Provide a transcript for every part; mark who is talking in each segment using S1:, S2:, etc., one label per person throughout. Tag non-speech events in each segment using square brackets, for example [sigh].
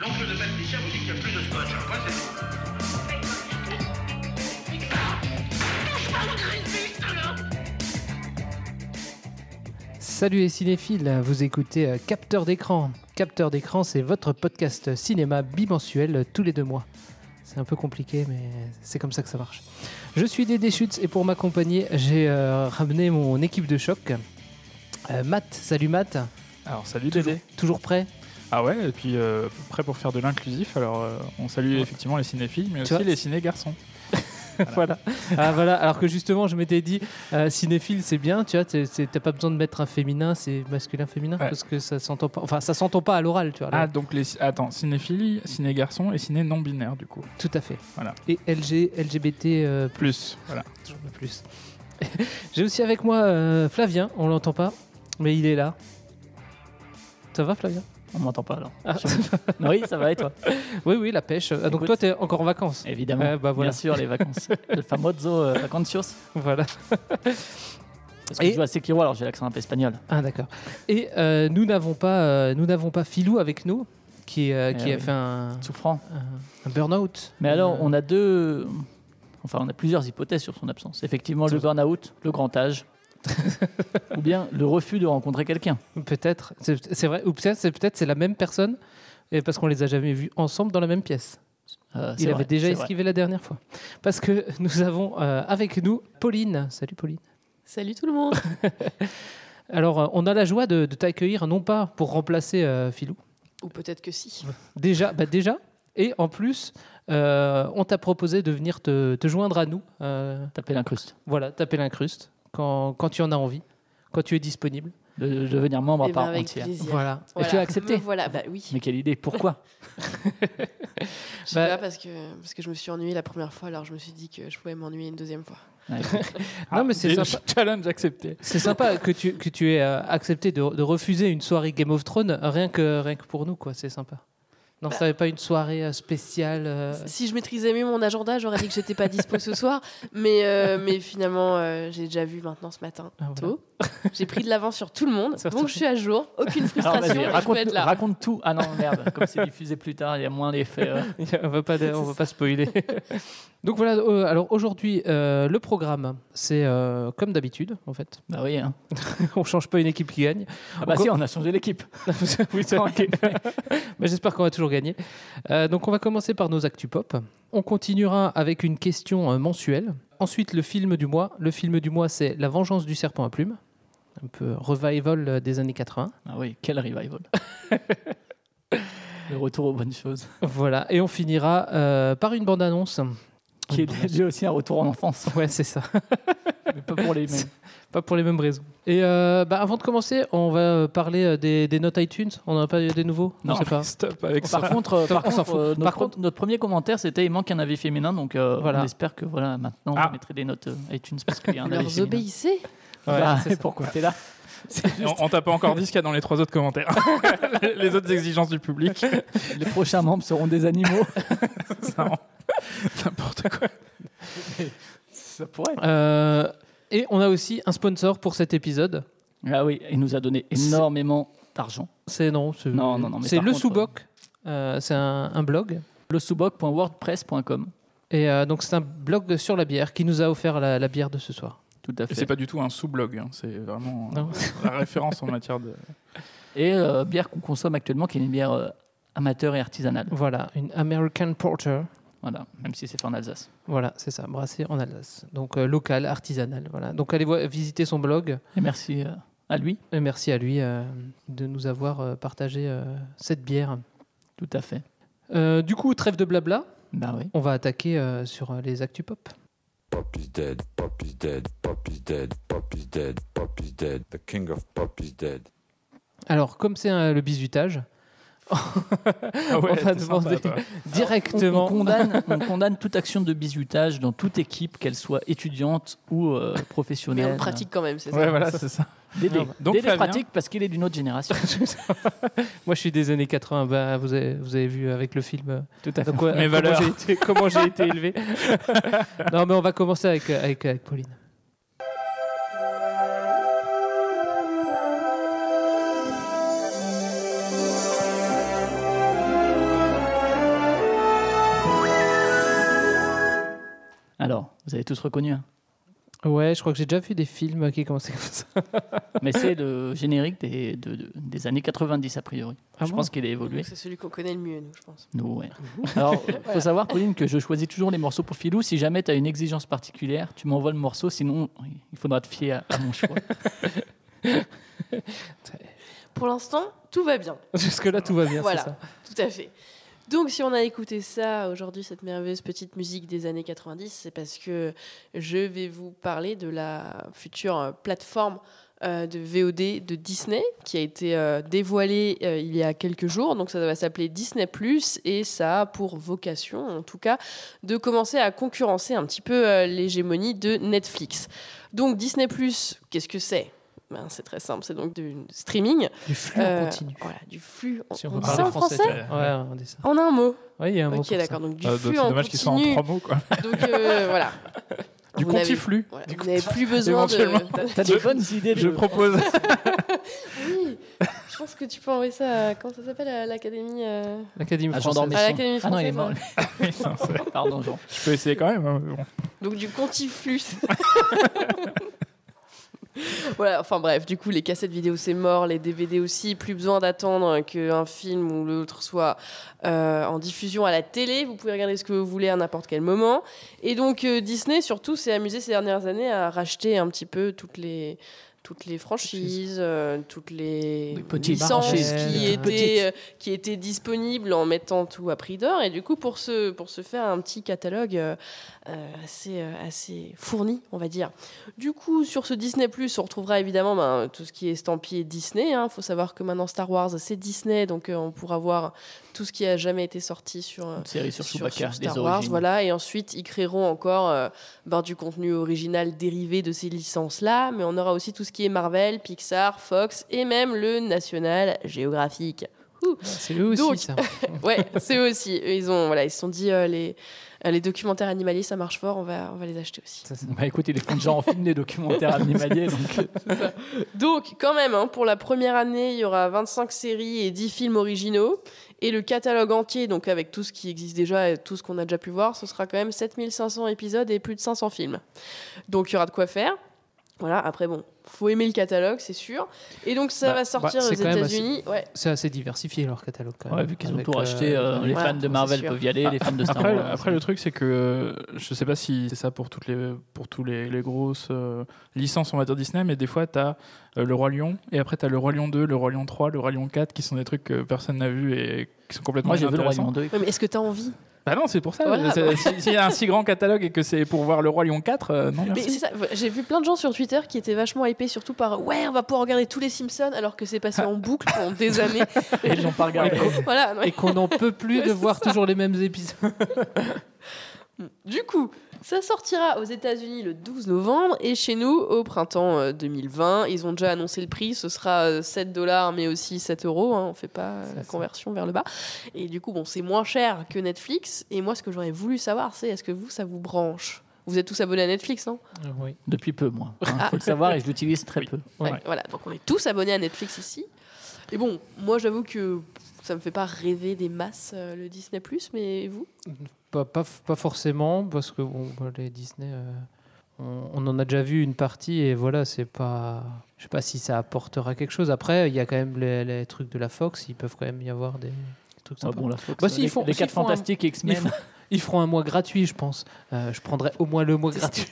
S1: L'oncle de Patricia vous dit qu'il n'y a plus de scotch. Moi, c'est tout.
S2: Salut les cinéphiles, vous écoutez euh, Capteur d'écran. Capteur d'écran, c'est votre podcast cinéma bimensuel euh, tous les deux mois. C'est un peu compliqué, mais c'est comme ça que ça marche. Je suis Dédé Schutz et pour m'accompagner, j'ai euh, ramené mon équipe de choc. Euh, Matt, salut Matt,
S3: Alors salut Dédé.
S2: toujours prêt
S3: Ah ouais, et puis euh, prêt pour faire de l'inclusif, alors euh, on salue effectivement les ciné-filles, mais
S2: Tu
S3: aussi
S2: vois
S3: les ciné-garçons.
S2: Voilà. Ah, [laughs] voilà. Alors que justement, je m'étais dit, euh, cinéphile, c'est bien, tu vois, t'es- c'est- t'as pas besoin de mettre un féminin, c'est masculin-féminin,
S3: Ouais.
S2: parce que ça s'entend pas, enfin, ça s'entend pas à l'oral, tu vois. là.
S3: Ah donc les... Attends, cinéphilie, ciné-garçons et ciné-non-binaire du coup.
S2: Tout à fait.
S3: Voilà.
S2: Et LG, LGBT, euh,
S3: Plus, voilà.
S2: Toujours de plus. [laughs] J'ai aussi avec moi euh, Flavien, on l'entend pas, mais il est là. Ça va Flavien
S4: On m'entend pas alors.
S2: Ah.
S4: oui, ça va et toi
S2: Oui, oui, la pêche. Ah, donc
S4: Écoute.
S2: toi, t'es encore en vacances.
S4: Évidemment.
S2: Euh, bah voilà.
S4: Bien sûr, les vacances. Le famoso euh, vacancios.
S2: [laughs] Voilà.
S4: Parce que
S2: Et-
S4: je joue à Sekiro, alors j'ai l'accent un peu espagnol.
S2: Ah d'accord. Et euh, nous n'avons pas, euh, nous n'avons pas Philou avec nous, qui, euh, qui
S4: Eh
S2: a
S4: oui.
S2: fait un,
S4: Souffrant.
S2: un, un burn-out.
S4: Mais alors, on a deux. Enfin, on a plusieurs hypothèses sur son absence. Effectivement, le burn-out, le grand
S2: [laughs]
S4: âge, ou bien le refus de rencontrer quelqu'un.
S2: Euh, Peut-être, c'est c'est vrai. Ou peut-être, c'est peut-être c'est la même personne, et parce qu'on les a jamais vus ensemble dans la même pièce.
S4: Euh, c'est
S2: Il
S4: vrai,
S2: avait déjà
S4: c'est vrai.
S2: esquivé la dernière fois. Parce que [laughs] nous avons euh, avec nous Pauline. Salut Pauline.
S5: Salut tout le monde.
S2: Alors, euh, on a la joie de, de t'accueillir, non pas pour remplacer euh, Philou,
S5: [laughs] Ou peut-être que si.
S2: déjà, bah déjà, et en plus, euh, on t'a proposé de venir te, te joindre à nous, euh,
S4: Taper l'incruste.
S2: voilà, taper l'incruste, quand, quand tu en as envie, quand tu es disponible.
S4: De, de devenir membre
S5: Eh
S4: à part
S5: ben, avec
S4: entière.
S5: plaisir.
S2: Voilà.
S5: Voilà.
S4: tu as accepté
S5: [laughs] Me Voilà, bah oui.
S4: Mais quelle idée,
S5: [laughs]
S4: pourquoi
S5: Je sais
S2: Bah-
S5: pas parce que, parce que je me suis ennuyée la première fois, alors je me suis dit que je pouvais m'ennuyer une deuxième fois.
S4: Ouais, écoute,
S2: Non, mais c'est
S3: Ah,
S2: sympa.
S3: Challenge accepté.
S2: C'est sympa que tu, que tu aies euh, accepté de, de refuser une soirée Game of Thrones rien que, rien que pour nous, quoi. C'est sympa. Non,
S5: Bah.
S2: ça n'est pas une soirée euh, spéciale. euh,
S5: Si je maîtrisais mieux mon agenda, j'aurais dit que j'étais pas dispo ce soir. Mais, euh, mais finalement, euh, j'ai déjà vu maintenant ce matin.
S2: ah, voilà.
S5: Tôt. J'ai pris de l'avance sur tout le monde,
S2: Sur tout
S5: donc je suis à jour. Aucune
S4: Alors
S5: frustration.
S4: vas-y,
S5: et je
S4: raconte,
S5: peux être là.
S4: raconte tout. Ah non, merde, comme c'est diffusé plus tard, il y a moins d'effets.
S5: [laughs]
S4: euh.
S2: [laughs] on va pas, on va pas spoiler. [laughs] Donc voilà. euh, alors aujourd'hui, euh, le programme, c'est euh, comme d'habitude en fait. [laughs]
S4: Bah oui, hein.
S2: on change pas une équipe qui gagne.
S4: Ah bah
S2: On
S4: si, on a changé [laughs] l'équipe.
S2: Oui, c'est vrai. Mais j'espère qu'on va toujours gagner. Euh, donc on va commencer par nos actus pop. On continuera avec une question euh, mensuelle. Ensuite, le film du mois. Le film du mois, c'est La Vengeance du serpent à plumes. Un peu revival euh, des années 80.
S4: Ah oui, quel revival. [laughs] Le retour aux bonnes choses.
S2: Voilà. Et on finira euh, par une bande-annonce. [laughs]
S4: Qui est [laughs] déjà aussi un retour en enfance,
S2: Ouais, c'est ça.
S4: mais pas pour les mêmes.
S2: Pas pour les mêmes raisons. Et euh, bah, avant de commencer, on va euh, parler euh, des, des notes iTunes. On n'en a pas eu des nouveaux
S4: Non.
S2: On sait pas.
S3: Stop avec ça.
S4: Par contre, euh, par
S2: On s'en
S4: contre,
S2: fout.
S4: euh, notre,
S2: Par contre-
S4: notre premier commentaire, c'était il manque un avis féminin, donc euh,
S2: Voilà.
S4: on espère que voilà, maintenant
S3: Ah.
S4: on mettrait des notes euh, iTunes parce qu'il y a un avis
S5: Leurs
S4: féminin.
S5: obéissez.
S2: Ouais,
S4: Bah,
S2: c'est ça.
S4: pourquoi t'es là
S3: Et On, on t'a pas encore dit ce qu'il y a dans les trois autres commentaires. [laughs] les, les autres exigences
S2: [laughs]
S3: du public.
S4: Les prochains membres seront des animaux.
S3: Ça rend- N'importe quoi.
S4: [laughs] Ça pourrait.
S2: Euh, et on a aussi un sponsor pour cet épisode.
S4: Ah oui, il nous a donné énormément d'argent.
S2: C'est non, c'est,
S4: Non, non, non, mais
S2: c'est
S4: par
S2: le
S4: contre,
S2: Souboc. Euh, c'est un, un blog.
S4: Le souboc.wordpress.com.
S2: Et euh, donc c'est un blog sur la bière qui nous a offert la, la bière de ce soir.
S4: Tout à
S3: Et
S4: fait.
S3: c'est pas du tout un sous-blog, hein, c'est vraiment euh,
S2: Non.
S3: la référence en matière de.
S4: Et euh, bière qu'on consomme actuellement, qui est une bière euh, amateur et artisanale.
S2: Voilà, une American Porter.
S4: Voilà, même si c'est fait en Alsace.
S2: Voilà, c'est ça, brassée en Alsace. Donc euh, locale, artisanale. Voilà. Donc allez voir- visiter son blog.
S4: Et merci euh, à lui.
S2: Et merci à lui euh, de nous avoir euh, partagé euh, cette bière.
S4: Tout à fait.
S2: Euh, du coup, trêve de blabla,
S4: Bah oui.
S2: on va attaquer euh, sur euh, les actus pop.
S6: Pop is dead, pop is dead, pop is dead, pop is dead, pop is dead. The king of pop is dead.
S2: Alors, comme c'est euh, le bisutage,
S3: Ah ouais,
S2: [laughs] On va
S3: t'es sympa,
S2: demander.
S3: toi.
S2: Directement.
S4: On, on condamne, on condamne toute action de bizutage dans toute équipe, qu'elle soit étudiante ou euh,
S5: Mais
S4: professionnelle.
S5: on le pratique quand même, c'est ça
S3: Ouais, voilà, c'est ça.
S4: Dédé,
S3: Donc,
S4: Dédé
S3: Fabien-
S4: pratique parce qu'il est d'une autre génération.
S2: Moi, je suis des années 80. Bah, vous, avez, vous avez vu avec le film. euh,
S4: Tout à fait. [laughs]
S2: donc, ouais,
S3: Mes
S2: comment
S3: valeurs.
S2: j'ai été- Comment j'ai été, élevé. [laughs] non, mais on va commencer avec, euh, avec, avec Pauline.
S4: Alors, vous avez tous reconnu, hein.
S2: Ouais, je crois que j'ai déjà vu des films qui commençaient comme [laughs] ça.
S4: mais c'est le générique des, de- de- des années 90 a priori.
S2: Ah
S4: je
S2: bon
S4: pense qu'il a évolué.
S5: Donc, C'est celui qu'on connaît le mieux, nous, je pense.
S4: Nous, ouais.
S5: Mhm. [laughs]
S4: Alors, faut savoir, Pauline, que je choisis toujours les morceaux pour Filou. Si jamais tu as une exigence particulière, tu m'envoies le morceau, sinon il faudra te fier à, à mon
S5: [laughs]
S4: choix.
S5: Pour l'instant, tout va bien.
S2: Jusque-là, tout va bien,
S5: Voilà.
S2: c'est ça.
S5: Tout à fait. Donc, si on a écouté ça aujourd'hui, cette merveilleuse petite musique des années 90, c'est parce que je vais vous parler de la future euh, plateforme euh, de VOD de Disney qui a été euh, dévoilée euh, il y a quelques jours. Donc, ça va s'appeler Disney Plus et ça a pour vocation, en tout cas, de commencer à concurrencer un petit peu euh, l'hégémonie de Netflix. Donc, Disney Plus, qu'est-ce que c'est Ben, C'est très simple, c'est donc du streaming.
S2: Du flux
S5: Euh,
S2: en continu.
S5: Voilà, du flux.
S2: Si on
S5: on
S2: veut
S5: dit
S2: parler
S5: ça en
S2: français,
S5: français
S2: Ouais, on dit ça.
S5: en un mot.
S2: Ouais, il y a un mot pour
S5: ok,
S2: ça.
S5: d'accord. Donc du
S3: Ah, Euh, donc,
S5: flux
S3: c'est
S5: en
S3: dommage qu'ils soient en
S5: continu.
S3: trois mots, quoi. [laughs]
S5: Donc euh, voilà.
S3: Du
S5: Vous n'avez-
S3: contiflu.
S5: voilà,
S3: Du
S5: vous n'avez plus besoin [laughs] de.
S3: Éventuellement.
S4: T'as des
S3: Je-
S4: bonnes idées de
S2: [laughs]
S3: Je propose.
S5: Oui, je pense que tu peux envoyer ça. à- Comment ça s'appelle à l'Académie euh,
S2: L'Académie
S4: Ah,
S2: française.
S4: gendarme
S5: À l'Académie
S4: Ah non, il est
S5: française, hein.
S4: mort.
S3: Oui, non, c'est-
S4: Pardon, Jean.
S3: Je peux essayer quand même. hein, mais bon.
S5: Donc du contiflux. [laughs] voilà, enfin bref, du coup les cassettes vidéo c'est mort, les DVD aussi, plus besoin d'attendre qu'un film ou l'autre soit euh, en diffusion à la télé, vous pouvez regarder ce que vous voulez à n'importe quel moment. Et donc euh, Disney surtout s'est amusé ces dernières années à racheter un petit peu toutes les toutes les franchises, euh, toutes les
S4: Les petites
S5: licences
S4: franchises,
S5: qui
S2: les
S5: étaient,
S2: toutes
S4: petites.
S5: euh, qui étaient disponibles en mettant tout à prix d'or. Et du coup, pour se, pour se faire un petit catalogue euh, euh, assez, euh, assez fourni, on va dire. Du coup, sur ce Disney, on retrouvera évidemment ben, tout ce qui est estampillé Disney. Il faut savoir que maintenant Star Wars, c'est Disney, donc euh, on pourra voir tout ce qui a jamais été sorti sur. euh,
S4: Une série sur Chewbacca,
S5: sur
S4: des
S5: Star Wars,
S4: origines.
S5: voilà, et ensuite ils créeront encore euh, ben, du contenu original dérivé de ces licences-là, mais on aura aussi tout ce qui est Marvel, Pixar, Fox et même le National
S4: [laughs]
S5: Geographic.
S2: C'est eux aussi,
S5: Donc-
S2: ça.
S5: Ouais, c'est eux aussi. Eux, ils ont, voilà, ils se sont dit euh, les, euh, les documentaires animaliers, ça marche fort, on va, on va les acheter aussi.
S2: Ça, ça.
S4: Bah écoutez, les fonds de genre en film des documentaires animaliers, donc euh,
S5: Donc, quand même, hein, pour la première année, il y aura 25 séries et 10 films originaux. Et le catalogue entier, donc avec tout ce qui existe déjà et tout ce qu'on a déjà pu voir, ce sera quand même 7500 épisodes et plus de 500 films. Donc, il y aura de quoi faire. Voilà, après, bon, faut aimer le catalogue, c'est sûr. Et donc, ça
S2: Bah,
S5: va sortir
S2: bah,
S5: aux
S2: c'est quand même assez-
S5: États-Unis. Ouais.
S2: C'est assez diversifié, leur catalogue, quand même.
S4: ouais, vu qu'ils ont
S2: Avec,
S4: tout racheté,
S2: euh,
S4: euh, les
S5: voilà,
S4: fans de
S5: c'est
S4: Marvel
S5: sûr.
S4: peuvent y aller, les fans de Star
S3: Après,
S4: Wars.
S3: après, le truc, c'est que euh, je sais pas si c'est ça pour toutes les pour tous les, les grosses euh, licences, on va dire Disney, mais des fois tu as le roi lion et après tu as le roi lion 2, le roi lion 3, le roi lion 4 qui sont des trucs que personne n'a vu et qui sont complètement
S4: Moi, j'ai vu le
S3: inintéressants.
S4: Royaume
S5: [laughs]
S4: 2.
S5: Ouais, mais est-ce que t'as envie
S3: Bah non, c'est pour ça.
S5: Voilà.
S4: ah
S3: C'est- si- S'il y a un si grand catalogue et que c'est pour voir le roi lion 4, euh, non
S5: Mais
S3: merci.
S5: c'est ça, j'ai vu plein de gens sur Twitter qui étaient vachement hypés, surtout par ouais, on va pouvoir regarder tous les Simpsons alors que c'est passé en boucle pendant
S2: [laughs]
S5: des années.
S4: Et ils l'ont pas regardé.
S5: Voilà, non,
S2: Et qu'on n'en peut plus
S5: [laughs] Ouais,
S2: de
S5: c'est
S2: voir toujours les mêmes épisodes.
S5: Mm. Du coup, ça sortira aux États-Unis le 12 novembre et chez nous au printemps euh, 2020. Ils ont déjà annoncé le prix, ce sera euh, 7 dollars mais aussi 7 euros. hein, on fait pas euh,
S2: C'est
S5: la
S2: ça.
S5: conversion vers le bas. Et du coup, bon, c'est moins cher que Netflix. Et moi, ce que j'aurais voulu savoir, c'est est-ce que vous, ça vous branche Vous êtes tous abonnés à Netflix, non
S2: Oui.
S4: Depuis peu, moi. Hein, faut le savoir, et je l'utilise très peu.
S2: Ouais.
S5: Ouais, Voilà, donc on est tous abonnés à Netflix ici. Et bon, moi, j'avoue que ça me fait pas rêver des masses euh, le Disney+, mais vous
S2: Pas, pas, pas forcément, parce que bon, bah, les Disney, euh, on, on en a déjà vu une partie et voilà, c'est pas. Je sais pas si ça apportera quelque chose. Après, il y a quand même les, les trucs de la Fox, ils peuvent quand même y avoir des trucs
S4: Ah
S2: sympas.
S4: bon, la Fox,
S2: Bah si,
S4: les,
S2: ils font-
S4: les
S2: s'ils
S4: quatre
S2: font un-
S4: fantastiques et X-Men.
S2: ils font- Ils feront un mois gratuit, je pense. Euh, je prendrai au moins le mois gratuit.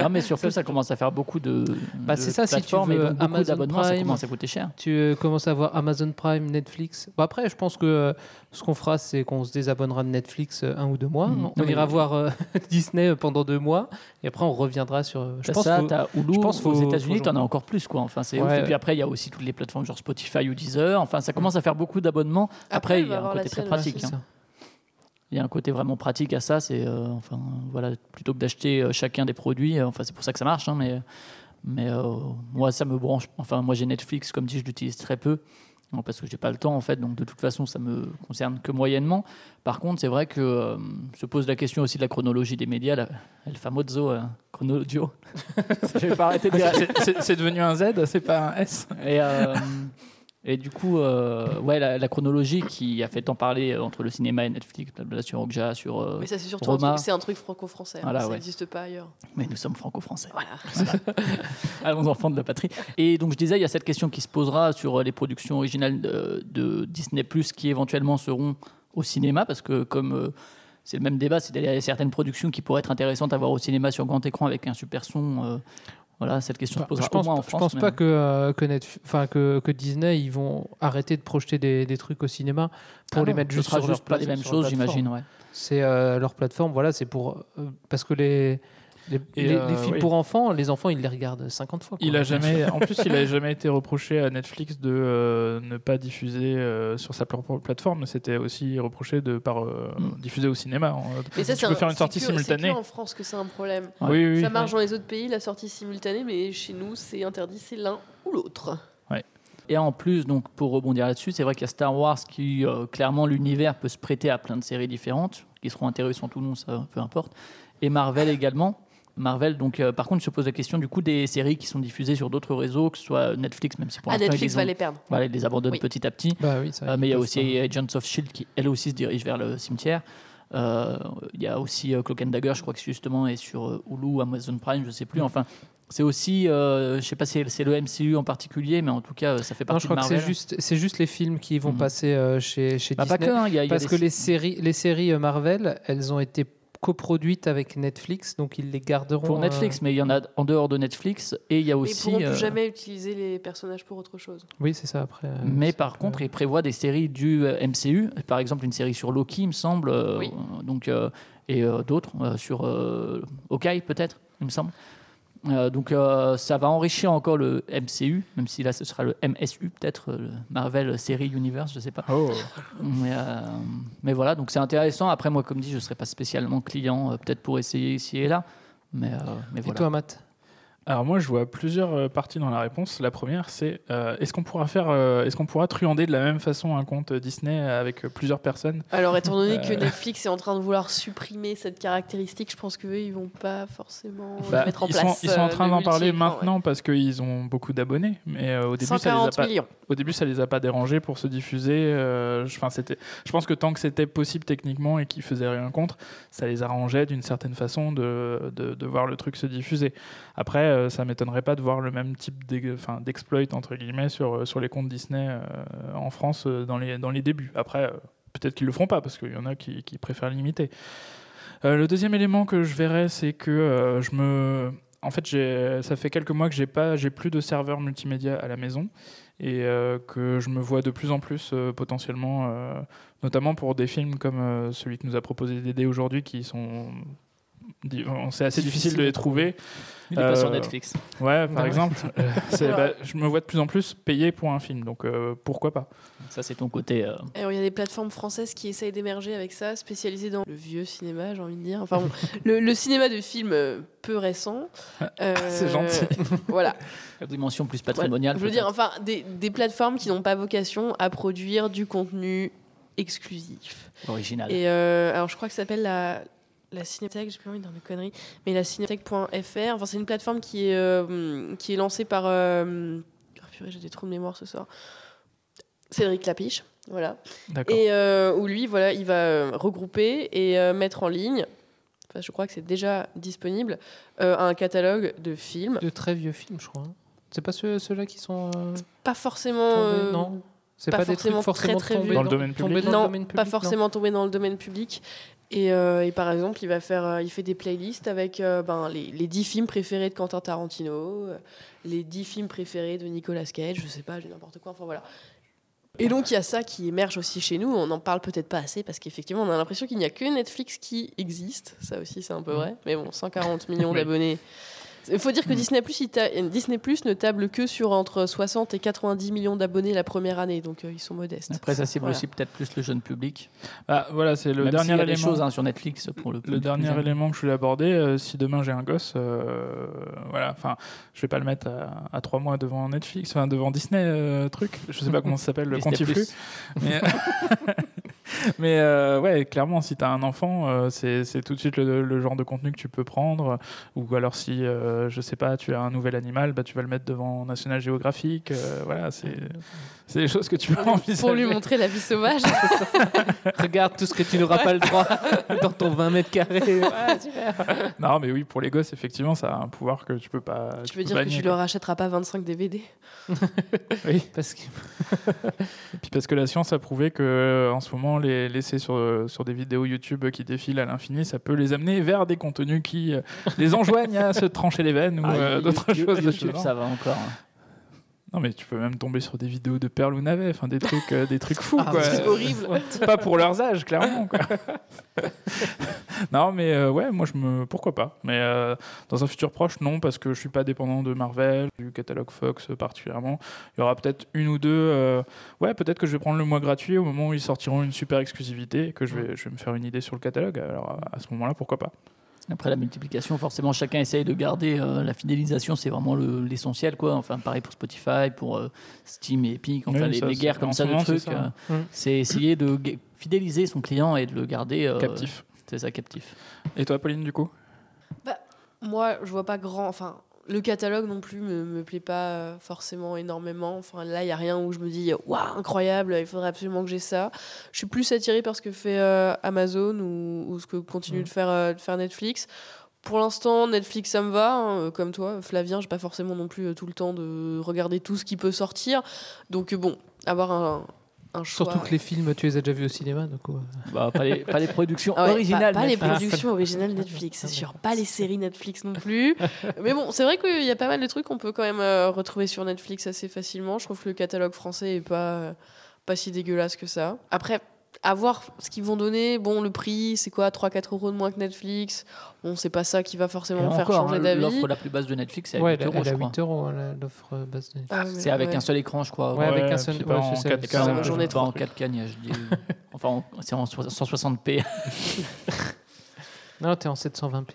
S4: non, mais surtout, ça commence à faire beaucoup de.
S2: Bah,
S4: de
S2: c'est ça, si tu
S4: plateformes et
S2: veux
S4: donc beaucoup
S2: Amazon
S4: d'abonnements, ça
S2: Prime.
S4: commence à coûter cher.
S2: Tu euh, commences à voir Amazon Prime, Netflix. Bon, après, je pense que euh, ce qu'on fera, c'est qu'on se désabonnera de Netflix euh, un ou deux mois.
S4: Mm.
S2: On
S4: Non, mais-
S2: ira voir euh, [laughs] Disney pendant deux mois. Et après, on reviendra sur. euh, Je
S4: T'as
S2: pense
S4: Bah, ça,
S2: que-
S4: t'as Hulu,
S2: je pense faut-
S4: aux États-Unis,
S2: faut
S4: t'en as
S2: joindre.
S4: encore plus, quoi. Enfin, c'est
S2: Ouais, Mm.
S4: ouf. Et
S2: ouais.
S4: puis après, il y a aussi toutes les plateformes genre Spotify ou Deezer. Enfin, ça commence à faire beaucoup d'abonnements. Après,
S5: Après, il
S4: il y
S5: va
S4: a un
S5: avoir la
S4: côté très
S5: sienne
S4: pratique.
S2: C'est
S4: hein.
S2: ça.
S4: Il y a un côté vraiment pratique à ça. C'est euh, enfin voilà, plutôt que d'acheter euh, chacun des produits. euh, enfin, c'est pour ça que ça marche. hein, mais mais euh, moi, ça me branche. Enfin, moi, j'ai Netflix, comme dit, je l'utilise très peu. Non, parce que j'ai pas le temps en fait, donc de toute façon ça me concerne que moyennement. Par contre, c'est vrai que euh, se pose la question aussi de la chronologie des médias, la, el famoso euh, chronodio. [laughs] je vais pas arrêter de dire
S3: C'est- c'est- C'est devenu un Z, c'est pas un S.
S4: [laughs] et, euh, et du coup, euh, ouais, la, la chronologie qui a fait tant parler euh, entre le cinéma et Netflix, blablabla, sur Okja, sur. euh,
S5: Mais ça, c'est surtout un
S4: Roma.
S5: truc, c'est un truc franco-français. hein,
S4: Voilà,
S5: ça
S4: ouais.
S5: n'existe pas ailleurs.
S4: Mais nous sommes franco-français.
S5: Voilà.
S4: Allons Ah, enfants de la patrie. Et donc je disais, il y a cette question qui se posera sur euh, les productions originales de, de Disney ⁇ qui éventuellement seront au cinéma, parce que comme euh, c'est le même débat, c'est d'aller à certaines productions qui pourraient être intéressantes à voir au cinéma sur grand écran avec un super son. euh, voilà, cette question
S2: Bah,
S4: se posera
S2: je pense,
S4: au moins en
S2: je
S4: France.
S2: pense
S4: mais-
S2: pas que, euh, que, Netf- enfin, que, que Disney ils vont arrêter de projeter des, des trucs au cinéma pour
S4: Ah
S2: les
S4: non,
S2: mettre
S4: ce
S2: juste
S4: sera
S2: sur
S4: juste
S2: leur
S4: pas les
S2: plate-
S4: mêmes
S2: sur leur
S4: choses, j'imagine.
S2: plateforme.
S4: Ouais.
S2: C'est euh, leur plateforme, voilà, c'est pour. euh, parce que les, les,
S3: Et,
S2: les-
S3: euh,
S2: les films
S3: oui.
S2: pour enfants, les enfants ils les regardent 50 fois. quoi.
S3: Il a jamais, en plus, il a jamais été reproché à Netflix de euh, ne pas diffuser euh, sur sa propre plateforme. C'était aussi reproché de par euh,
S4: Mm.
S3: diffuser au cinéma. en- euh,
S5: Mais ça,
S3: tu
S5: c'est
S3: peux
S5: un-
S3: faire une
S5: c'est
S3: sortie
S5: que-
S3: simultanée.
S5: C'est que en France que c'est un problème.
S4: en-
S3: Oui, oui,
S5: ça
S3: oui.
S5: marche dans les autres pays, la sortie simultanée, mais chez nous, c'est interdit, c'est l'un ou l'autre.
S4: Et en plus, donc, pour rebondir là-dessus, c'est vrai qu'il y a Star Wars qui, euh, clairement, l'univers peut se prêter à plein de séries différentes, qui seront intéressantes ou non, ça, peu importe. Et Marvel également. Marvel, donc, euh, par contre, se pose la question du coup des séries qui sont diffusées sur d'autres réseaux, que ce soit Netflix, même si pour
S5: Ah,
S4: l'instant,
S5: Netflix
S4: ils,
S5: va
S4: ont-
S5: les perdre.
S4: voilà, ils les abandonnent
S5: Oui.
S4: petit à petit.
S2: Bah oui, ça,
S4: Euh,
S2: ils
S4: mais il y a
S2: peuvent
S4: aussi
S2: pas.
S4: Agents of Shield E qui, elle aussi, se dirige vers le cimetière. Euh, Il y a aussi euh, Cloak and Dagger, je crois que justement est sur euh, Hulu, Amazon Prime, je sais plus. Enfin, c'est aussi, euh, je sais pas si c'est le MCU en particulier, mais en tout cas, euh, ça fait
S2: Non,
S4: partie
S2: je crois
S4: de
S2: que
S4: Marvel.
S2: c'est juste, c'est juste les films qui vont
S4: Mhm.
S2: passer euh, chez, chez
S4: Bah, pas
S2: Disney.
S4: que, hein, il y a- il y a
S2: parce
S4: des-
S2: que les séries, les séries euh, Marvel, elles ont été coproduites avec Netflix, donc ils les garderont.
S4: pour
S2: euh,
S4: Netflix, mais il y en a en dehors de Netflix et il y a
S5: Mais
S4: aussi.
S5: ils pourront
S4: euh,
S5: plus jamais utiliser les personnages pour autre
S3: [laughs]
S5: chose.
S2: Oui, c'est ça après. euh,
S4: mais
S2: c'est
S4: par
S2: un peu-
S4: contre, il prévoit des séries du euh, MCU, par exemple une série sur Loki, il me semble, euh,
S5: Oui.
S4: donc euh, et euh, d'autres euh, sur euh, Hawkeye peut-être, il me semble. Euh, donc euh, ça va enrichir encore le MCU, même si là ce sera le MSU peut-être, euh, le Marvel Série Universe, je sais pas.
S3: Oh.
S4: Mais, euh, mais voilà, donc c'est intéressant. Après moi, comme dit, je serai pas spécialement client, euh, peut-être pour essayer ici et là, mais, euh, mais
S2: Et
S4: voilà.
S2: toi, Matt
S3: Alors moi, je vois plusieurs euh, parties dans la réponse. La première, c'est euh, est-ce qu'on pourra faire, euh, est-ce qu'on pourra truander de la même façon un compte Disney avec euh, plusieurs personnes
S5: Alors, étant donné que
S3: Euh.
S5: Netflix est en train de vouloir supprimer cette caractéristique, je pense qu'eux, ils vont pas forcément le
S3: Bah,
S5: mettre en
S3: ils,
S5: place.
S3: sont, ils sont en
S5: euh,
S3: train
S5: le
S3: d'en parler
S5: multi-écran, ouais.
S3: maintenant parce qu'ils ont beaucoup d'abonnés. Mais euh, au début, ça les a
S5: 140
S3: pas.
S5: millions.
S3: au début ça les a pas dérangés pour se diffuser euh, je, 'fin, c'était, je pense que tant que c'était possible techniquement et qu'ils faisaient rien contre ça les arrangeait d'une certaine façon de, de, de voir le truc se diffuser après euh, ça m'étonnerait pas de voir le même type d'ex- 'fin, d'exploit entre guillemets sur, euh, sur les comptes Disney euh, en France euh, dans, les, dans les débuts après euh, peut-être qu'ils le feront pas parce qu'il y en a qui, qui préfèrent limiter Euh, le deuxième élément que je verrais c'est que euh, je me en fait, j'ai- ça fait quelques mois que j'ai pas, j'ai plus de serveur multimédia à la maison et euh, que je me vois de plus en plus euh, potentiellement, euh, notamment pour des films comme euh, celui que nous a proposé Dédé aujourd'hui, qui sont, di- on- c'est assez difficile, de les trouver.
S4: Il est pas sur
S3: Euh,
S4: Netflix.
S3: Ouais, par
S2: Ouais.
S4: [laughs]
S3: exemple, euh, c'est-
S5: Alors-
S3: bah, je me vois de plus en plus payer pour un film, donc euh, pourquoi pas
S4: Ça c'est ton côté. euh,
S5: Alors, il y a des plateformes françaises qui essayent d'émerger avec ça, spécialisées dans le vieux cinéma, j'ai envie de dire. Enfin,
S3: [laughs]
S5: bon, le, le cinéma de films euh, peu récents. Euh,
S3: Ah, c'est gentil.
S5: [laughs] Voilà.
S4: La dimension plus patrimoniale.
S5: Je veux
S4: peut-être.
S5: dire, enfin, des, des plateformes qui n'ont pas vocation à produire du contenu exclusif.
S4: original.
S5: Et euh, alors, je crois que ça s'appelle la, la Cinéthèque, j'ai pas envie de dire de conneries, mais la cinéthèque.fr. Enfin, c'est une plateforme qui est, euh, qui est lancée par. euh, oh, purée, j'ai des trous de mémoire ce soir. Cédric Lapiche. Voilà.
S3: D'accord.
S5: Et euh, où lui, voilà, il va euh, regrouper et euh, mettre en ligne. Enfin, je crois que c'est déjà disponible euh, un catalogue de films.
S2: De très vieux films, je crois. hein. C'est pas ceux- ceux-là qui sont. euh,
S5: Pas forcément.
S2: Attendez,
S5: euh,
S2: non. C'est
S5: pas
S2: pas, des trucs
S5: forcément
S2: forcément
S5: très, très
S2: tombés
S5: vu.
S3: Dans le domaine
S2: tombés
S3: public
S2: dans le
S5: non,
S2: domaine
S5: pas
S2: public,
S5: forcément tombé dans le domaine public. Et, euh, et par exemple, il va faire, euh, il fait des playlists avec euh, ben, les, les 10 films préférés de Quentin Tarantino, euh, les 10 films préférés de Nicolas Cage, je sais pas, j'ai n'importe quoi, enfin voilà. Et donc il y a ça qui émerge aussi chez nous, on n'en parle peut-être pas assez parce qu'effectivement on a l'impression qu'il n'y a que Netflix qui existe, ça aussi c'est un peu vrai, mais bon, 140
S2: [laughs]
S5: millions
S3: Oui.
S5: d'abonnés. Il faut dire que
S3: Mm.
S5: Disney Plus, Disney Plus ne table que sur entre 60 et 90 millions d'abonnés la première année, donc euh, ils sont modestes.
S4: Après, ça cible
S5: Voilà.
S4: aussi peut-être plus le jeune public.
S3: Ah, voilà, c'est le
S4: Même s'il
S3: dernier
S4: y a
S3: élément.
S4: des choses hein, sur Netflix pour le
S3: le
S4: public
S3: dernier
S4: jeune.
S3: élément que je voulais aborder, euh, si demain j'ai un gosse, euh, voilà, enfin, je vais pas le mettre à, à trois mois devant Netflix, enfin devant Disney, euh, truc, je sais pas comment ça s'appelle, le
S4: Disney+.
S3: Contiflu. Mais, [laughs] mais, euh, ouais, clairement, si t'as un enfant, euh, c'est c'est tout de suite le, le genre de contenu que tu peux prendre. Ou alors si, euh, je sais pas, tu as un nouvel animal, bah tu vas le mettre devant National Geographic. euh, voilà, c'est c'est des choses que tu peux
S5: [laughs]
S3: envisager.
S5: Pour lui montrer la vie sauvage.
S2: non [laughs] Regarde tout ce que tu n'auras pas le
S5: [laughs]
S2: droit dans ton 20 mètres carrés.
S3: Non, mais oui, pour les gosses, effectivement, ça a un pouvoir que tu peux pas.
S5: Tu veux
S3: peux
S5: dire
S3: pas
S5: que
S3: nier,
S5: tu
S3: quoi.
S5: leur achèteras pas 25 DVD
S3: Oui.
S2: Parce que
S3: Puis parce que la science a prouvé que euh, en ce moment les laisser sur, euh, sur des vidéos YouTube qui défilent à l'infini, ça peut les amener vers des contenus qui euh, les enjoignent à se trancher les veines ou
S4: Ah,
S3: euh,
S4: YouTube,
S3: d'autres choses de ce
S4: YouTube,
S3: genre.
S4: ça va encore. hein.
S3: Non mais tu peux même tomber sur des vidéos de Perle ou Navet, enfin des trucs euh, des trucs fous
S2: Ah,
S3: quoi.
S2: c'est
S5: horrible.
S3: Pas pour leurs âges clairement quoi. [laughs] non mais euh, ouais, moi je me pourquoi pas. Mais euh, dans un futur proche non parce que je suis pas dépendant de Marvel, du catalogue Fox euh, particulièrement. Il y aura peut-être une ou deux euh, ouais, peut-être que je vais prendre le mois gratuit au moment où ils sortiront une super exclusivité et que je vais je vais me faire une idée sur le catalogue. Alors à, à ce moment-là pourquoi pas.
S4: Après la multiplication, forcément, chacun essaye de garder euh, la fidélisation, c'est vraiment le- l'essentiel, quoi. Enfin, pareil pour Spotify, pour euh, Steam et Epic, enfin,
S3: Oui,
S4: les,
S3: ça,
S4: les
S3: c'est-
S4: guerres
S3: en
S4: comme
S3: ce
S4: ça de
S3: moment, c'est
S4: trucs.
S3: ça. hein.
S4: euh,
S2: Mm.
S4: C'est essayer de ga- fidéliser son client et de le garder euh,
S3: Captif.
S4: C'est ça, captif.
S3: Et toi Pauline du coup
S5: Moi, je vois pas grand. Enfin, le catalogue non plus me, me plaît pas euh, forcément énormément. Enfin, là, il y a rien où je me dis waouh, incroyable, il faudrait absolument que j'ai ça. Je suis plus attirée par ce que fait euh, Amazon ou, ou ce que continue de, faire, euh, de faire Netflix. Pour l'instant, Netflix, ça me va, hein, euh, comme toi, Flavien, j'ai pas forcément non plus euh, tout le temps de regarder tout ce qui peut sortir. Donc, euh, bon, avoir un, un choix.
S2: surtout que les films, tu les as déjà vus au cinéma, donc euh,
S4: Bah, pas, les, pas les productions
S5: Ah [laughs] ouais,
S4: originales.
S5: Pas, pas les
S4: Netflix.
S5: productions originales Netflix, c'est sûr. Pas les séries Netflix non plus. Mais bon, c'est vrai qu'il y a pas mal de trucs qu'on peut quand même euh, retrouver sur Netflix assez facilement. Je trouve que le catalogue français est pas, euh, pas si dégueulasse que ça. Après, à voir ce qu'ils vont donner. Bon, le prix, c'est quoi 3-4 euros de moins que Netflix. Bon, c'est pas ça qui va
S4: Et
S5: forcément faire
S4: encore,
S5: changer
S4: hein,
S5: d'avis.
S4: l'offre la plus basse de Netflix, c'est à
S2: ouais,
S4: 8 euros,
S2: elle
S4: je
S2: a
S4: crois.
S2: 8 euros hein, la- l'offre euh, base de.
S5: Ah,
S4: C'est avec
S5: ouais.
S4: un seul écran, je crois.
S2: Ouais, avec
S3: Ouais,
S2: un seul-
S3: puis
S2: ouais,
S3: pas en
S2: c'est ça.
S3: 4K,
S4: C'est en,
S5: une journée de
S4: pas en
S5: trucs.
S4: 4K, HD. euh, enfin, en- c'est en 160p.
S2: Non, t'es en 720p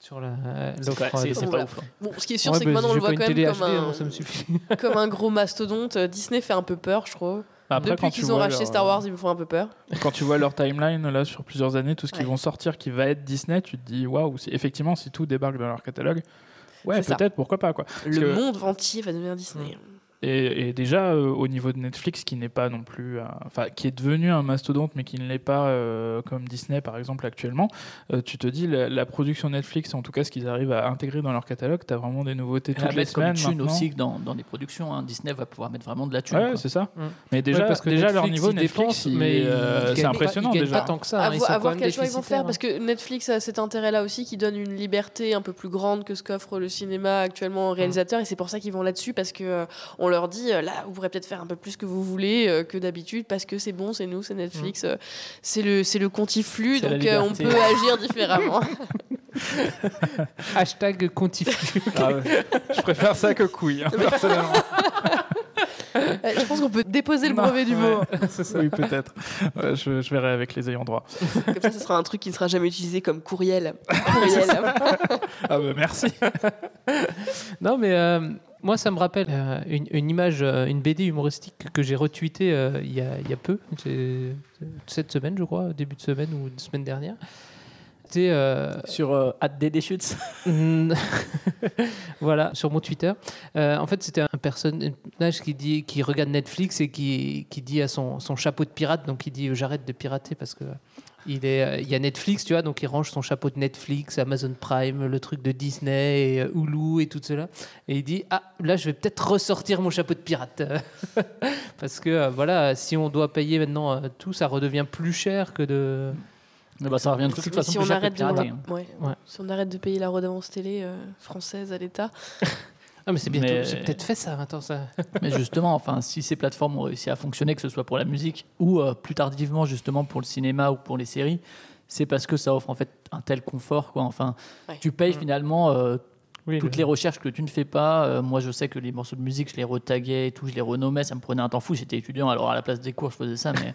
S2: sur la- euh,
S4: C'est
S2: l'offre.
S4: [laughs] pas-
S2: euh,
S4: C'est
S2: de-
S4: c'est
S5: Voilà.
S4: pas ouf. hein.
S5: Bon, ce qui est sûr,
S2: Ouais,
S5: c'est que
S2: bah,
S5: maintenant on
S2: j'ai
S5: le
S2: pas
S5: voit
S2: une
S5: quand même
S2: télé
S5: comme
S2: HD, hein,
S5: un,
S2: ça me suffit.
S5: comme un gros mastodonte. euh, Disney fait un peu peur, je trouve.
S3: Bah, Après,
S5: Depuis
S3: quand tu
S5: qu'ils ont
S3: vois
S5: racheté
S3: leur- euh,
S5: Star Wars, ils me font un peu peur.
S3: Quand tu vois leur timeline là sur plusieurs années, tout ce qu'ils
S5: Ouais.
S3: vont sortir qui va être Disney, tu te dis waouh, si- effectivement si tout débarque dans leur catalogue, ouais
S5: C'est ça.
S3: peut-être pourquoi pas quoi.
S5: Le
S3: que-
S5: monde entier va devenir Disney.
S3: Et, et déjà euh, au niveau de Netflix qui n'est pas non plus, un- enfin qui est devenu un mastodonte mais qui ne l'est pas euh, comme Disney par exemple actuellement, euh, tu te dis la, la production Netflix, en tout cas ce qu'ils arrivent à intégrer dans leur catalogue, t'as vraiment des nouveautés
S4: Ils la
S3: toutes les
S4: mettent comme
S3: semaines.
S4: une thune
S3: maintenant.
S4: aussi dans, dans les productions. hein. Disney va pouvoir mettre vraiment de la thune.
S3: Ouais,
S4: quoi.
S3: c'est ça.
S2: Mm.
S3: Mais déjà,
S2: Ouais, parce que
S3: déjà leur
S2: Netflix,
S3: niveau
S2: ils
S3: Netflix,
S2: dépensent,
S3: il
S2: mais
S3: est,
S2: ils
S3: euh,
S2: gagnent
S3: c'est
S2: pas-
S3: impressionnant
S2: ils gagnent
S3: déjà.
S2: pas tant que ça.
S5: à,
S2: hein, ils
S5: vo-
S2: sont
S5: à
S2: quand
S5: voir
S2: même
S5: quel choix ils vont
S2: déficitaires, hein.
S5: faire, parce que Netflix a cet intérêt-là aussi qui donne une liberté un peu plus grande que ce qu'offre le cinéma actuellement aux réalisateurs, et c'est pour ça qu'ils vont là-dessus, parce que euh, on leur dit, euh, là, vous pourrez peut-être faire un peu plus que vous voulez euh, que d'habitude, parce que c'est bon, c'est nous, c'est Netflix, euh, c'est le, c'est le contiflu,
S4: C'est la
S5: donc euh, on
S4: liberté.
S5: peut agir différemment.
S2: hein. Hashtag Contiflu.
S3: Ah ouais. Je préfère ça que couille, hein, personnellement.
S5: Euh, Je pense qu'on peut déposer le
S3: Non,
S5: brevet du mot,
S3: ouais, [laughs] c'est ça. Oui, peut-être. Ouais, je, je verrai avec les ayants droit.
S5: comme ça, ce sera un truc qui ne sera jamais utilisé comme courriel. [laughs] Courriel.
S3: Ah bah merci.
S2: Non, mais euh, moi, ça me rappelle euh, une, une image, euh, une BD humoristique que j'ai retweetée euh, il y, a, il y a peu, c'est- c'est cette semaine, je crois, début de semaine ou de semaine dernière, t'es, euh,
S4: Sur euh, @ddshoots.
S2: Mm. [laughs] voilà, sur mon Twitter. Euh, en fait, c'était un personnage qui, dit, qui regarde Netflix et qui, qui dit à son, son chapeau de pirate, donc il dit euh, j'arrête de pirater parce que il, est, euh, il y a Netflix, tu vois, donc il range son chapeau de Netflix, Amazon Prime, le truc de Disney, et, euh, Hulu et tout cela. Et il dit ah, là, je vais peut-être ressortir mon chapeau de pirate. [laughs] parce que euh, voilà, si on doit payer maintenant euh, tout, ça redevient plus cher que de.
S4: Eh ben, ça revient de toute
S5: Si
S4: façon
S5: si
S4: plus
S5: on
S4: cher que
S5: arrête de
S4: pirater, hein.
S5: ouais.
S2: Ouais.
S5: Si on arrête de payer la redevance télé euh, française à l'État,
S2: Ah, mais c'est bientôt,
S4: Mais-
S2: c'est peut-être fait ça, attends, ça.
S4: Mais justement, enfin, si ces plateformes ont réussi à fonctionner, que ce soit pour la musique ou euh, plus tardivement justement pour le cinéma ou pour les séries, c'est parce que ça offre en fait un tel confort. Quoi. Enfin,
S5: Ouais.
S4: tu payes finalement euh,
S2: Oui,
S4: toutes les recherches que tu ne fais pas. Euh, moi, je sais que les morceaux de musique, je les retaguais et tout, je les renommais. Ça me prenait un temps fou. J'étais étudiant, alors à la place des cours, je faisais ça. Mais,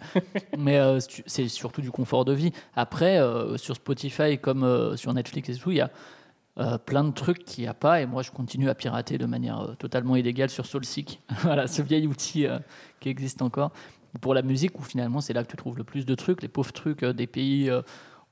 S4: mais euh, c'est- c'est surtout du confort de vie. Après, euh, sur Spotify comme euh, sur Netflix et tout, il y a euh, plein de trucs qu'il n'y a pas. Et moi, je continue à pirater de manière euh, totalement illégale sur SoulSeek. [laughs] voilà, ce vieil outil euh, qui existe encore. Pour la musique, où finalement, c'est là que tu trouves le plus de trucs, les pauvres trucs euh, des pays. euh,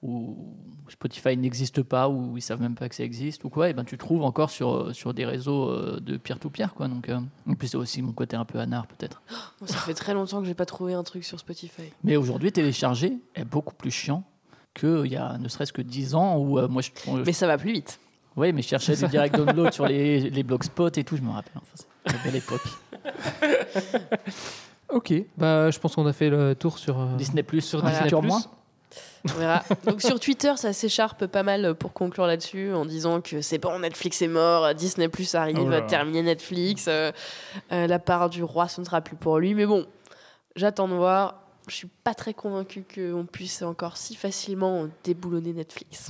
S4: où Spotify n'existe pas, ou ils savent même pas que ça existe, ou quoi, et ben tu trouves encore sur, euh, sur des réseaux euh, de peer-to-peer, quoi. Donc, euh, en plus, c'est aussi mon côté un peu anard, peut-être.
S5: Bon, ça fait très longtemps que j'ai pas trouvé un truc sur Spotify.
S4: Mais aujourd'hui, télécharger est beaucoup plus chiant qu'il y a ne serait-ce que 10 ans où euh, moi je,
S5: Mais ça va plus vite.
S4: ouais, mais je cherchais du direct download
S2: [laughs]
S4: sur les, les blogspot et tout, je me rappelle. Enfin, c'est la belle époque.
S2: Ok, bah, je pense qu'on a fait le tour sur. euh,
S4: Disney Plus sur
S2: Voilà.
S4: Futur
S2: Disney+.
S4: Moins.
S5: On verra. Donc sur Twitter, ça s'écharpe pas mal pour conclure là-dessus en disant que c'est bon, Netflix est mort, Disney Plus arrive,
S3: Oh là là.
S5: terminé Netflix, euh, euh, la part du roi, ce ne sera plus pour lui. Mais bon, j'attends de voir. Je suis pas très convaincue qu'on puisse encore si facilement déboulonner Netflix.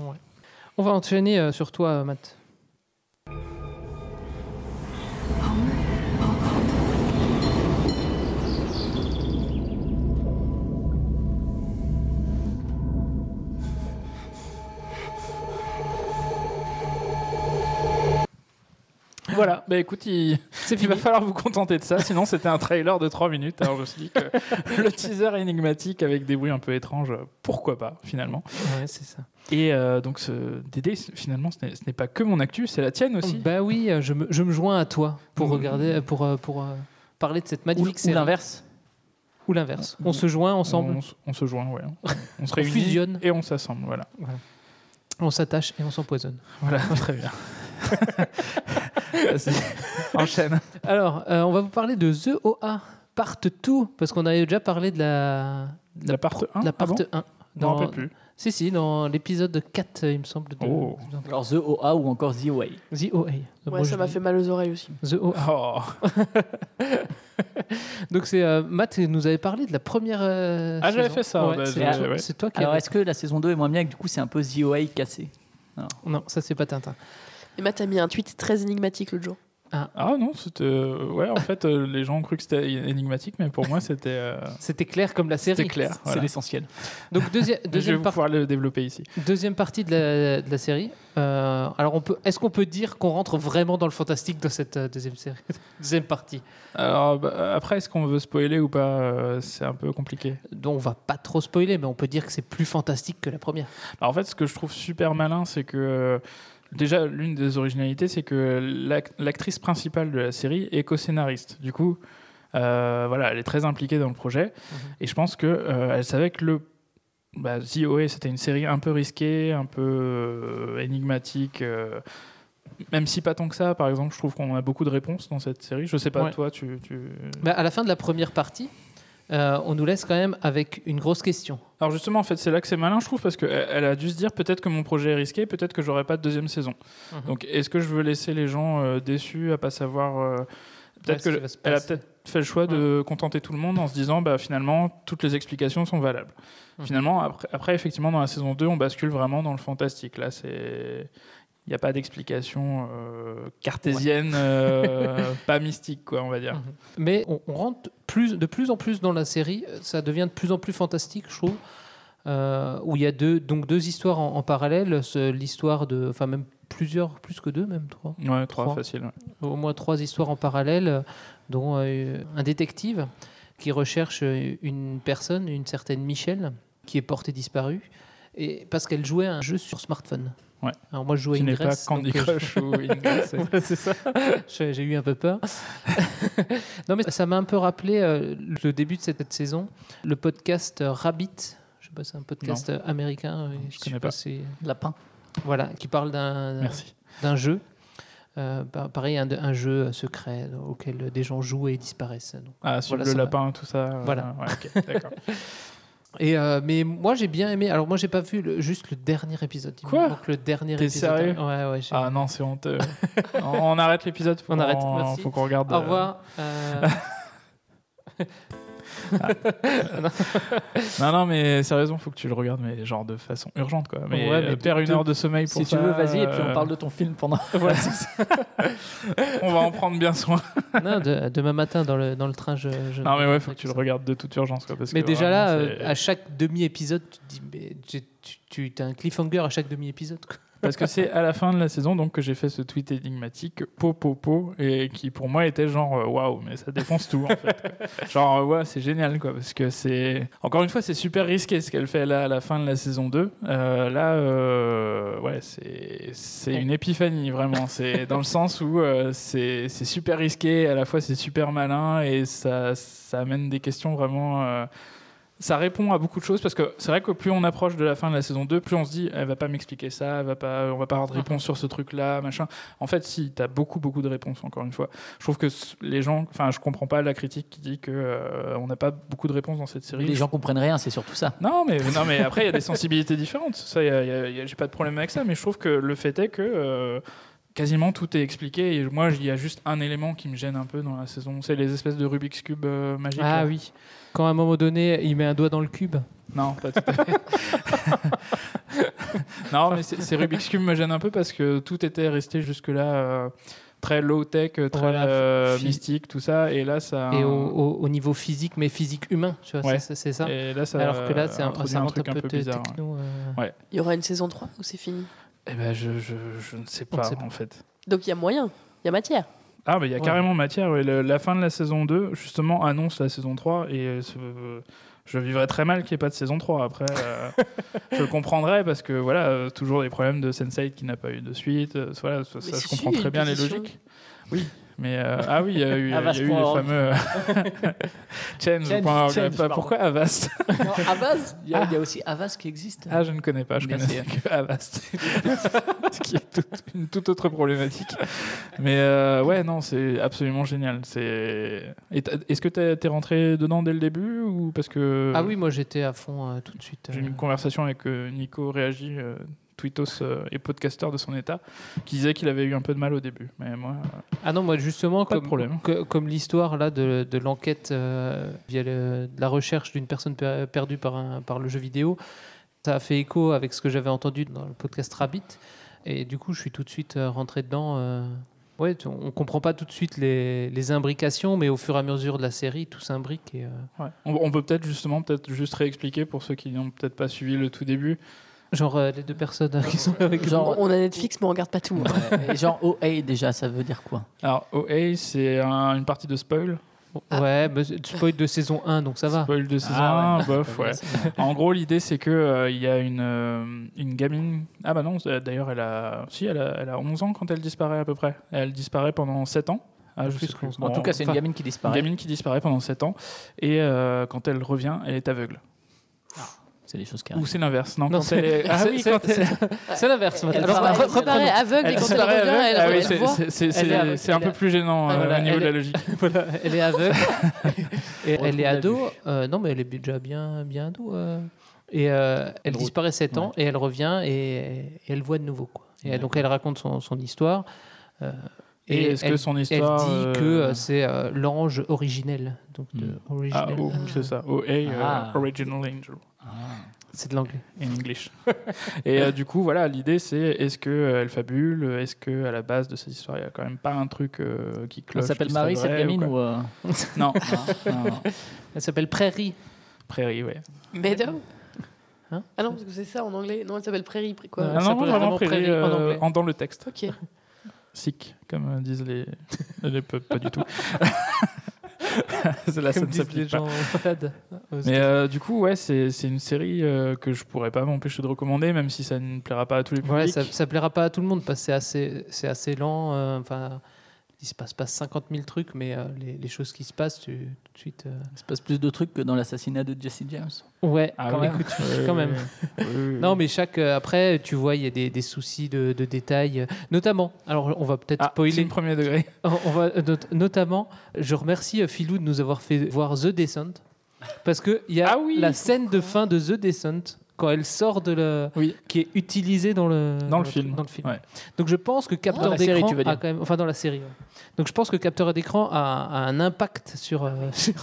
S2: On va enchaîner euh, sur toi, euh, Matt.
S3: Voilà, bah écoute, il, il va falloir vous contenter de ça, sinon c'était un trailer de 3 minutes. Alors je me suis dit [laughs] que le teaser énigmatique avec des bruits un peu étranges, pourquoi pas finalement.
S2: Ouais, c'est ça.
S3: Et euh, donc ce Dédé, c- finalement, ce n'est- ce n'est pas que mon actu, c'est la tienne aussi.
S2: Bah oui, euh, je me, je me joins à toi pour
S3: Mm.
S2: regarder, euh, pour, euh, pour euh, parler de cette
S4: Ou,
S2: magnifique
S4: ou
S2: série.
S4: l'inverse.
S2: Ou l'inverse. On se joint ensemble,
S3: On, s- on se joint, ouais. [laughs] On se
S2: On
S3: réunit
S2: fusionne.
S3: et on s'assemble, voilà.
S2: on, s'attache et on s'empoisonne.
S3: Voilà, très [laughs] bien. Vas-y, Enchaîne.
S2: Alors, euh, on va vous parler de The OA, part 2, parce qu'on avait déjà parlé de la,
S3: La part ah 1
S2: de la part 1.
S3: Je m'en
S2: Dans,
S3: rappelle plus.
S2: si, si, dans l'épisode 4, euh, il me semble. De,
S3: Oh.
S4: Alors The OA ou encore The OA.
S2: The OA.
S5: Ouais,
S2: Ah, Moi, je
S5: ça m'a
S2: dis
S5: fait mal aux oreilles aussi.
S2: The OA.
S3: Oh.
S2: Donc, c'est euh, Matt qui nous avait parlé de la première. euh,
S3: Ah, j'avais
S2: saison.
S3: fait ça,
S2: Ouais,
S3: bah,
S2: c'est
S4: j'avais-
S2: toi-
S3: ouais.
S2: c'est toi qui.
S4: Alors
S2: avais-
S4: est-ce que la saison 2 est moins bien et que du coup c'est un peu The OA cassé
S2: Non, ça, c'est pas Tintin.
S5: Et Matt a mis un tweet très énigmatique l'autre jour.
S3: Ah non, c'était. euh, Ouais, en fait, euh, les gens ont cru que c'était énigmatique, mais pour moi, c'était. euh,
S2: C'était clair comme la série.
S3: C'était clair.
S4: C'est
S3: Voilà.
S4: l'essentiel.
S3: [laughs]
S2: Donc, deuxième,
S3: je vais
S2: deuxième
S3: vous
S2: partie.
S3: pouvoir le développer ici.
S2: Deuxième partie de la, de la série. Euh, alors, on peut, est-ce qu'on peut dire qu'on rentre vraiment dans le fantastique dans cette euh, deuxième série, [laughs] deuxième partie
S3: Alors, bah, après, est-ce qu'on veut spoiler ou pas euh, C'est un peu compliqué.
S2: dont on va pas trop spoiler, mais on peut dire que c'est plus fantastique que la première.
S3: Alors, Bah, en fait, ce que je trouve super malin, c'est que. euh, Déjà, l'une des originalités, c'est que l'ac- l'actrice principale de la série est co-scénariste. Du coup, euh, voilà, elle est très impliquée dans le projet.
S2: Mhm.
S3: Et je pense qu'elle elle savait que le. Bah, The OA, c'était une série un peu risquée, un peu euh, énigmatique. euh, même si pas tant que ça, par exemple, je trouve qu'on a beaucoup de réponses dans cette série. Je sais pas,
S2: Ouais. Bah,
S3: toi, tu. tu-
S2: Mais à la fin de la première partie, euh, on nous laisse quand même avec une grosse question.
S3: Alors justement, en fait, c'est là que c'est malin, je trouve, parce qu'elle elle a dû se dire peut-être que mon projet est risqué, peut-être que j'aurai pas de deuxième saison.
S2: Mhm.
S3: Donc, est-ce que je veux laisser les gens euh, déçus à pas savoir euh,
S2: Ouais,
S3: Peut-être
S2: ce qui
S3: que
S2: va se
S3: elle a
S2: passer.
S3: peut-être fait le choix de contenter tout le monde en se disant bah finalement toutes les explications sont valables.
S2: Mhm.
S3: Finalement après, après, effectivement dans la saison 2 on bascule vraiment dans le fantastique. Là c'est il n'y a pas d'explication euh, cartésienne,
S2: [laughs]
S3: euh, pas mystique quoi on va dire.
S2: Mais on, on rentre plus, de plus en plus dans la série, euh, ça devient de plus en plus fantastique, je trouve. euh, où il y a deux, donc deux histoires en, en parallèle, ce- l'histoire de, enfin même plusieurs, plus que deux, même trois.
S3: Ouais trois,
S2: Mhm. Trois.
S3: facile. ouais.
S2: au moins trois histoires en parallèle, euh, dont euh, un détective qui recherche euh, une personne, une certaine Michelle, qui est portée disparue. et parce qu'elle jouait à un jeu sur smartphone.
S3: Ouais.
S2: Alors moi je jouais à
S3: Qui n'est pas
S2: Ingress,
S3: Candy
S2: donc, euh, je-
S3: Crush
S2: [laughs]
S3: ou [laughs] Ingress.
S2: Ouais, c'est ça. J'ai j'ai eu un peu peur. [laughs] non, mais ça m'a un peu rappelé euh, le début de cette saison, le podcast euh, Rabbit. Je sais pas, c'est un podcast euh, américain. euh,
S3: je
S2: sais
S3: connais
S2: pas
S3: pas.
S2: si-
S4: Lapin.
S2: Voilà, qui parle d'un
S3: Merci.
S2: d'un jeu. Euh, bah, pareil, un, un jeu secret euh, auquel des gens jouent et disparaissent. donc.
S3: Ah, sur
S2: Voilà,
S3: le
S2: ça
S3: lapin, tout ça. euh,
S2: Voilà.
S3: ouais,
S2: [laughs]
S3: ok, d'accord.
S2: Et euh, mais moi j'ai bien aimé. Alors moi j'ai pas vu le- juste le dernier épisode. Il me
S3: Quoi
S2: manque le dernier
S3: T'es
S2: épisode.
S3: sérieux
S2: Ouais ouais. j'ai-
S3: ah non, c'est honteux.
S2: [laughs]
S3: on, on arrête l'épisode. faut
S2: On
S3: qu'on-
S2: arrête, merci.
S3: Faut qu'on regarde.
S2: Au
S3: euh,
S2: revoir. euh, [laughs]
S3: Non, non, mais sérieusement, faut que tu le regardes, mais genre de façon urgente, quoi. Mais,
S2: Ouais, mais
S3: euh, perds une
S2: de-
S3: heure de sommeil pour
S4: Si tu
S3: ça,
S4: veux, vas-y, et puis on
S3: euh,
S4: parle de ton film [laughs] pendant.
S3: voilà, c'est ça. euh, on va en prendre
S2: [laughs]
S3: bien soin.
S2: non, de- demain matin dans le dans le train je. je-
S3: Non, mais ouais, faut que tu le regardes de toute urgence, quoi. Parce
S2: Mais
S3: que
S2: déjà là,
S3: vraiment,
S2: euh,
S3: c'est-
S2: à chaque demi-épisode, tu te dis, mais j'ai- tu, tu as un cliffhanger à chaque demi-épisode. quoi.
S3: Parce que c'est à la fin de la saison donc que j'ai fait ce tweet énigmatique po po po et qui pour moi était genre euh, waouh mais ça défonce tout en fait. quoi. Genre euh, ouais c'est génial quoi parce que c'est encore une fois c'est super risqué ce qu'elle fait là à la fin de la saison 2. Euh, là euh, ouais c'est c'est une épiphanie vraiment c'est dans le sens où euh, c'est c'est super risqué à la fois c'est super malin et ça ça amène des questions vraiment euh, ça répond à beaucoup de choses parce que c'est vrai que plus on approche de la fin de la saison 2, plus on se dit elle va pas m'expliquer ça, elle va pas, euh, on va pas avoir de réponse sur ce truc là, machin. En fait, si t'as beaucoup beaucoup de réponses encore une fois. Je trouve que c- les gens, enfin, je comprends pas la critique qui dit que euh, on n'a pas beaucoup de réponses dans cette série.
S4: Les gens comprennent rien, c'est surtout ça.
S3: Non, mais, non, mais après, il y a des sensibilités différentes. Ça, il y a- il y a- il y a- j'ai pas de problème avec ça, mais je trouve que le fait est que euh, quasiment tout est expliqué. Et moi, il y a juste un élément qui me gêne un peu dans la saison, c'est les espèces de Rubik's Cube euh, magiques. là.
S2: Ah oui. Quand à un moment donné, il met un doigt dans le cube.
S3: Non, pas tout à fait. [laughs] non, mais c'est c'est Rubik's Cube me gêne un peu parce que tout était resté jusque-là euh, très low-tech, euh, très
S2: Voilà,
S3: euh,
S2: fi-
S3: mystique, tout ça. Et là, ça.
S2: Et au, au- au niveau physique, mais physique humain, tu vois,
S3: Ah. Ouais.
S2: c'est- c'est ça.
S3: et là, ça
S2: Alors que là, c'est un,
S3: introduit
S2: ça
S3: un
S2: rentre
S3: truc un peu
S2: de
S3: bizarre. ouais.
S2: techno. euh.
S5: Il y aura une saison 3 ou c'est fini
S3: Eh ben, je, je, je ne sais
S2: On
S3: pas,
S2: ne sait pas.
S3: en fait.
S5: Donc il y a moyen, il y a matière.
S3: Ah, mais il y a
S2: Ouais.
S3: carrément matière. ouais. Le- la fin de la saison 2, justement, annonce la saison 3. Et euh, ce- euh, je vivrais très mal qu'il n'y ait pas de saison 3. Après, euh, je le comprendrais parce que, voilà, euh, toujours des problèmes de Sense8 qui n'a pas eu de suite. euh, voilà, ça, ça,
S5: Mais
S3: je
S5: si,
S3: comprends
S5: il y a
S3: très
S5: une
S3: bien les
S5: pétition.
S3: logiques. Oui. Mais euh, ah oui, il y a eu, il y a
S4: Avast
S3: eu les
S4: point org.
S3: fameux. euh, [laughs] Change.org.
S4: Change, change,
S3: euh, Pas-
S4: pardon.
S3: Pourquoi Avast
S4: Non, Avast, il y, a- il y a aussi Avast qui existe.
S3: Ah, je ne connais pas, je
S4: Mais
S3: connais que Avast. Ce qui est tout- une toute autre problématique. Mais euh, ouais, non, c'est absolument génial. C'est... Et t'as- Est-ce que t'as- t'es rentré dedans dès le début ou parce que
S2: Ah oui, moi j'étais à fond euh, tout de suite.
S3: j'ai eu
S2: euh.
S3: une conversation avec euh, Nico Réagi, euh, tweetos euh, et podcasteur de son état, qui disait qu'il avait eu un peu de mal au début. Mais moi, euh,
S2: Ah non, moi justement,
S3: Pas de
S2: comme,
S3: problème.
S2: que- comme l'histoire là de, de l'enquête euh, via le- de la recherche d'une personne per- perdue par, un- par le jeu vidéo, ça a fait écho avec ce que j'avais entendu dans le podcast Rabbit. Et du coup, je suis tout de suite euh, rentré dedans. euh. Ouais, tu- on comprend pas tout de suite les, les imbrications, mais au fur et à mesure de la série, tout s'imbrique. Et, euh,
S3: ouais. on, on peut peut-être justement peut-être juste réexpliquer pour ceux qui n'ont peut-être pas suivi le tout début.
S2: Genre euh, les deux personnes [laughs] euh, qui sont avec
S4: Genre,
S5: On on a Netflix mais on regarde pas tout.
S4: Ouais, et genre OA déjà, ça veut dire quoi
S3: Alors OA, c'est un- une partie de spoil,
S2: Ouais, mais c'est- spoil de saison 1, donc ça va.
S3: spoil de saison
S4: Ah
S3: 1,
S4: [laughs]
S3: bof, ouais. En gros, l'idée, c'est que euh, il y a une, euh, une gamine. Ah bah non, euh, d'ailleurs, elle a. Si, elle a, elle a 11 ans quand elle disparaît à peu près. Elle disparaît pendant 7 ans. Ah, je
S2: Plus
S3: sais
S2: qu'on-
S3: plus.
S4: En
S3: Bon,
S4: tout cas, c'est une
S3: enfin,
S4: gamine qui
S3: une
S4: disparaît.
S3: gamine qui disparaît pendant 7 ans. Et euh, quand elle revient, elle est aveugle.
S4: C'est des choses qui
S3: Ou
S4: arrivent.
S3: c'est l'inverse. Non,
S2: Non,
S3: quand
S2: c'est-
S3: elle est. Ah
S2: c'est-
S3: oui,
S2: c'est-
S3: quand elle.
S2: C'est l'inverse
S5: Elle,
S2: maintenant.
S4: Alors, bah,
S5: disparaît- elle disparaît
S4: reprenons.
S5: aveugle et
S3: Elle
S5: quand elle
S3: disparaît
S5: revient, elle,
S3: aveugle. Ah oui,
S5: elle
S3: c'est-
S5: voit.
S3: c'est- c'est-
S2: Elle est aveugle.
S3: c'est- C'est un peu plus gênant euh,
S2: Voilà,
S3: au niveau
S2: elle
S3: de la
S2: est-
S3: logique.
S2: Voilà, elle est
S3: [laughs]
S2: aveugle. et
S4: retrouve
S2: elle est
S4: la
S2: ado.
S4: vue.
S2: Euh, non, mais elle est déjà bien, bien ado. euh. Et euh, elle
S4: route.
S2: disparaît 7 ans et elle revient et, et elle voit de nouveau. Quoi. Et donc elle raconte son, son histoire. euh,
S3: Et est-ce
S2: elle,
S3: que son
S2: elle dit
S3: histoire.
S2: que
S3: euh,
S2: euh, c'est euh, l'ange originel. Donc de
S4: Hmm.
S2: original.
S3: Ah, oh, c'est ça. OA, euh,
S4: Ah.
S3: Original Angel.
S2: C'est de l'anglais.
S3: in English. [laughs] et euh, du coup, voilà, l'idée c'est est-ce que euh, elle fabule, est-ce que à la base de cette histoire, il y a quand même pas un truc euh, qui cloche
S4: Elle s'appelle
S3: qui
S4: Marie,
S3: serait
S4: cette
S3: vrai
S4: gamine
S3: ou
S4: ou.
S3: quoi
S4: euh,
S2: [laughs]
S4: Ah.
S3: Non,
S2: Ah.
S4: [laughs] non, non, non.
S2: Elle s'appelle Prairie.
S3: Prairie,
S2: Euh,
S3: ouais.
S5: Meadow
S2: Hein
S5: Ah non, parce que c'est ça en anglais. Non, elle s'appelle Prairie. pri- Quoi.
S2: Ouais.
S3: Ah non,
S2: s'appelle
S3: non, vraiment
S2: vraiment
S3: Prairie,
S2: Prairie en
S3: euh,
S2: anglais.
S3: en- dans le texte.
S5: Ok.
S3: [laughs] Sick, comme euh, disent les, les peuples, pas du tout. [laughs] c'est
S2: Comme
S3: la scène
S2: disent les
S3: s'applique pas.
S2: gens malades. aux
S3: Mais euh, du coup, ouais, c'est c'est une série euh, que je pourrais pas m'empêcher de recommander, même si ça ne plaira pas à tous les
S2: Ouais,
S3: publics.
S2: ça, ça plaira pas à tout le monde parce que c'est assez, c'est assez lent. euh, enfin, il se passe pas 50 000 trucs, mais euh, les, les choses qui se passent, tu, tout de suite. euh,
S4: Il se passe plus de trucs que dans l'assassinat de Jesse James.
S2: Ouais,
S3: Ah
S2: quand
S3: ouais. [laughs]
S2: même. Écoute,
S3: Ouais,
S2: quand
S3: ouais,
S2: même.
S3: ouais. Oui, oui, oui.
S2: Non, mais chaque. euh, après, tu vois, il y a des, des soucis de, de détails. euh, Notamment, alors on va peut-être
S3: Ah, c'est
S2: spoiler.
S3: le premier degré.
S2: On on va, euh, not- notamment, je remercie euh, Philou de nous avoir fait voir The Descent. Parce qu'il y a
S3: Ah oui,
S2: la scène de fin de The Descent, quand elle sort de le.
S3: Oui.
S2: qui est utilisée dans le,
S3: Dans le film.
S2: Dans le film.
S3: Ouais.
S2: Donc je pense que
S4: Dans
S2: capteur
S4: la série,
S2: d'écran.
S4: tu veux
S2: a
S4: dire.
S2: quand même- Enfin, dans la série. ouais. Donc je pense que capteur d'écran a, a un impact sur, euh, [laughs] sur,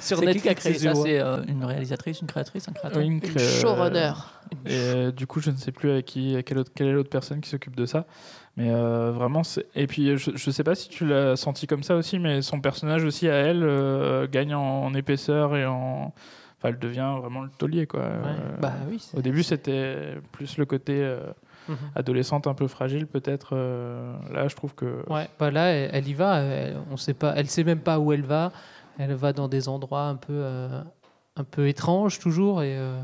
S2: sur
S4: C'est qui qui a
S2: Netflix.
S4: créé
S2: et sur-
S4: ça C'est euh, une réalisatrice, une créatrice, un créateur
S3: Une
S5: Une
S3: cré-
S5: showrunner.
S3: euh, Et, euh, du coup, je ne sais plus avec qui, à quelle, autre, quelle est l'autre personne qui s'occupe de ça. Mais euh, vraiment, c'est- et puis je ne sais pas si tu l'as senti comme ça aussi, mais son personnage aussi à elle euh, gagne en, en épaisseur et en. Enfin, elle devient vraiment le taulier, quoi.
S2: Ouais.
S3: Euh,
S2: Bah oui. c'est-
S3: Au début, c'était plus le côté euh,
S2: Mhm.
S3: adolescente un peu fragile, peut-être. euh, là, je trouve que.
S2: Ouais, bah là, elle, elle y va. Elle, on sait pas, elle sait même pas où elle va. Elle va dans des endroits un peu, euh, un peu étranges toujours. Et euh,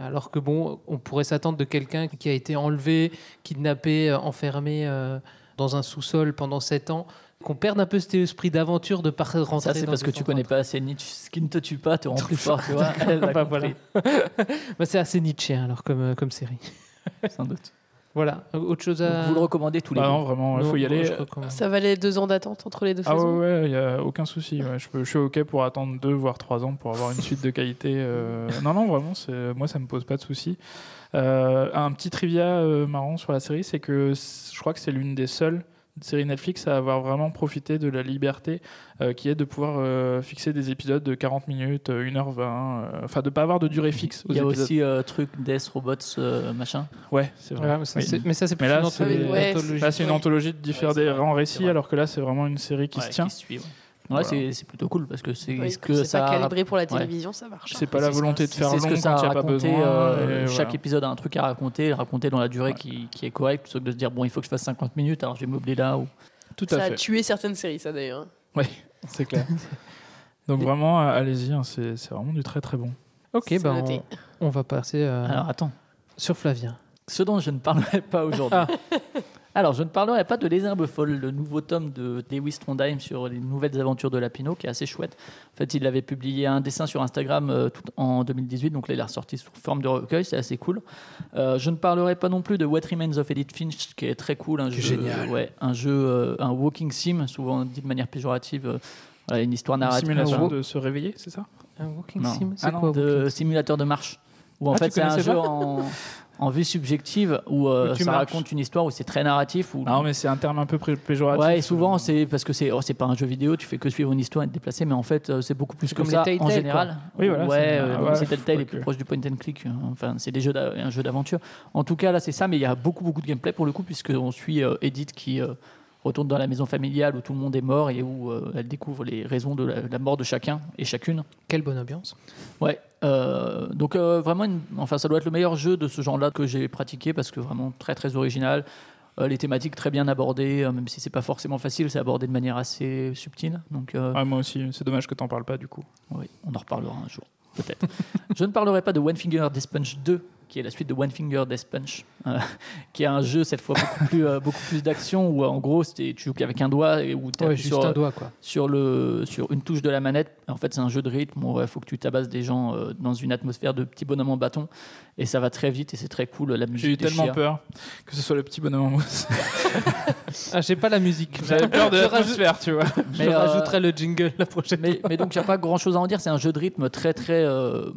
S2: alors que bon, on pourrait s'attendre de quelqu'un qui a été enlevé, kidnappé, euh, enfermé euh, dans un sous-sol pendant sept ans, qu'on perde un peu cet esprit d'aventure de par- rentrer.
S4: Ça, c'est
S2: dans
S4: parce
S2: des
S4: que tu
S2: endroits.
S4: connais pas assez Nietzsche. Ce qui ne te tue pas te rend
S2: Tout
S4: plus fort, tu [laughs] vois. Elle l'a
S2: [laughs] Bah,
S4: compris,
S2: voilà. Bah, c'est assez Nietzsche alors comme, euh, comme série.
S4: sans doute.
S2: Voilà. Autre chose
S4: Donc,
S2: à.
S4: vous le recommandez tous les
S3: Bah
S4: deux.
S3: non, vraiment, il faut y
S2: Non, moi,
S3: aller.
S2: je recommande.
S5: Ça valait deux ans d'attente entre les deux
S3: Ah ouais,
S5: saisons.
S3: ouais, il n'y a aucun souci. ouais. Je, peux, je suis OK pour attendre deux, voire trois ans pour avoir une suite de qualité. euh, Non, non, vraiment, c'est- moi, ça me pose pas de souci. Euh, un petit trivia euh, marrant sur la série, c'est que c- je crois que c'est l'une des seules séries Netflix à avoir vraiment profité de la liberté euh, qui est de pouvoir euh, fixer des épisodes de 40 minutes, euh, 1h20, euh, enfin de pas avoir de durée fixe aux
S4: Il y a
S3: épisodes.
S4: aussi euh, truc Death Robots euh, machin.
S3: Ouais, c'est vrai.
S4: Ah,
S2: Ouais, mais ça,
S3: Oui.
S2: c'est- mais ça, c'est plus
S3: Mais là,
S2: une
S3: c'est-
S2: anthologie.
S5: Ouais, c'est-
S2: anthologie.
S3: Là, c'est une
S5: Ouais.
S3: anthologie de différents
S4: Ouais, c'est vrai, c'est
S3: récits,
S4: vrai.
S3: alors que là, c'est vraiment une série qui
S4: Ouais,
S3: se tient.
S4: suit, ouais. Ouais,
S3: Voilà.
S4: c'est- c'est plutôt cool parce que c'est
S5: Oui,
S4: ce
S5: comme
S4: que
S5: c'est pas
S4: ça
S5: calibré pour la
S4: Ouais.
S5: télévision, ça marche. hein.
S3: C'est pas la
S4: C'est ce-
S3: volonté de
S4: c'est
S3: faire
S4: ce
S3: long
S4: que ça
S3: quand il n'y a pas
S4: raconté,
S3: besoin.
S4: euh,
S3: et
S4: Chaque
S3: voilà.
S4: épisode a un truc à raconter, le raconter dans la durée qui, qui est correcte, plutôt que de se dire bon, il faut que je fasse 50 minutes, alors je vais meubler là. Ou...
S3: Tout
S5: ça
S3: à
S5: a
S3: fait.
S5: tué certaines séries, ça d'ailleurs. hein.
S3: C'est clair. Donc vraiment, euh, allez-y, hein, c'est c'est vraiment du très très bon.
S2: Ok,
S5: C'est
S2: bah, on-
S5: noté.
S2: on, va passer euh,
S4: [laughs] Alors attends,
S2: sur Flavien.
S4: ce dont je ne parlerai pas aujourd'hui. Alors, je ne parlerai pas de Les Herbes Folles, le nouveau tome de Lewis Trondheim sur les nouvelles aventures de Lapino, qui est assez chouette. En fait, il avait publié un dessin sur Instagram euh, tout en 2018, donc là, il a ressorti sous forme de recueil, c'est assez cool. Euh, je ne parlerai pas non plus de What Remains of Edith Finch, qui est très cool, un jeu,
S2: génial.
S4: ouais, un jeu, euh, un walking sim, souvent dit de manière péjorative, euh, voilà, une histoire
S3: Une
S4: narrative
S3: simulation
S2: Wo-
S3: de se réveiller, c'est ça
S2: Un walking
S4: Non.
S2: sim, c'est
S3: Ah non,
S2: quoi walking
S4: de simulateur de marche. Où en
S3: Ah, tu
S4: fait, c'est un
S3: connaissais
S4: jeu
S3: pas
S4: en, en vue subjective où, euh,
S3: Où tu
S4: ça
S3: marches.
S4: raconte une histoire où c'est très narratif. Où
S3: Non, mais c'est un terme un peu pré- péjoratif.
S4: Ouais, et souvent, c'est parce que c'est oh, c'est pas un jeu vidéo, tu fais que suivre une histoire et te déplacer, mais en fait, euh, c'est beaucoup plus
S2: C'est
S4: comme,
S2: comme
S4: ça
S2: les Telltale,
S4: en général.
S3: Oui, voilà,
S4: ouais,
S3: c'est-
S4: euh,
S3: ah,
S4: donc
S3: ouais,
S4: c'est Telltale
S3: faut
S4: est plus
S3: que-
S4: proche du point and click. hein. Enfin, c'est des jeux d'a- un jeu d'aventure. En tout cas, là, c'est ça, mais il y a beaucoup, beaucoup de gameplay pour le coup, puisqu'on suit euh, Edith qui euh, retourne dans la maison familiale où tout le monde est mort et où euh, elle découvre les raisons de la- la mort de chacun et chacune.
S2: Quelle bonne ambiance.
S4: Ouais, euh, donc euh, vraiment, une- enfin, ça doit être le meilleur jeu de ce genre-là que j'ai pratiqué parce que vraiment très très original. Euh, les thématiques très bien abordées, euh, même si c'est pas forcément facile, c'est abordé de manière assez subtile. Donc euh,
S3: Ouais, moi aussi, c'est dommage que t'en parles pas du coup.
S4: oui, on en reparlera un jour, peut-être. [laughs] Je ne parlerai pas de One Finger Death Punch 2, qui est la suite de One Finger Death Punch, euh, qui est un jeu cette fois beaucoup plus, euh, beaucoup plus d'action où euh, en gros c'était- tu joues qu'avec un doigt et où tu
S2: Ouais, juste un doigt, quoi.
S4: sur, euh, le, sur une touche de la manette. En fait, c'est un jeu de rythme où il faut que tu tabasses des gens euh, dans une atmosphère de petits bonhommes en bâton. Et ça va très vite et c'est très cool. La musique
S3: J'ai eu tellement
S4: déchire.
S3: peur que ce soit le petit bonhomme en mousse.
S4: euh,
S2: Ah, j'ai pas la
S4: [laughs]
S2: musique.
S3: J'avais peur de
S2: Je
S3: l'atmosphère, tu vois.
S2: Je
S4: Mais, euh,
S2: rajouterai le jingle la prochaine
S4: mais, mais donc, il n'y a pas grand-chose à en dire. C'est un jeu de rythme très, très... euh,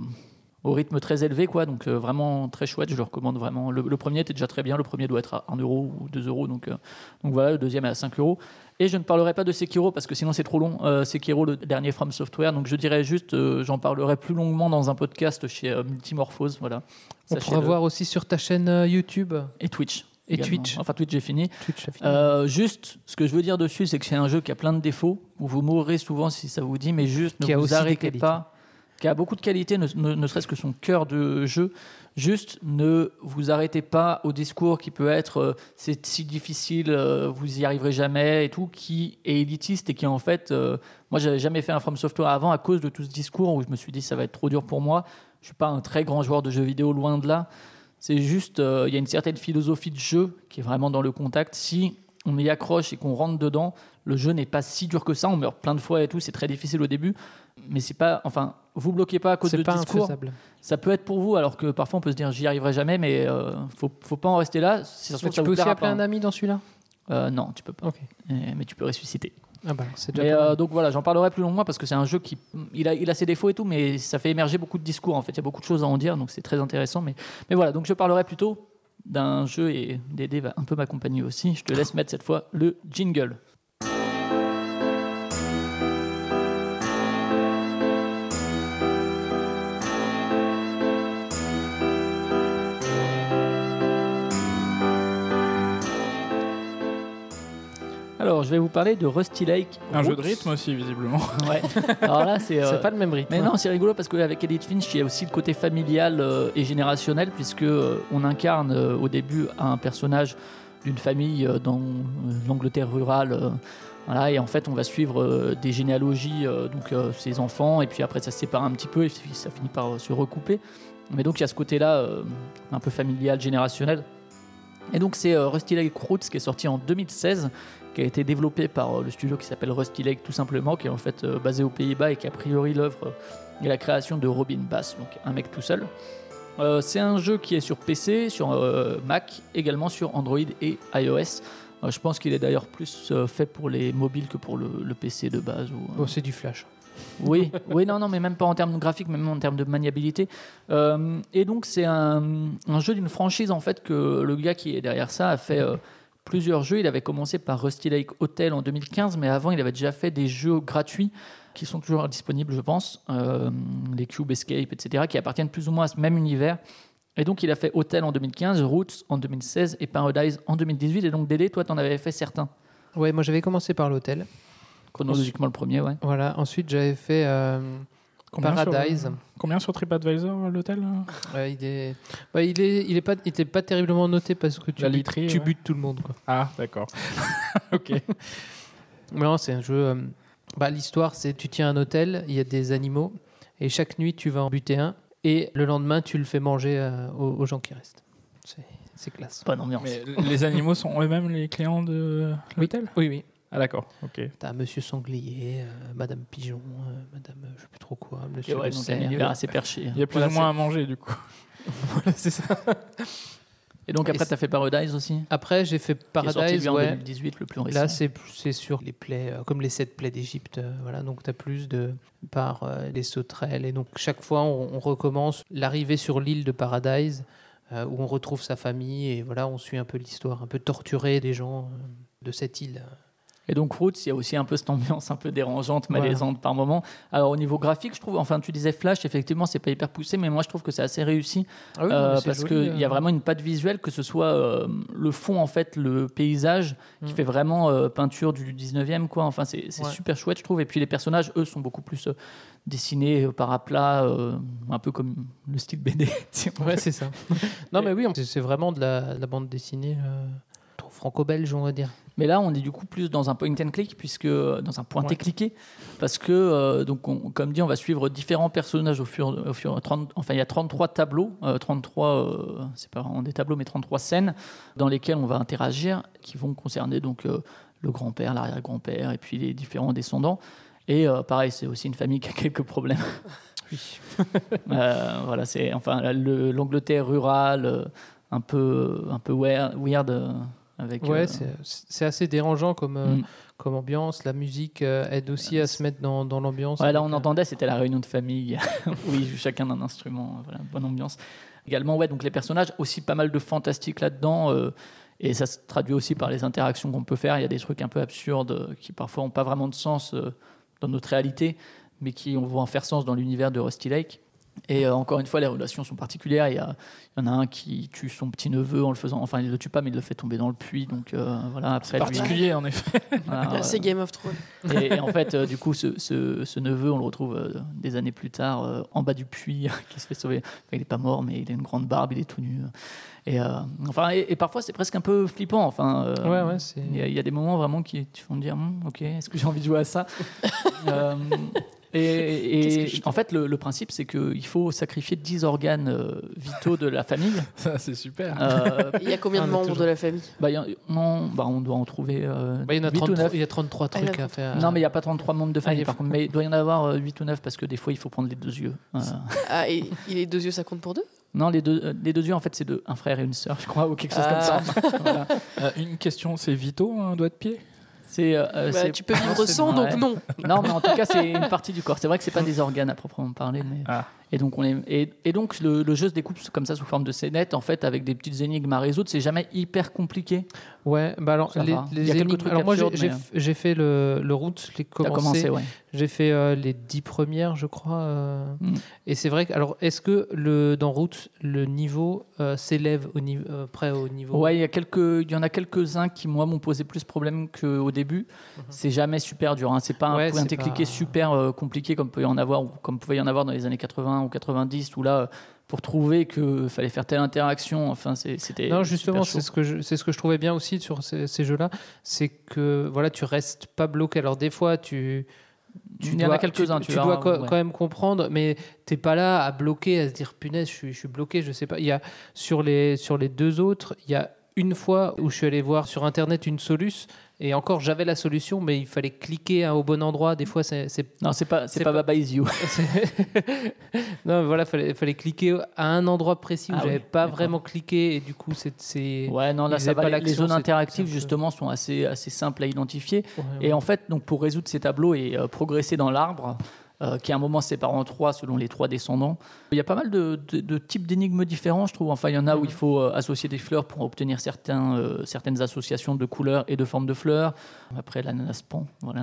S4: au rythme très élevé, quoi. Donc, euh, vraiment très chouette. Je le recommande vraiment. Le, le premier était déjà très bien. Le premier doit être à 1 euro ou 2 euros. Donc, euh, donc voilà, le deuxième est à 5 euros. Et je ne parlerai pas de Sekiro parce que sinon c'est trop long. Euh, Sekiro, le dernier From Software. Donc je dirais juste, euh, j'en parlerai plus longuement dans un podcast chez euh, Multimorphose. Voilà.
S2: On
S4: Sachez-le.
S2: pourra voir aussi sur ta chaîne euh, YouTube.
S4: Et Twitch.
S2: Et
S4: également.
S2: Twitch.
S4: Enfin, Twitch, j'ai fini.
S2: Twitch, ça finit.
S4: Euh, juste, ce que je veux dire dessus, c'est que c'est un jeu qui a plein de défauts, où vous mourrez souvent si ça vous dit, mais juste ne
S2: Qui a
S4: vous
S2: aussi des
S4: arrêtez
S2: qualités.
S4: pas. Qui a beaucoup de qualités, ne, ne- ne serait-ce que son cœur de jeu. Juste, ne vous arrêtez pas au discours qui peut être euh, c'est si difficile, euh, vous y arriverez jamais et tout, qui est élitiste et qui en fait, euh, moi j'avais jamais fait un From Software avant à cause de tout ce discours où je me suis dit ça va être trop dur pour moi. Je suis pas un très grand joueur de jeux vidéo, loin de là. C'est juste, euh, il y a une certaine philosophie de jeu qui est vraiment dans le contact. Si on y accroche et qu'on rentre dedans, le jeu n'est pas si dur que ça. On meurt plein de fois et tout, c'est très difficile au début, mais c'est pas, enfin, vous bloquez pas à cause de
S2: C'est pas
S4: discours
S2: infaisable.
S4: ça peut être pour vous, alors que parfois on peut se dire j'y arriverai jamais, mais euh, faut, faut pas en rester là. Si ça se
S2: Mais
S4: trouve,
S2: tu
S4: ça
S2: peux
S4: vous
S2: aussi
S4: plaira
S2: appeler
S4: pas.
S2: un ami dans celui-là
S4: Euh, non, tu peux pas.
S2: Ok.
S4: Euh, mais tu peux ressusciter.
S2: Ah bah, c'est déjà
S4: Mais,
S2: pas mal.
S4: euh, donc voilà, j'en parlerai plus longuement parce que c'est un jeu qui il a, il a ses défauts et tout, mais ça fait émerger beaucoup de discours en fait. Il y a beaucoup de choses à en dire, donc c'est très intéressant. Mais, mais voilà, donc je parlerai plutôt d'un jeu et Dédé va un peu m'accompagner aussi. Je te laisse mettre cette fois le jingle. Alors, je vais vous parler de Rusty Lake.
S3: Un jeu de
S4: Roots.
S3: rythme aussi, visiblement.
S4: Ouais. Alors là,
S3: [laughs]
S4: c'est. euh,
S2: C'est pas le même rythme.
S4: mais non, c'est rigolo parce qu'avec Edith Finch, il y a aussi le côté familial euh, et générationnel, puisque euh, on incarne euh, au début un personnage d'une famille euh, dans euh, l'Angleterre rurale. euh, voilà, et en fait, on va suivre euh, des généalogies, euh, donc euh, ses enfants, et puis après, ça se sépare un petit peu, et puis ça finit par euh, se recouper. Mais donc, il y a ce côté-là, euh, un peu familial, générationnel. Et donc, c'est euh, Rusty Lake Roots qui est sorti en 2016, qui a été développé par euh, le studio qui s'appelle Rusty Lake, tout simplement, qui est en fait euh, basé aux Pays-Bas et qui, a priori, l'œuvre euh, et la création de Robin Bass, donc un mec tout seul. Euh, c'est un jeu qui est sur PC, sur euh, Mac, également sur Android et iOS. Euh, je pense qu'il est d'ailleurs plus euh, fait pour les mobiles que pour le, le PC de base. Ou, euh,
S2: Bon, c'est du flash.
S4: oui, oui, non, non, mais même pas en termes de graphique, mais même en termes de maniabilité. Euh, et donc, c'est un, un jeu d'une franchise, en fait, que le gars qui est derrière ça a fait euh, plusieurs jeux. Il avait commencé par Rusty Lake Hotel en 2015, mais avant, il avait déjà fait des jeux gratuits qui sont toujours disponibles, je pense, euh, les Cube Escape, etc., qui appartiennent plus ou moins à ce même univers. Et donc, il a fait Hotel en 2015, Roots en 2016 et Paradise en 2018. Et donc, Dédé, toi, t'en avais fait certains.
S2: Ouais, moi j'avais commencé par l'hôtel.
S4: Chronologiquement, le premier, ouais.
S2: Voilà. Ensuite, j'avais fait euh, Paradise.
S3: Sur, combien sur TripAdvisor, euh, l'hôtel hein
S2: Ouais, il est, bah, il est, il est pas, il était pas terriblement noté parce que tu,
S3: La
S2: butes-
S3: literie,
S2: tu
S3: ouais.
S2: butes tout le monde. Quoi.
S3: Ah, d'accord. ok.
S2: Mais non, c'est un jeu. euh, bah, l'histoire, c'est tu tiens un hôtel, il y a des animaux et chaque nuit tu vas en buter un et le lendemain tu le fais manger euh, aux, aux gens qui restent. C'est, c'est classe.
S4: Bonne ambiance.
S3: Mais les animaux sont eux-mêmes les clients de l'hôtel
S2: Oui, oui.
S3: Ah, d'accord. Ok.
S2: T'as Monsieur Sanglier, euh, Madame Pigeon, euh, Madame, euh, je sais plus trop quoi,
S4: Et
S2: Monsieur euh,
S4: ouais,
S2: le
S4: donc,
S2: cerf.
S4: un univers [laughs] assez perché. hein.
S3: Il y a plus
S2: Voilà,
S3: ou moins à manger, du coup.
S2: Voilà, c'est ça.
S4: Et donc
S2: Et
S4: après,
S2: c'est-
S4: tu as fait Paradise aussi
S2: Après, j'ai fait
S4: qui est sorti,
S2: Paradise.
S4: lui, en
S2: ouais.
S4: 2018, le plus récent.
S2: Là, c'est c'est sur les plaies, euh, comme les sept plaies d'Égypte. euh, voilà, donc tu as plus de par euh, les sauterelles. Et donc, chaque fois, on, on recommence l'arrivée sur l'île de Paradise, euh, où on retrouve sa famille. Et voilà, on suit un peu l'histoire, un peu torturée des gens euh, de cette île.
S4: Et donc Roots, il y a aussi un peu cette ambiance un peu dérangeante, malaisante par moment. Alors au niveau graphique, je trouve, enfin tu disais Flash, effectivement, c'est pas hyper poussé, mais moi je trouve que c'est assez réussi. Euh, parce qu'il y a vraiment une patte visuelle, que ce soit euh, le fond, en fait, le paysage, qui
S2: Mm.
S4: fait vraiment euh, peinture du 19e, quoi. Enfin, c'est c'est
S2: Ouais.
S4: super chouette, je trouve. Et puis les personnages, eux, sont beaucoup plus euh, dessinés euh, par à plat, euh, un peu comme le style BD. [laughs] si on veut.
S2: Ouais, c'est ça. [laughs] non, mais oui, on- c'est- c'est vraiment de la, de la bande dessinée euh, trop franco-belge, on va dire.
S4: Mais là, on est du coup plus dans un point and click, puisque euh, dans un point
S2: Ouais.
S4: et cliqué, parce que, euh, donc, on- comme dit, on va suivre différents personnages au fur, au fur 30 enfin, il y a 33 tableaux, euh, 33, euh, c'est pas vraiment des tableaux, mais 33 scènes dans lesquelles on va interagir, qui vont concerner donc euh, le grand-père, l'arrière-grand-père, et puis les différents descendants. Et euh, pareil, c'est aussi une famille qui a quelques problèmes. [laughs] Euh, voilà, c'est enfin la- le- l'Angleterre rurale, euh, un peu, un peu weird, weird, euh, avec.
S2: Ouais,
S4: euh,
S2: c'est- c'est assez dérangeant comme, euh,
S4: Mm.
S2: comme ambiance. La musique euh, aide aussi à se mettre dans, dans l'ambiance.
S4: Ouais, là, on
S2: Avec, euh,
S4: entendait, c'était la réunion de famille. [laughs] oui, chacun d'un instrument. Voilà, bonne ambiance. Également, ouais, donc les personnages, aussi pas mal de fantastique là-dedans. euh, et ça se traduit aussi par les interactions qu'on peut faire. Il y a des trucs un peu absurdes euh, qui parfois n'ont pas vraiment de sens euh, dans notre réalité, mais qui on vont en faire sens dans l'univers de Rusty Lake. Et euh, encore une fois, les relations sont particulières. Il y, a- il y en a un qui tue son petit neveu en le faisant. Enfin, il le tue pas, mais il le fait tomber dans le puits. Donc euh, voilà, après. lui-
S3: Particulier, en effet. [laughs]
S5: [laughs]
S4: voilà, euh,
S5: Là, c'est Game of Thrones.
S4: et, et en fait, euh, du coup, ce, ce- ce neveu, on le retrouve euh, des années plus tard euh, en bas du puits, [laughs] qui se fait sauver. Enfin, il n'est pas mort, mais il a une grande barbe, il est tout nu. Et, euh, enfin, et, et parfois, c'est presque un peu flippant. Enfin, euh,
S2: Ouais, ouais, c'est.
S4: il y, a- il y a des moments vraiment qui te font dire Hum, Ok, est-ce que j'ai envie de jouer
S2: [laughs]
S4: à ça Euh,
S5: Qu'est-ce
S4: Et,
S5: que
S4: et
S5: je
S4: en fait, le, le principe, c'est qu'il faut sacrifier 10 organes euh, vitaux de la
S2: [laughs]
S4: famille.
S3: Ça, c'est super.
S4: Euh,
S5: Il y a combien
S2: Ah,
S5: de
S2: mais
S5: membres
S2: toujours.
S5: de la famille
S4: bah, il y en- non, bah, on doit en trouver euh,
S2: Bah, il, y en a
S4: 8 ou
S2: 33,
S4: 9.
S2: il y a 33
S5: Ah, il y a
S2: trucs à faire.
S4: Non, mais il n'y a pas 33 membres de
S2: Ah,
S4: famille,
S2: il y a-
S4: par contre. Mais il doit y en avoir 8 ou 9 parce que des fois, il faut prendre les deux yeux.
S5: [laughs]
S4: Euh,
S5: Ah, et, et les deux yeux, ça compte pour deux
S4: non, les deux, euh, les deux yeux, en fait, c'est de un frère et une sœur, je crois, ou quelque chose
S5: Ah.
S4: comme ça. Voilà.
S3: Euh, une question, c'est Vito, un doigt de pied
S4: [laughs] C'est, euh,
S5: Bah,
S4: c'est-
S5: Tu peux [laughs] vivre sans,
S4: Ouais.
S5: donc non.
S4: [laughs] Non, mais en tout cas, c'est une partie du corps. C'est vrai que c'est pas des organes à proprement parler, mais
S3: Ah.
S4: et donc on est et, et donc le, le jeu se découpe comme ça sous forme de scénettes, en fait, avec des petites énigmes à résoudre. C'est jamais hyper compliqué.
S2: Ouais, bah alors,
S4: Ça
S2: les,
S4: va.
S2: les
S4: Il y a quelques
S2: énigmes-
S4: trucs
S2: alors moi, j'ai-
S4: absurdes,
S2: j'ai
S4: mais,
S2: f- j'ai fait le, le route, les
S4: T'as
S2: commencé.
S4: ouais.
S2: J'ai fait euh, les 10 premières, je crois. euh,
S4: Mm.
S2: Et c'est vrai que. Alors, est-ce que le, dans route, le niveau euh, s'élève au niveau, euh, près au niveau.
S4: Ouais, il y a quelques, il y en a quelques uns qui moi m'ont posé plus problème qu'au début. C'est jamais super dur. Hein. C'est pas
S2: Mhm. Ouais,
S4: un point
S2: c'est
S4: et cliquer
S2: pas-
S4: super euh, compliqué comme peut y en avoir, ou comme pouvait y en avoir dans les années 80 ou 90 où là. euh, pour trouver que fallait faire telle interaction, enfin c'est- c'était.
S2: Non,
S4: super
S2: justement,
S4: chaud.
S2: c'est ce que je, c'est ce que je trouvais bien aussi sur ces, ces jeux-là, c'est que voilà, tu restes pas bloqué. Alors des fois, tu tu
S4: Il y en a
S2: dois,
S4: quelques-uns,
S2: tu,
S4: tu
S2: tu
S4: verras,
S2: dois co-
S4: ouais.
S2: quand même comprendre, mais t'es pas là à bloquer, à se dire punaise, je suis, je suis bloqué, je sais pas. Il y a sur les sur les deux autres, il y a une fois où je suis allé voir sur internet une soluce et encore j'avais la solution, mais il fallait cliquer hein, au bon endroit. Des fois, c'est c'est-
S4: Non, c'est pas, c'est
S2: c'est
S4: pas,
S2: pas- [laughs]
S4: Baba Is You.
S2: c'est- non, mais voilà, fallait fallait cliquer à un endroit précis où
S4: Ah
S2: j'avais
S4: oui,
S2: pas
S4: d'accord.
S2: vraiment cliqué et du coup c'est c'est-
S4: Ouais, non,
S2: Ils
S4: là,
S2: faisaient
S4: ça va.
S2: pas
S4: Les- Les
S2: l'action,
S4: zones
S2: c'est-
S4: interactives,
S2: c'est un peu-
S4: justement, sont assez, assez simples à identifier.
S2: ouais,
S4: Et en fait, donc, pour résoudre ces tableaux et euh, progresser dans l'arbre, euh, qui à un moment se sépare en trois selon les trois descendants, il y a pas mal de, de- de types d'énigmes différents, je trouve. Enfin, il y en a où il faut euh, associer des fleurs pour obtenir certains, euh, certaines associations de couleurs et de formes de fleurs. Après, l'ananas pend, voilà.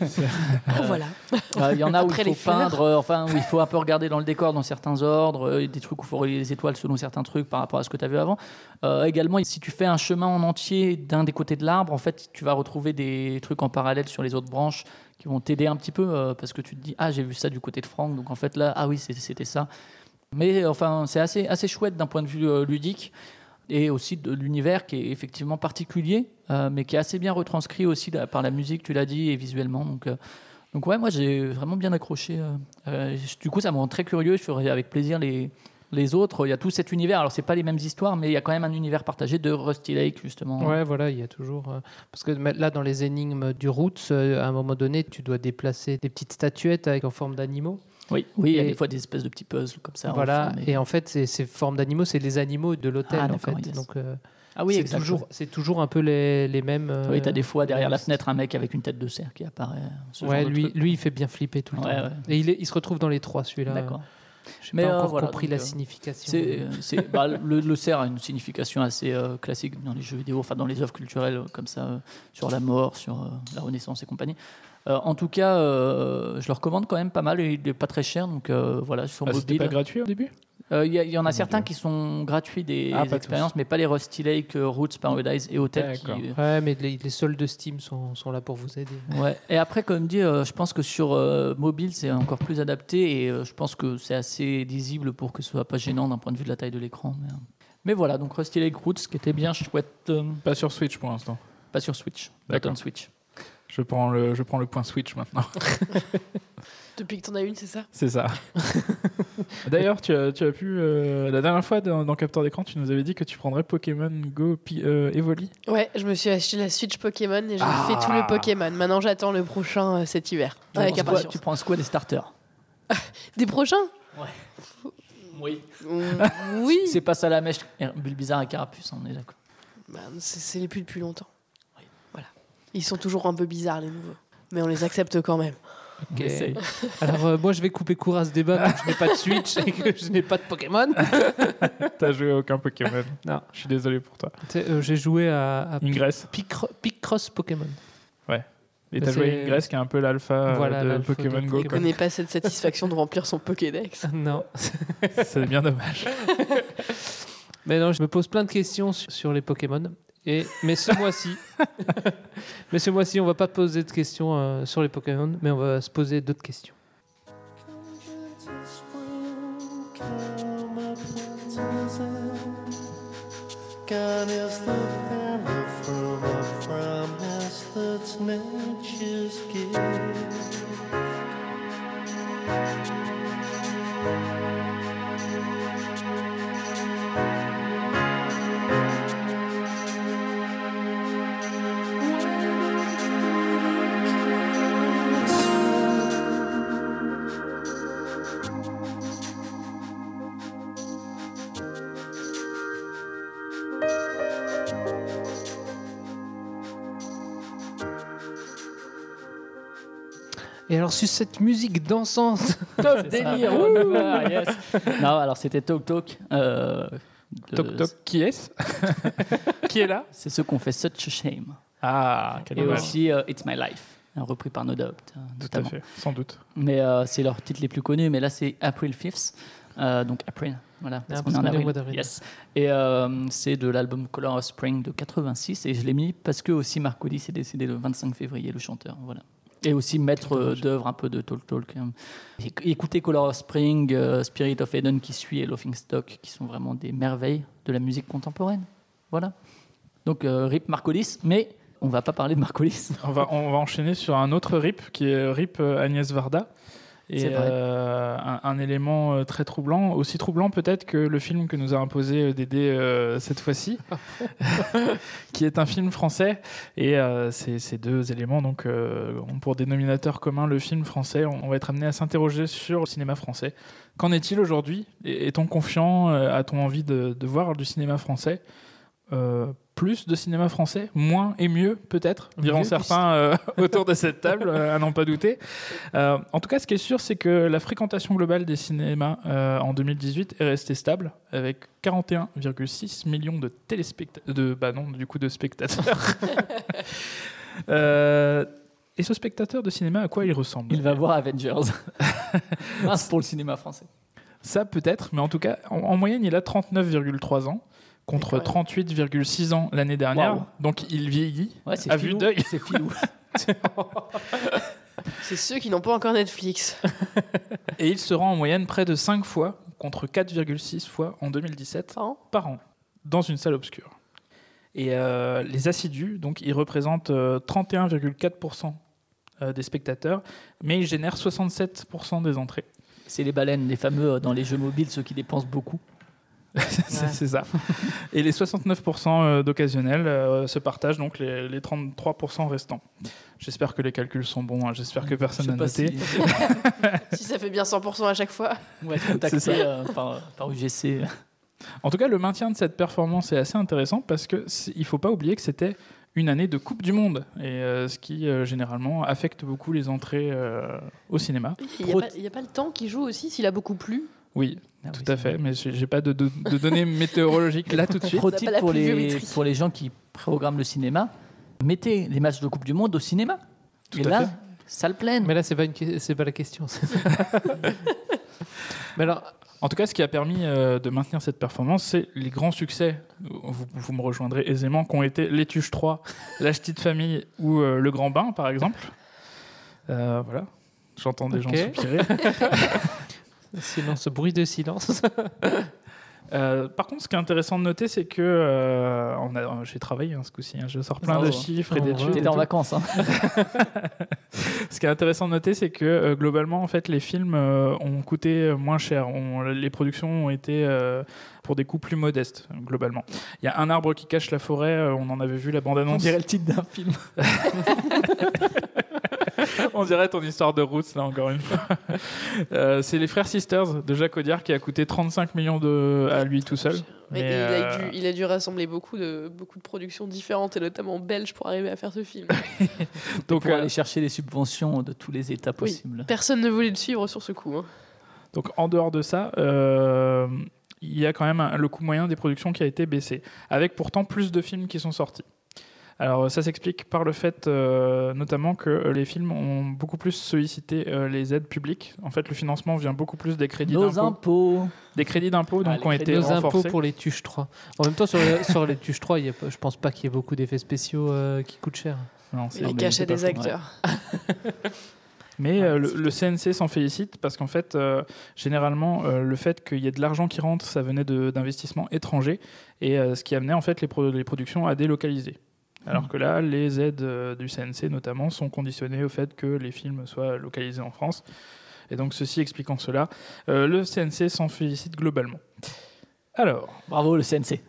S5: Ah, [laughs] voilà.
S4: [laughs] Euh, Il y en a où
S5: Après
S4: il
S5: les
S4: faut peindre, euh, enfin, où il faut un peu regarder dans le décor, dans certains ordres, euh, des trucs où il faut relier les étoiles selon certains trucs par rapport à ce que tu as vu avant. Euh, également, si tu fais un chemin en entier d'un des côtés de l'arbre, en fait, tu vas retrouver des trucs en parallèle sur les autres branches qui vont t'aider un petit peu euh, parce que tu te dis, ah, j'ai vu ça du côté de Franck, donc en fait, là, ah oui, c'est- c'était ça. Mais euh, enfin, c'est assez, assez chouette d'un point de vue euh, ludique et aussi de l'univers qui est effectivement particulier, euh, mais qui est assez bien retranscrit aussi là, par la musique, tu l'as dit, et visuellement. Donc, euh, donc ouais, moi j'ai vraiment bien accroché. euh, euh, je- du coup, ça me rend très curieux. Je ferai avec plaisir les, les autres. Il y a tout cet univers. Alors, c'est pas les mêmes histoires, mais il y a quand même un univers partagé de Rusty Lake, justement.
S2: Ouais, voilà, il y a toujours. euh, Parce que ma- là, dans les énigmes du Roots, euh, à un moment donné, tu dois déplacer des petites statuettes avec, en forme d'animaux.
S4: Oui, oui, il y a
S2: Et-
S4: des fois des espèces de petits puzzles comme ça.
S2: voilà,
S4: enfin, mais-
S2: et en fait, ces- ces formes d'animaux, c'est les animaux de l'hôtel,
S4: Ah,
S2: en
S4: d'accord,
S2: fait.
S4: yes.
S2: Donc, euh,
S4: Ah oui,
S2: c'est
S4: exact,
S2: toujours,
S4: ouais.
S2: c'est toujours un peu les, les mêmes. euh,
S4: Oui, t'as des fois derrière la
S2: c'est-
S4: fenêtre un mec avec une tête de cerf qui apparaît. ce
S2: ouais,
S4: genre de
S2: lui,
S4: truc.
S2: lui, il fait bien flipper tout le
S4: Ouais,
S2: temps.
S4: ouais.
S2: Et il, est- il se retrouve dans les trois, celui-là.
S4: D'accord.
S2: J'ai
S4: Mais,
S2: pas
S4: euh,
S2: encore
S4: voilà,
S2: compris
S4: donc,
S2: la
S4: euh,
S2: signification.
S4: C'est, euh, c'est- bah, le, le cerf a une signification assez euh, classique dans les jeux vidéo, enfin dans les œuvres culturelles euh, comme ça, euh, sur la mort, sur euh, la renaissance et compagnie. Euh, en tout cas, euh, je le recommande quand même pas mal. Il n'est pas très cher, donc euh, voilà, sur
S3: Ah, C'était
S4: mobile.
S3: pas gratuit au début
S4: Euh, Il y, a- il y en a
S3: mon
S4: certains
S3: Dieu.
S4: qui sont gratuits des
S3: Ah, pas
S4: expériences, mais pas les Rusty Lake, euh, Roots, Paradise et Hotel. qui-
S3: D'accord.
S2: Ouais, mais les, les soldes de Steam sont, sont là pour vous aider.
S4: Ouais. Et après, comme dit, euh, je pense que sur euh, mobile, c'est encore plus adapté et euh, je pense que c'est assez lisible pour que ce soit pas gênant d'un point de vue de la taille de l'écran. Mais, euh. Mais voilà, donc Rusty Lake Roots qui était bien chouette, euh,
S3: Pas sur Switch pour l'instant.
S4: pas sur Switch,
S3: D'accord.
S4: button Switch.
S3: Je prends le, je prends le point Switch maintenant.
S5: Depuis que t'en as une, c'est ça
S3: C'est ça. D'ailleurs, tu as, tu as pu. euh, la dernière fois, dans, dans Capteur d'écran, tu nous avais dit que tu prendrais Pokémon Go Pi- euh, Evoli.
S5: Ouais, je me suis acheté la Switch Pokémon et j'ai
S3: Ah.
S5: fait tout le Pokémon. Maintenant, j'attends le prochain euh, cet hiver.
S4: tu,
S5: Avec
S4: prends quoi,
S5: impatience.
S4: tu prends quoi des starters
S5: Des prochains
S4: Oui.
S5: Mm, Oui.
S4: C'est pas ça la mèche, Eh, Bulbizarre et Carapuce, on est d'accord.
S5: Bah, c'est c'est les plus depuis longtemps.
S4: Oui.
S5: Voilà. Ils sont toujours un peu bizarres, les nouveaux. Mais on les accepte quand même.
S2: Ok.
S4: On essaye.
S2: Alors, euh, moi, je vais couper court à ce débat, parce que je n'ai pas de Switch et que je n'ai pas de Pokémon.
S3: [laughs] T'as joué à aucun Pokémon.
S2: Non. Ah,
S3: Je suis désolé pour toi.
S2: Tu sais, euh, J'ai joué à, à
S3: Ingress.
S2: Picross Pokémon.
S3: Et
S2: Bah,
S3: t'as joué à
S2: c'est-
S3: Ingress qui est un peu l'alpha euh,
S2: Voilà,
S3: de
S2: l'alpha de
S3: Pokémon Go.
S2: Pokémon.
S3: quoi.
S5: On n'est pas cette satisfaction de remplir son Pokédex.
S2: [laughs] Non.
S3: [laughs] C'est bien dommage.
S2: Mais non, je me pose plein de questions sur sur les Pokémon. Et, mais ce mois-ci, [laughs] mais ce mois-ci, on va pas poser de questions euh, sur les Pokémon, mais on va se poser d'autres questions.
S7: God is the banner from a promise that's nature's gift.
S2: Et alors sur cette musique dansante,
S4: Top
S3: délire,
S4: on
S2: oh.
S4: [laughs] y va, Ah, yes. Non, alors c'était Tok Tok. euh, de-
S3: Toc toc, qui est-ce Qui est là
S4: C'est ceux qu'on fait Such a Shame.
S3: Ah, quel
S4: Et
S3: dommage.
S4: aussi euh, It's My Life, un repris par No Doubt. euh,
S3: Tout à
S4: notamment.
S3: fait, sans doute.
S4: Mais euh, c'est leurs titres les plus connus. Mais là, c'est April 5th. euh, donc April, voilà. Parce
S2: Ah,
S4: qu'on
S2: parce
S4: est en
S2: qu'on est au
S4: avril.
S2: mois d'avril.
S4: Yes. Et euh, c'est de l'album Color of Spring de 86. Et je l'ai mis parce que aussi Marc Cody s'est décédé le 25 février, le chanteur. Voilà. Et aussi maître euh, d'œuvre un peu de Talk Talk. hein. Éc- Écoutez Color of Spring, euh, Spirit of Eden qui suit et Laughing Stock qui sont vraiment des merveilles de la musique contemporaine. Voilà. Donc euh, Rip Marcolis, mais on va pas parler de Marcolis.
S3: On va, on va enchaîner sur un autre RIP qui est RIP euh, Agnès Varda. Et
S4: C'est vrai.
S3: euh, un, un élément euh, très troublant, aussi troublant peut-être que le film que nous a imposé euh, Dédé euh, cette
S4: [laughs]
S3: fois-ci, [laughs] qui est un film français. Et euh, ces, ces deux éléments donc, euh, ont pour dénominateur commun le film français. On, on va être amené à s'interroger sur le cinéma français. Qu'en est-il aujourd'hui Et- Est-on confiant euh, A-t-on envie de, de voir du cinéma français Euh, plus de cinéma français, moins et mieux peut-être, diront
S2: Mieux,
S3: certains euh, [laughs] autour de cette table, euh, à n'en pas douter. Euh, en tout cas, ce qui est sûr, c'est que la fréquentation globale des cinémas euh, en 2018 est restée stable, avec 41,6 millions de téléspectateurs, de, bah non, du coup de spectateurs. [laughs] Euh, et ce spectateur de cinéma, à quoi il ressemble
S4: [laughs] Il va voir Avengers.
S2: [laughs]
S4: Mince pour le cinéma français.
S3: Ça peut-être, mais en tout cas, en, en moyenne, il a 39,3 ans contre
S5: Mais quand
S3: 38,6 ans l'année dernière.
S4: Waouh.
S3: Donc il vieillit
S4: Ouais, c'est
S3: à
S4: filou.
S3: vue d'œil.
S4: C'est filou.
S3: [laughs]
S5: C'est ceux qui n'ont pas encore [laughs] Netflix.
S3: Et il se rend en moyenne près de 5 fois contre 4,6 fois en 2017
S5: Par an
S3: par an dans une salle obscure. Et euh, les assidus, donc, ils représentent euh, 31,4% euh, des spectateurs, mais ils génèrent 67% des entrées. [laughs]
S4: C'est les baleines, les fameux euh, dans les jeux mobiles, ceux qui dépensent beaucoup.
S3: C'est c'est ça. Et les 69% euh, d'occasionnels euh, se partagent donc les, les 33% restants. J'espère que les calculs sont bons, hein. j'espère que personne n'a
S4: Je sais
S3: noté.
S4: pas si-
S3: [laughs]
S5: Si ça fait bien 100% à chaque fois.
S4: on va être
S3: C'est ça.
S4: contacté euh, par, par UGC.
S3: En tout cas, le maintien de cette performance est assez intéressant parce que c'est- il faut pas oublier que c'était une année de Coupe du Monde, et euh, ce qui euh, généralement affecte beaucoup les entrées euh, au cinéma.
S5: Il n'y a,
S4: Pro-
S5: pas- il y a pas le temps qui joue aussi s'il a beaucoup plu.
S3: Oui,
S2: Ah
S3: tout à fait, mais j'ai j'ai pas de, de- de
S2: [laughs]
S3: données météorologiques là tout de suite.
S4: Pro
S5: On n'a
S4: tip
S5: pas la
S4: pour les,
S5: pluviométrie.
S4: pour les gens qui programment le cinéma, mettez les matchs de Coupe du Monde au cinéma.
S3: Tout
S4: Et
S3: à
S4: là,
S3: fait.
S4: salle pleine.
S2: Mais là, c'est pas une, que- c'est pas la question. [laughs] mais alors,
S3: En tout cas, ce qui a permis euh, de maintenir cette performance, c'est les grands succès. Vous, vous me rejoindrez aisément, qu'ont été Les Tuches 3,
S2: [laughs]
S3: La Petite Famille ou euh, Le Grand Bain, par exemple. Euh, voilà. J'entends des
S2: Ok.
S3: gens soupirer.
S2: silence, bruit de silence.
S3: Euh, par contre, ce qui est intéressant de noter, c'est que euh, on a- j'ai travaillé hein, ce coup-ci. hein. je sors plein
S4: Bravo.
S3: de chiffres et
S2: Bravo.
S3: d'études. et
S4: Ah T'étais en
S3: tout.
S4: vacances. hein.
S3: Ce qui est intéressant de noter, c'est que euh, globalement, en fait, les films euh, ont coûté euh, moins cher. On- les productions ont été euh, pour des coûts plus modestes, euh, globalement. Il y a un arbre qui cache la forêt. euh, on en avait vu la
S4: On
S3: bande-annonce.
S4: dirait le titre d'un film.
S3: On dirait ton histoire de route, là, encore une fois. [laughs] Euh, c'est les Frères Sisters de Jacques Audiard qui a coûté 35 millions de... à lui tout seul. Mais,
S5: Mais il, a
S3: euh,
S5: dû, il a dû rassembler beaucoup de, beaucoup de productions différentes, et notamment belges, pour arriver à faire ce film.
S3: donc,
S4: Pour
S3: euh,
S4: aller chercher les subventions de tous les états
S5: Oui.
S4: possibles.
S5: [laughs] Personne ne voulait le suivre sur ce coup. hein.
S3: Donc en dehors de ça, euh, il y a quand même un- le coût moyen des productions qui a été baissé, avec pourtant plus de films qui sont sortis. Alors ça s'explique par le fait euh, notamment que euh, les films ont beaucoup plus sollicité euh, les aides publiques. En fait, le financement vient beaucoup plus des crédits
S4: Nos
S3: d'impôt.
S4: impôts.
S3: Des crédits d'impôt
S4: Ah,
S3: donc
S4: les
S3: qui ont été
S4: crédits
S2: Nos impôts
S3: renforcés.
S2: pour les Tuches 3. En même temps, sur, les- sur les Tuches 3, il y a pas- je pense pas qu'il y ait beaucoup d'effets spéciaux euh, qui coûtent cher.
S3: Non, c'est-
S5: Et les
S3: mais c'est
S5: cachets
S3: pas
S5: des
S3: faux.
S5: acteurs.
S3: Mais
S4: Ouais,
S3: euh, le,
S4: c'est
S3: le CNC s'en félicite parce qu'en fait, euh, généralement, euh, le fait qu'il y ait de l'argent qui rentre, ça venait de- d'investissements étrangers et euh, ce qui amenait en fait les, pro- les productions à délocaliser.
S4: Mmh.
S3: Alors que là, les aides euh, du CNC notamment sont conditionnées au fait que les films soient localisés en France. Et donc, ceci expliquant cela, euh, le CNC s'en félicite globalement. Alors,
S4: Bravo le CNC.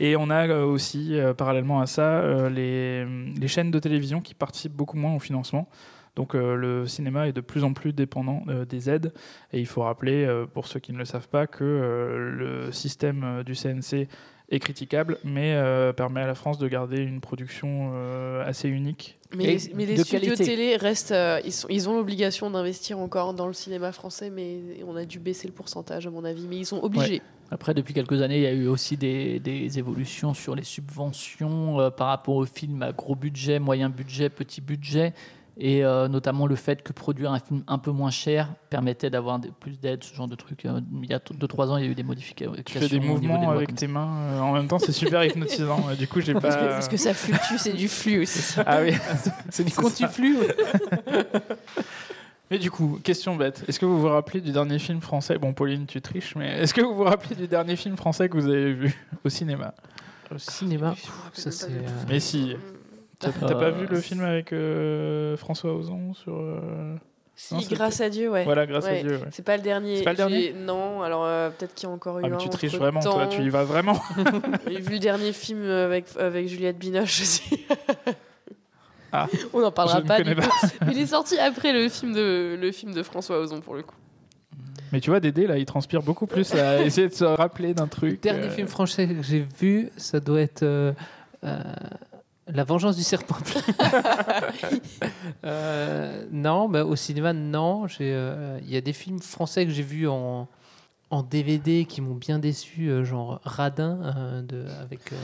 S3: et on a euh, aussi, euh, parallèlement à ça, euh, les, les chaînes de télévision qui participent beaucoup moins au financement. Donc euh, le cinéma est de plus en plus dépendant euh, des aides. Et il faut rappeler, euh, pour ceux qui ne le savent pas, que euh, le système euh, du CNC est critiquable, mais euh, permet à la France de garder une production euh, assez unique.
S5: Mais
S4: Et
S5: les, mais les
S4: de
S5: studios
S4: qualité.
S5: télé restent. euh, ils, sont- ils ont l'obligation d'investir encore dans le cinéma français, mais on a dû baisser le pourcentage, à mon avis. Mais ils sont obligés.
S4: Après, depuis quelques années, il y a eu aussi des, des évolutions sur les subventions euh, par rapport aux films à gros budget, moyen budget, petit budget, et euh, notamment le fait que produire un film un peu moins cher permettait d'avoir des- plus d'aides, ce genre de truc. Euh, Il y a 2-3 ans, il y a eu des modifications.
S3: Tu fais des
S4: au niveau
S3: mouvements
S4: des lois
S3: avec
S4: comme
S3: tes mains euh, en même temps, c'est [laughs] super hypnotisant. Et du coup, j'ai
S5: Parce, que,
S3: pas.
S5: parce que ça fluctue, c'est du flux
S3: [laughs]
S5: aussi.
S3: Ah
S5: [laughs]
S3: oui.
S4: ça.
S3: du continu-flux, Mais du coup, question bête. Est-ce que vous vous rappelez du dernier film français Bon, Pauline, tu triches, mais est-ce que vous vous rappelez du dernier film français que vous avez vu au cinéma
S2: Au
S3: Ah,
S2: cinéma,
S5: Je me rappelle
S2: ça
S5: même pas
S2: c'est.
S5: du
S2: euh,
S3: Mais si. T'as t'as
S4: Euh,
S3: pas vu le film avec euh, François Ozon sur. euh,
S5: Si,
S3: Non, c'était-
S5: grâce à Dieu, ouais.
S3: Voilà, grâce à
S5: Ouais.
S3: Dieu. ouais.
S5: C'est pas le dernier.
S3: C'est pas le dernier
S5: J'ai- Non, alors euh, peut-être qu'il y a encore eu
S3: Ah, mais
S5: un
S3: tu triches
S5: entre-temps.
S3: vraiment, toi, tu y vas vraiment.
S5: J'ai vu le dernier film avec, avec Juliette Binoche aussi.
S3: Ah.
S5: On n'en parlera
S3: Je ne
S5: pas.
S3: connais
S5: du coup. Mais il est sorti après le film de, le film de François Ozon pour le coup.
S3: Mais tu vois, Dédé, là, il transpire beaucoup plus
S5: [laughs]
S3: à essayer de se rappeler d'un truc.
S2: Dernier
S3: euh,
S2: film français que j'ai vu, ça doit être euh, euh, La Vengeance du Serpent. Euh, non, bah, au cinéma, non. J'ai, euh, Il y a des films français que j'ai vus en, en DVD qui m'ont bien déçu, euh, genre Radin euh, de, avec, euh,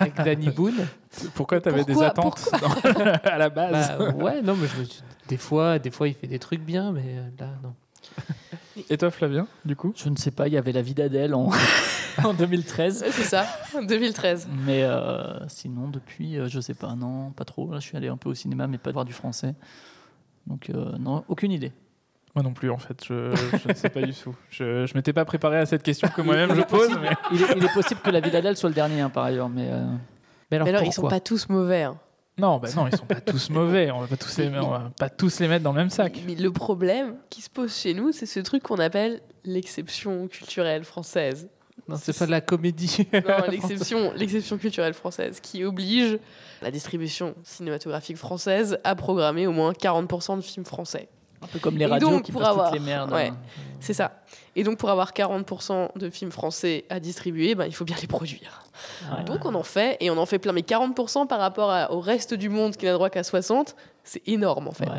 S2: avec Danny Boone.
S3: Pourquoi t'avais des
S5: Pourquoi-
S3: attentes
S5: [laughs]
S3: dans- [laughs] à la base
S2: Bah, ouais, non, mais je me suis- des fois, des fois, il fait des trucs bien, mais euh, là, non.
S3: Et toi, Flavien, du coup
S4: Je ne sais pas, il y avait la vie d'Adèle en, [laughs] en 2013.
S5: Ouais, C'est ça, 2013.
S4: Mais euh, sinon, depuis, euh, je sais pas, non, pas trop. Là, je suis allé un peu au cinéma, mais pas voir du français. Donc, euh, non, aucune idée.
S3: Moi non plus, en fait, je, je ne sais pas du tout. Je ne m'étais pas préparé à cette question que moi-même
S5: [laughs]
S3: je pose. Mais...
S4: Il est, il est possible que la vie d'Adèle soit le dernier, hein, par ailleurs, mais euh,
S2: Mais alors,
S5: Mais alors, ils sont
S2: pourquoi
S5: pas tous mauvais. hein.
S3: Non, bah non, ils sont pas [laughs] tous mauvais. On va pas tous les, on va pas tous les mettre dans le même sac.
S5: Mais le problème qui se pose chez nous, c'est ce truc qu'on appelle l'exception culturelle française.
S2: Non, c'est pas de la comédie.
S3: [laughs]
S5: Non, l'exception, l'exception culturelle française qui oblige la distribution cinématographique française à programmer au moins 40% de films français.
S4: un peu comme les
S5: Et
S4: radios
S5: donc,
S4: qui
S5: pour
S4: passent
S5: avoir-
S4: toutes les merdes.
S5: ouais.
S4: hein.
S5: C'est ça. Et donc pour avoir 40% de films français à distribuer, ben, il faut bien les produire.
S4: hein.
S2: Ah.
S4: Ouais.
S5: Donc on en fait, et on en fait plein. Mais 40% par rapport à- au reste du monde qui n'a droit qu'à 60, c'est énorme en fait.
S4: Ouais.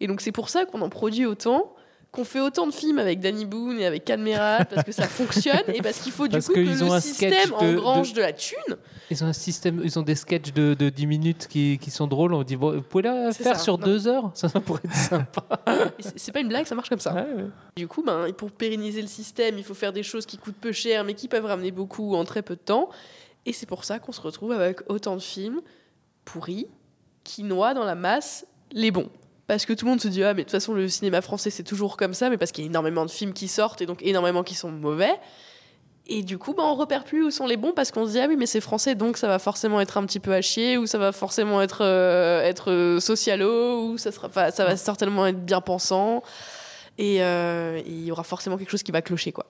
S5: Et donc c'est pour ça qu'on en produit autant, qu'on fait autant de films avec Danny Boone et
S2: [laughs]
S5: avec Cadmerat, parce que ça fonctionne, et parce qu'il faut du
S2: Parce
S5: coup que
S2: qu'ils ont
S5: le
S2: un sketch
S5: système
S2: de- de-
S5: engrange de... la thune.
S2: Ils ont un système, ils ont des sketchs de, de 10 minutes qui, qui sont drôles. On dit, bon, vous pouvez la
S5: C'est
S2: faire
S5: ça.
S2: sur
S5: Non.
S2: deux heures Ça, ça pourrait être sympa.
S5: Et c'est- C'est pas une blague, ça marche
S4: [laughs]
S5: comme ça.
S2: Ouais, ouais.
S5: Du coup, ben, pour pérenniser le système, il faut faire des choses qui coûtent peu cher, mais qui peuvent ramener beaucoup en très peu de temps. Et c'est pour ça qu'on se retrouve avec autant de films pourris qui noient dans la masse les bons. Parce que tout le monde se dit Ah, mais de toute façon, le cinéma français, c'est toujours comme ça, mais parce qu'il y a énormément de films qui sortent et donc énormément qui sont mauvais. Et du coup, ben, on repère plus où sont les bons parce qu'on se dit Ah oui, mais c'est français, donc ça va forcément être un petit peu à chier, ou ça va forcément être, euh, être euh, socialo, ou ça, sera, enfin, ça va certainement être bien pensant et euh, et il y aura forcément quelque chose qui va clocher quoi.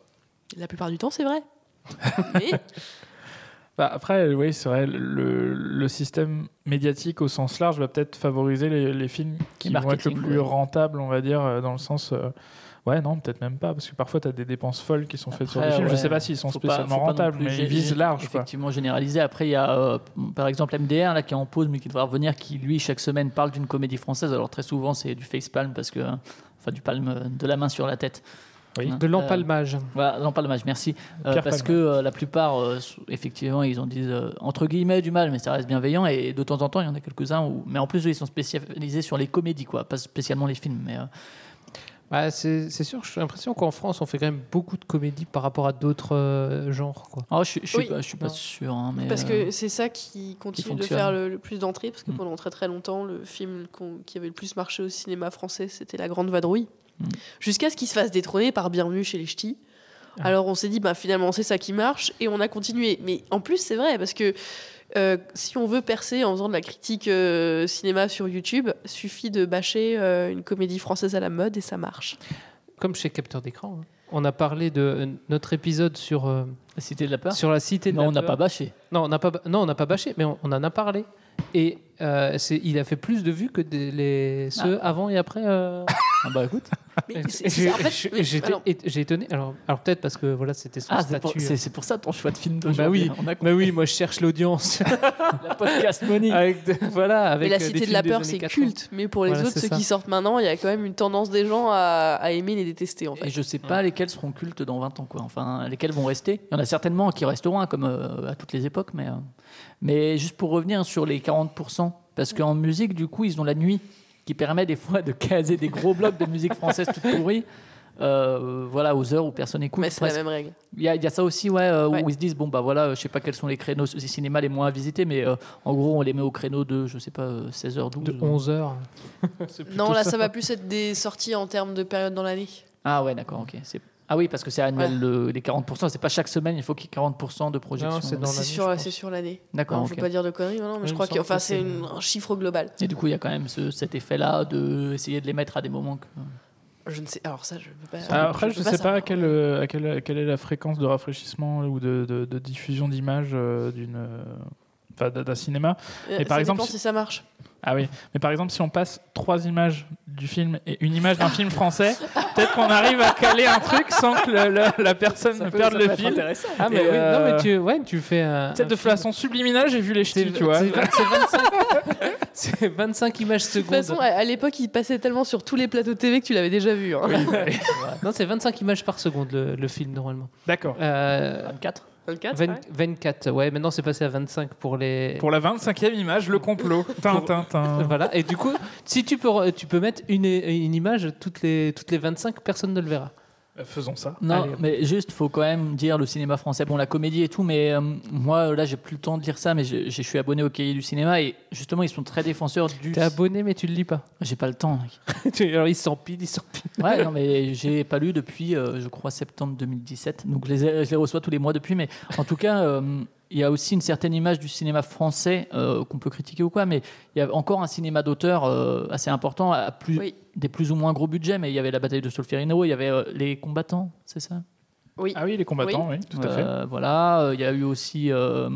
S5: La plupart du temps,
S4: [laughs]
S5: c'est vrai. Mais
S3: Bah, après, oui, c'est vrai, le, le système médiatique au sens large va peut-être favoriser les, les films qui
S4: Le
S3: vont être le
S4: marketing,
S3: plus
S4: ouais.
S3: rentables, on va dire, euh, dans le sens. euh, ouais, non, peut-être même pas, parce que parfois, tu as des dépenses folles qui sont faites sur les
S4: Après,
S3: films. Je
S4: ouais,
S3: sais pas s'ils sont
S4: faut pas-
S3: spécialement
S4: faut pas non
S3: rentables,
S4: plus
S3: mais ils
S4: gé-
S3: visent large, quoi.
S4: Effectivement, généralisé. Après, il y a euh, par exemple MDR là, qui est en pause, mais qui devra revenir, qui lui, chaque semaine, parle d'une comédie française. Alors très souvent, c'est du facepalm, parce que, enfin, du palme euh, de la main sur la tête.
S3: Oui.
S2: De
S3: Euh,
S2: l'empalmage.
S4: Voilà, l'empalmage, merci. Euh,
S3: Pierre
S4: parce
S3: Palmade.
S4: que euh, la plupart, euh, s- effectivement, ils ont dit euh, entre guillemets du mal, mais ça reste bienveillant. Et de temps en temps, il y en a quelques-uns où. Mais en plus, eux, ils sont spécialisés sur les comédies, quoi. Pas spécialement les films, mais. euh,
S2: Bah, c'est c'est sûr, j'ai l'impression qu'en France, on fait quand même beaucoup de comédies par rapport à d'autres euh, genres. Quoi.
S4: oh, je, je suis
S5: Oui.
S4: pas, je suis pas
S2: Non.
S4: sûr. hein, mais,
S5: Parce
S4: euh,
S5: que c'est ça qui continue de
S4: fonctionne.
S5: faire le, le plus d'entrées, parce que
S4: Mm.
S5: pendant très très longtemps, le film qu'on- qui avait le plus marché au cinéma français, c'était La Grande Vadrouille.
S4: Mm.
S5: Jusqu'à ce qu'il se fasse détrôner par Bienvenue chez les Ch'tis.
S2: Ah.
S5: Alors on s'est dit, bah, finalement c'est ça qui marche, et on a continué. Mais en plus, c'est vrai, parce que euh, si on veut percer en faisant de la critique euh, cinéma sur YouTube, suffit de bâcher euh, une comédie française à la mode et ça marche.
S2: Comme chez Capteur d'écran. hein. On a parlé de euh, notre épisode sur, euh,
S4: La Cité de la peur.
S2: sur la cité de
S4: Ah. Non,
S2: la
S4: on n'a
S2: peur.
S4: pas bâché.
S2: Non, on n'a pas, non, on n'a pas bâché, mais on, on en a parlé. Et euh, c'est- il a fait plus de vues que des- les, ceux
S5: Ah.
S2: avant et après. euh.
S4: Ah, bah écoute.
S5: Mais c'est-
S2: [laughs]
S5: c'est-
S2: J'ai-
S5: en fait, mais-
S2: j'ai- J'étais
S5: alors,
S2: et- j'ai étonné. Alors, alors peut-être parce que voilà, c'était son
S4: Ah, c'est
S2: statut. euh,
S4: pour, c'est- c'est pour ça ton choix de film
S2: Bah
S4: d'aujourd'hui.
S2: oui.
S4: On a compris
S2: Mais oui, moi je cherche l'audience.
S4: la [laughs] podcast
S2: [laughs]
S4: Money.
S2: avec de- voilà, avec
S5: mais la
S2: euh, des
S5: Cité de
S2: films
S5: la
S2: des
S5: peur,
S2: années
S5: c'est
S2: 80.
S5: culte. Mais pour les
S2: Voilà,
S5: autres,
S2: c'est
S5: ceux
S2: ça.
S5: qui sortent maintenant, il y a quand même une tendance des gens à, à aimer les détester, en fait.
S4: Et je sais pas lesquels seront cultes dans 20 ans, quoi. Enfin, lesquels vont rester. Il y en a certainement qui resteront, hein, comme euh, à toutes les époques, mais, euh, mais juste pour revenir sur les 40%, parce qu'en musique, du coup, ils ont la nuit qui permet des fois de caser des gros blocs de musique française toute pourrie. euh, voilà, aux heures où personne n'écoute.
S5: Mais c'est la
S4: presque.
S5: même règle.
S4: Il y, a- il y a ça aussi, ouais, euh,
S5: Ouais.
S4: où ils se disent bon bah voilà, euh, je sais pas quels sont les créneaux des cinémas les moins visités, mais euh, en gros on les met au créneau de je sais pas euh, 16h12.
S2: de 11 heures.
S5: Non, là, ça va plus être des sorties en termes de période dans l'année.
S4: Ah ouais, d'accord, ok. C'est- Ah oui, parce que c'est annuel le- les 40%. C'est pas chaque semaine, il faut qu'il y ait 40% de projection.
S2: c'est dans-
S5: C'est
S2: l'année,
S5: sur,
S2: je pense. Ah,
S5: c'est sur l'année.
S4: D'accord,
S5: Non,
S4: ok.
S5: Je veux pas dire de conneries, maintenant, mais
S2: Oui,
S5: je
S2: il
S5: crois
S2: me
S5: que
S2: semble
S5: enfin,
S2: que
S5: c'est
S2: c'est-
S5: une- un chiffre global.
S4: Et du coup, il y a quand même ce- cet effet-là de essayer de les mettre à des moments. Que...
S5: Je ne sais. Alors ça, je ne peux pas.
S3: Ah, Après, je
S5: peux
S3: ne sais pas
S5: savoir.
S3: à quelle, euh, à quelle, à quelle est la fréquence de rafraîchissement ou de, de- de diffusion d'images euh, d'une, euh, enfin, d'un d'un cinéma.
S5: Euh,
S3: Et par
S5: ça
S3: exemple,
S5: dépend
S3: si-
S5: si ça marche.
S3: Ah oui, mais par exemple, si on passe trois images du film et une image d'un film
S4: [laughs]
S3: français, peut-être qu'on arrive à caler un truc sans que le- le- la personne ne perde le fil.
S2: Ah mais
S3: Et,
S2: oui, non
S3: euh,
S2: mais tu, ouais, tu fais
S3: [laughs]
S2: un.
S3: Peut-être de façon subliminale, j'ai vu les
S2: C'est
S3: ch'tis, tu vois.
S2: c'est 20 c'est 25, [laughs] c'est 25 images
S5: De toute
S2: [laughs]
S5: façon,
S2: secondes.
S5: à- à l'époque, il passait tellement sur tous les plateaux TV que tu l'avais déjà vu. hein.
S2: Non, c'est 25 images par seconde le, le film normalement.
S3: D'accord.
S2: Euh,
S4: 24
S5: 24, ouais.
S2: 20 24, ouais, maintenant c'est passé à 25 pour les.
S3: Pour la 25e image, le complot. Tin, tin, tin.
S2: Voilà, et du coup, si tu peux, tu peux mettre une, une image toutes les, toutes les 25, personne ne le verra.
S3: Euh, Faisons ça.
S4: Non,
S2: Allez, hop.
S4: mais juste, faut quand même dire le cinéma français. Bon, la comédie et tout, mais euh, moi, là, j'ai plus le temps de lire ça, mais je, je suis abonné au cahier du cinéma et justement, ils sont très défenseurs du.
S2: T'es abonné, mais tu le lis pas.
S4: J'ai pas le temps. mec.
S2: Alors ils s'empilent, ils s'empilent.
S4: Ouais, non, mais j'ai pas lu depuis, euh, je crois, septembre 2017. Donc, je les, ai- je les reçois tous les mois depuis. Mais en tout cas, euh, il y a aussi une certaine image du cinéma français euh, qu'on peut critiquer ou quoi. Mais il y a encore un cinéma d'auteur euh, assez important, à plus,
S5: Oui.
S4: des plus ou moins gros budgets. Mais il y avait la bataille de Solferino, il y avait euh, les combattants, c'est ça
S5: Oui.
S3: Ah oui, les combattants, oui, tout à fait.
S4: Euh, Voilà, euh, il y a eu aussi. euh,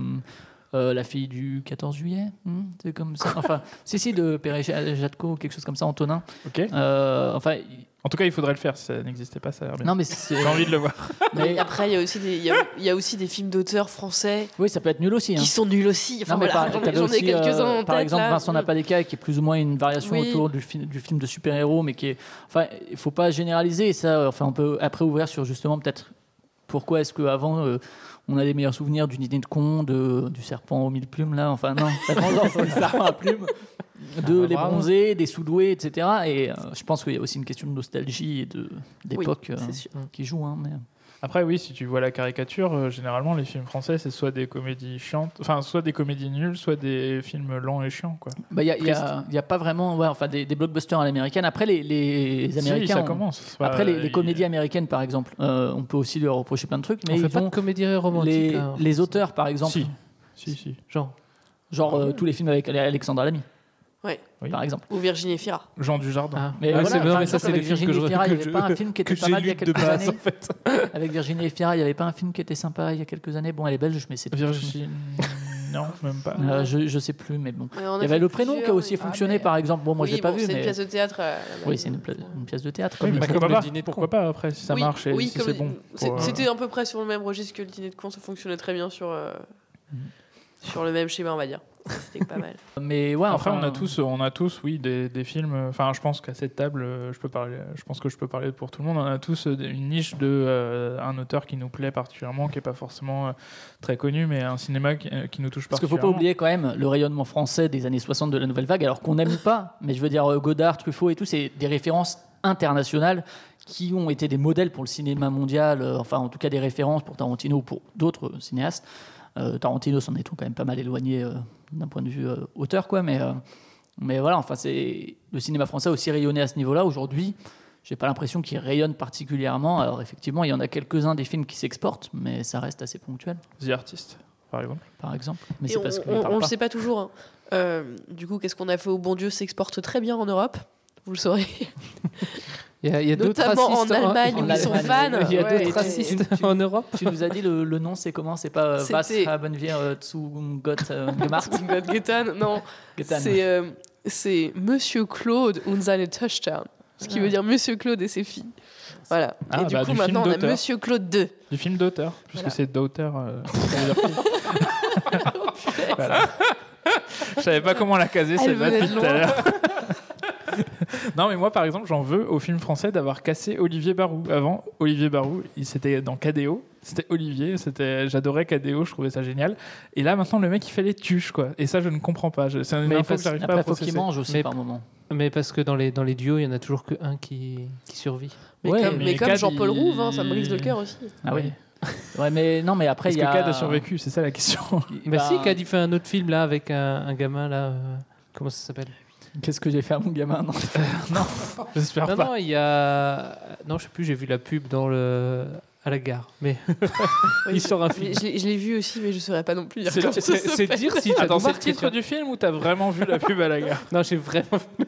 S4: euh, la fille du 14 juillet, hmm, c'est comme
S3: [laughs]
S4: ça. Enfin, si, si, de Perret-Jadco, quelque chose comme ça, Antonin.
S3: Ok.
S4: Euh, enfin, il-
S3: En tout cas, il faudrait le faire. Si ça n'existait pas, ça a l'air bien.
S4: non, mais c'est.
S3: J'ai envie de le voir.
S4: mais-
S5: Et après, il y a aussi des, il y a- il y a aussi des films d'auteurs français
S4: Oui, ça peut être nul aussi. hein.
S5: qui sont nuls aussi. Enfin,
S4: Non, mais
S5: voilà,
S4: par-
S5: j'en ai-
S4: t'avais
S5: j'en ai
S4: aussi, euh,
S5: quelques-uns en tête.
S4: Par exemple,
S5: là.
S4: Vincent Napadeka, qui est plus ou moins une variation
S5: Oui.
S4: autour du, fi- du film de super-héros, mais qui est. Enfin, il faut pas généraliser. et Ça, euh, enfin, on peut après ouvrir sur justement peut-être pourquoi est-ce qu'avant on a les meilleurs souvenirs d'une idée de con, de, du serpent aux mille plumes, là. Enfin, non, la vengeance du serpent à plumes. De
S2: bah,
S4: les
S2: bravo.
S4: bronzés, des soudoués, etc. Et euh, je pense qu'il y a aussi une question de nostalgie et de- d'époque
S5: Oui,
S4: euh,
S5: c'est sûr.
S4: qui joue. hein, mais...
S3: Après, oui, si tu vois la caricature, euh, généralement, les films français, c'est soit des comédies chiantes, enfin, soit des comédies nulles, soit des films lents et chiants, quoi.
S4: Bah, Il n'y a, il y a- il y a pas vraiment ouais, enfin, des, des blockbusters à l'américaine. Après, les, les
S3: Si,
S4: Américains.
S3: ça
S4: ont-
S3: commence. C'est pas-
S4: Après, les, les
S3: il-
S4: comédies américaines, par exemple, euh, on peut aussi leur reprocher plein de trucs, mais
S2: on fait
S4: ils
S2: pas
S4: ont
S2: de comédie romantique.
S4: les,
S2: hein.
S4: les auteurs, par exemple,
S3: Si, si, si.
S2: Genre,
S4: genre euh, tous les films avec Alexandre Lamy,
S5: Ouais.
S3: Oui.
S4: par exemple.
S5: Ou Virginie Fira.
S3: Jean Dujardin.
S2: Ah,
S4: voilà,
S2: c'est- non,
S4: par
S2: mais ça,
S4: exemple,
S2: c'est des
S4: avec
S2: films que
S4: Virginie
S2: je-
S4: Efira, il n'y
S2: que [laughs]
S4: avait pas un
S2: je-
S4: film qui
S2: que
S4: était pas
S2: j'ai
S4: mal il y a
S2: lu de
S4: quelques
S2: base,
S4: années.
S2: en fait.
S4: [laughs] Avec Virginie Efira, il n'y avait pas un film qui était sympa il y a quelques années. Bon, elle est belge, mais c'est [laughs]
S3: Virginie. non, même pas.
S4: Euh, je, je sais plus, mais bon.
S5: Ouais, on
S4: Il
S5: a
S4: y
S5: fait
S4: avait le prénom qui a
S5: plusieurs,
S4: aussi
S5: oui. Ah,
S4: fonctionné, par exemple. Bon, moi,
S5: Oui,
S4: je l'ai pas
S5: bon,
S4: vu,
S5: C'est une
S4: mais.
S5: pièce de théâtre. euh, là-bas.
S4: Oui, c'est une, pla- une pièce de théâtre.
S3: Oui, mais
S4: comme-
S3: pourquoi
S2: le
S3: pas,
S2: dîner de
S3: pourquoi pas après, si ça
S5: Oui,
S3: marche et
S5: oui,
S3: si
S5: comme-
S3: c'est bon.
S5: c'est-
S3: pour, euh,
S5: C'était à peu
S4: Mhm.
S5: près sur le même registre que le dîner de con, ça fonctionnait très bien sur, euh, sur le même schéma, on va dire. C'était pas mal.
S4: Mais ouais,
S3: Après,
S4: enfin,
S3: on a tous, on a tous, oui, des, des films. euh, Enfin, je pense qu'à cette table, euh, je peux parler. Je pense que je peux parler pour tout le monde. On a tous euh, des- une niche de euh, un auteur qui nous plaît particulièrement, qui est pas forcément euh, très connu, mais un cinéma qui, euh, qui nous touche
S4: Parce qu'il faut
S3: particulièrement.
S4: pas oublier quand même le rayonnement français des années 60 de la nouvelle vague, alors qu'on n'aime pas. Mais je veux dire, euh, Godard, Truffaut et tout, c'est des références internationales qui ont été des modèles pour le cinéma mondial, euh, enfin en tout cas des références pour Tarantino ou pour d'autres euh, cinéastes. Euh, Tarantino s'en est quand même pas mal éloigné euh, d'un point de vue euh, auteur, quoi. Mais, euh, mais voilà, enfin, c'est le cinéma français a aussi rayonné à ce niveau-là. Aujourd'hui, j'ai pas l'impression qu'il rayonne particulièrement. Alors effectivement, il y en a quelques-uns des films qui s'exportent, mais ça reste assez ponctuel,
S3: The Artist, par exemple.
S4: par exemple. [laughs] Mais
S5: Et
S4: c'est
S5: on,
S4: parce qu'on
S5: on-
S4: en parle
S5: on le
S4: pas.
S5: sait pas toujours. hein. Euh, du coup, qu'est-ce qu'on a fait au bon Dieu s'exporte très bien en Europe. Vous le
S4: [laughs]
S5: saurez.
S2: Il y a, il y a d'autres
S5: Notamment en
S2: racistes
S5: Allemagne,
S4: où ils sont
S5: fans.
S2: Il y a
S5: Ouais, et-
S2: d'autres racistes
S4: et-
S2: en Europe.
S4: Tu nous as dit le, le nom, c'est comment C'est pas euh, Vas
S5: C'était-
S4: à Bonnevier euh, Tsugot euh,
S5: [laughs]
S4: Gemart
S5: Gott Getan, non.
S4: Getan.
S5: C'est euh, c'est Monsieur Claude und seine Töchter. Ce qui veut dire Monsieur Claude et ses filles. Voilà.
S3: Ah,
S5: et du
S3: bah,
S5: coup,
S3: du film
S5: maintenant, on a
S3: d'auteur.
S5: Monsieur Claude 2.
S3: Du film d'auteur, puisque
S5: Voilà.
S3: c'est d'auteur.
S5: [laughs]
S3: euh, ça veut dire film. Voilà. Je savais pas comment la caser
S5: Elle
S3: celle-là
S5: venait
S3: depuis
S5: de
S3: tout à
S5: loin.
S3: l'heure.
S5: [laughs]
S3: non mais moi par exemple j'en veux au film français d'avoir cassé Olivier Barou. Avant Olivier Barou, il c'était dans Cadéo, c'était Olivier, c'était j'adorais Cadéo, je trouvais ça génial. Et là maintenant le mec il fait les tuches quoi. Et ça je ne comprends pas. Je- C'est une
S2: Mais
S3: info
S2: parce-
S3: que j'arrive pas
S4: Après,
S3: à
S4: il faut qu'il
S3: processer.
S4: mange aussi
S2: Mais-
S4: par moment.
S2: Mais parce que dans les, dans les duos, il y en a toujours que un qui, qui survit.
S5: Mais
S4: Ouais,
S5: comme,
S3: mais
S5: mais comme
S3: Cad,
S5: Jean-Paul
S3: il-
S5: Rouve, hein, ça me brise le cœur aussi.
S4: Ah oui. [laughs] Ouais, mais non, mais après,
S3: Est-ce
S4: il
S3: que
S4: y a.
S3: Cad a survécu C'est ça la question. [laughs]
S4: Il-
S2: Bah,
S4: bah,
S2: si, Cad, il fait un autre film là avec un, un gamin là. euh, comment ça s'appelle
S4: Qu'est-ce que j'ai fait à mon gamin Non,
S3: J'espère
S2: Non,
S3: pas.
S2: non, il y a. Non, je sais plus, j'ai vu la pub dans le. à la gare. Mais
S5: Oui,
S2: il sort un film.
S5: Mais Je l'ai- je l'ai vu aussi, mais je ne saurais pas non plus dire
S3: C'est-
S5: comment ça
S2: C'est c'est
S5: s'appelle.
S2: dire si ça
S3: Attends,
S2: nous
S3: c'est le
S2: marque, tu
S3: titre du film ou t'as vraiment vu la pub à la gare
S2: vois. Non, j'ai vraiment [laughs] vu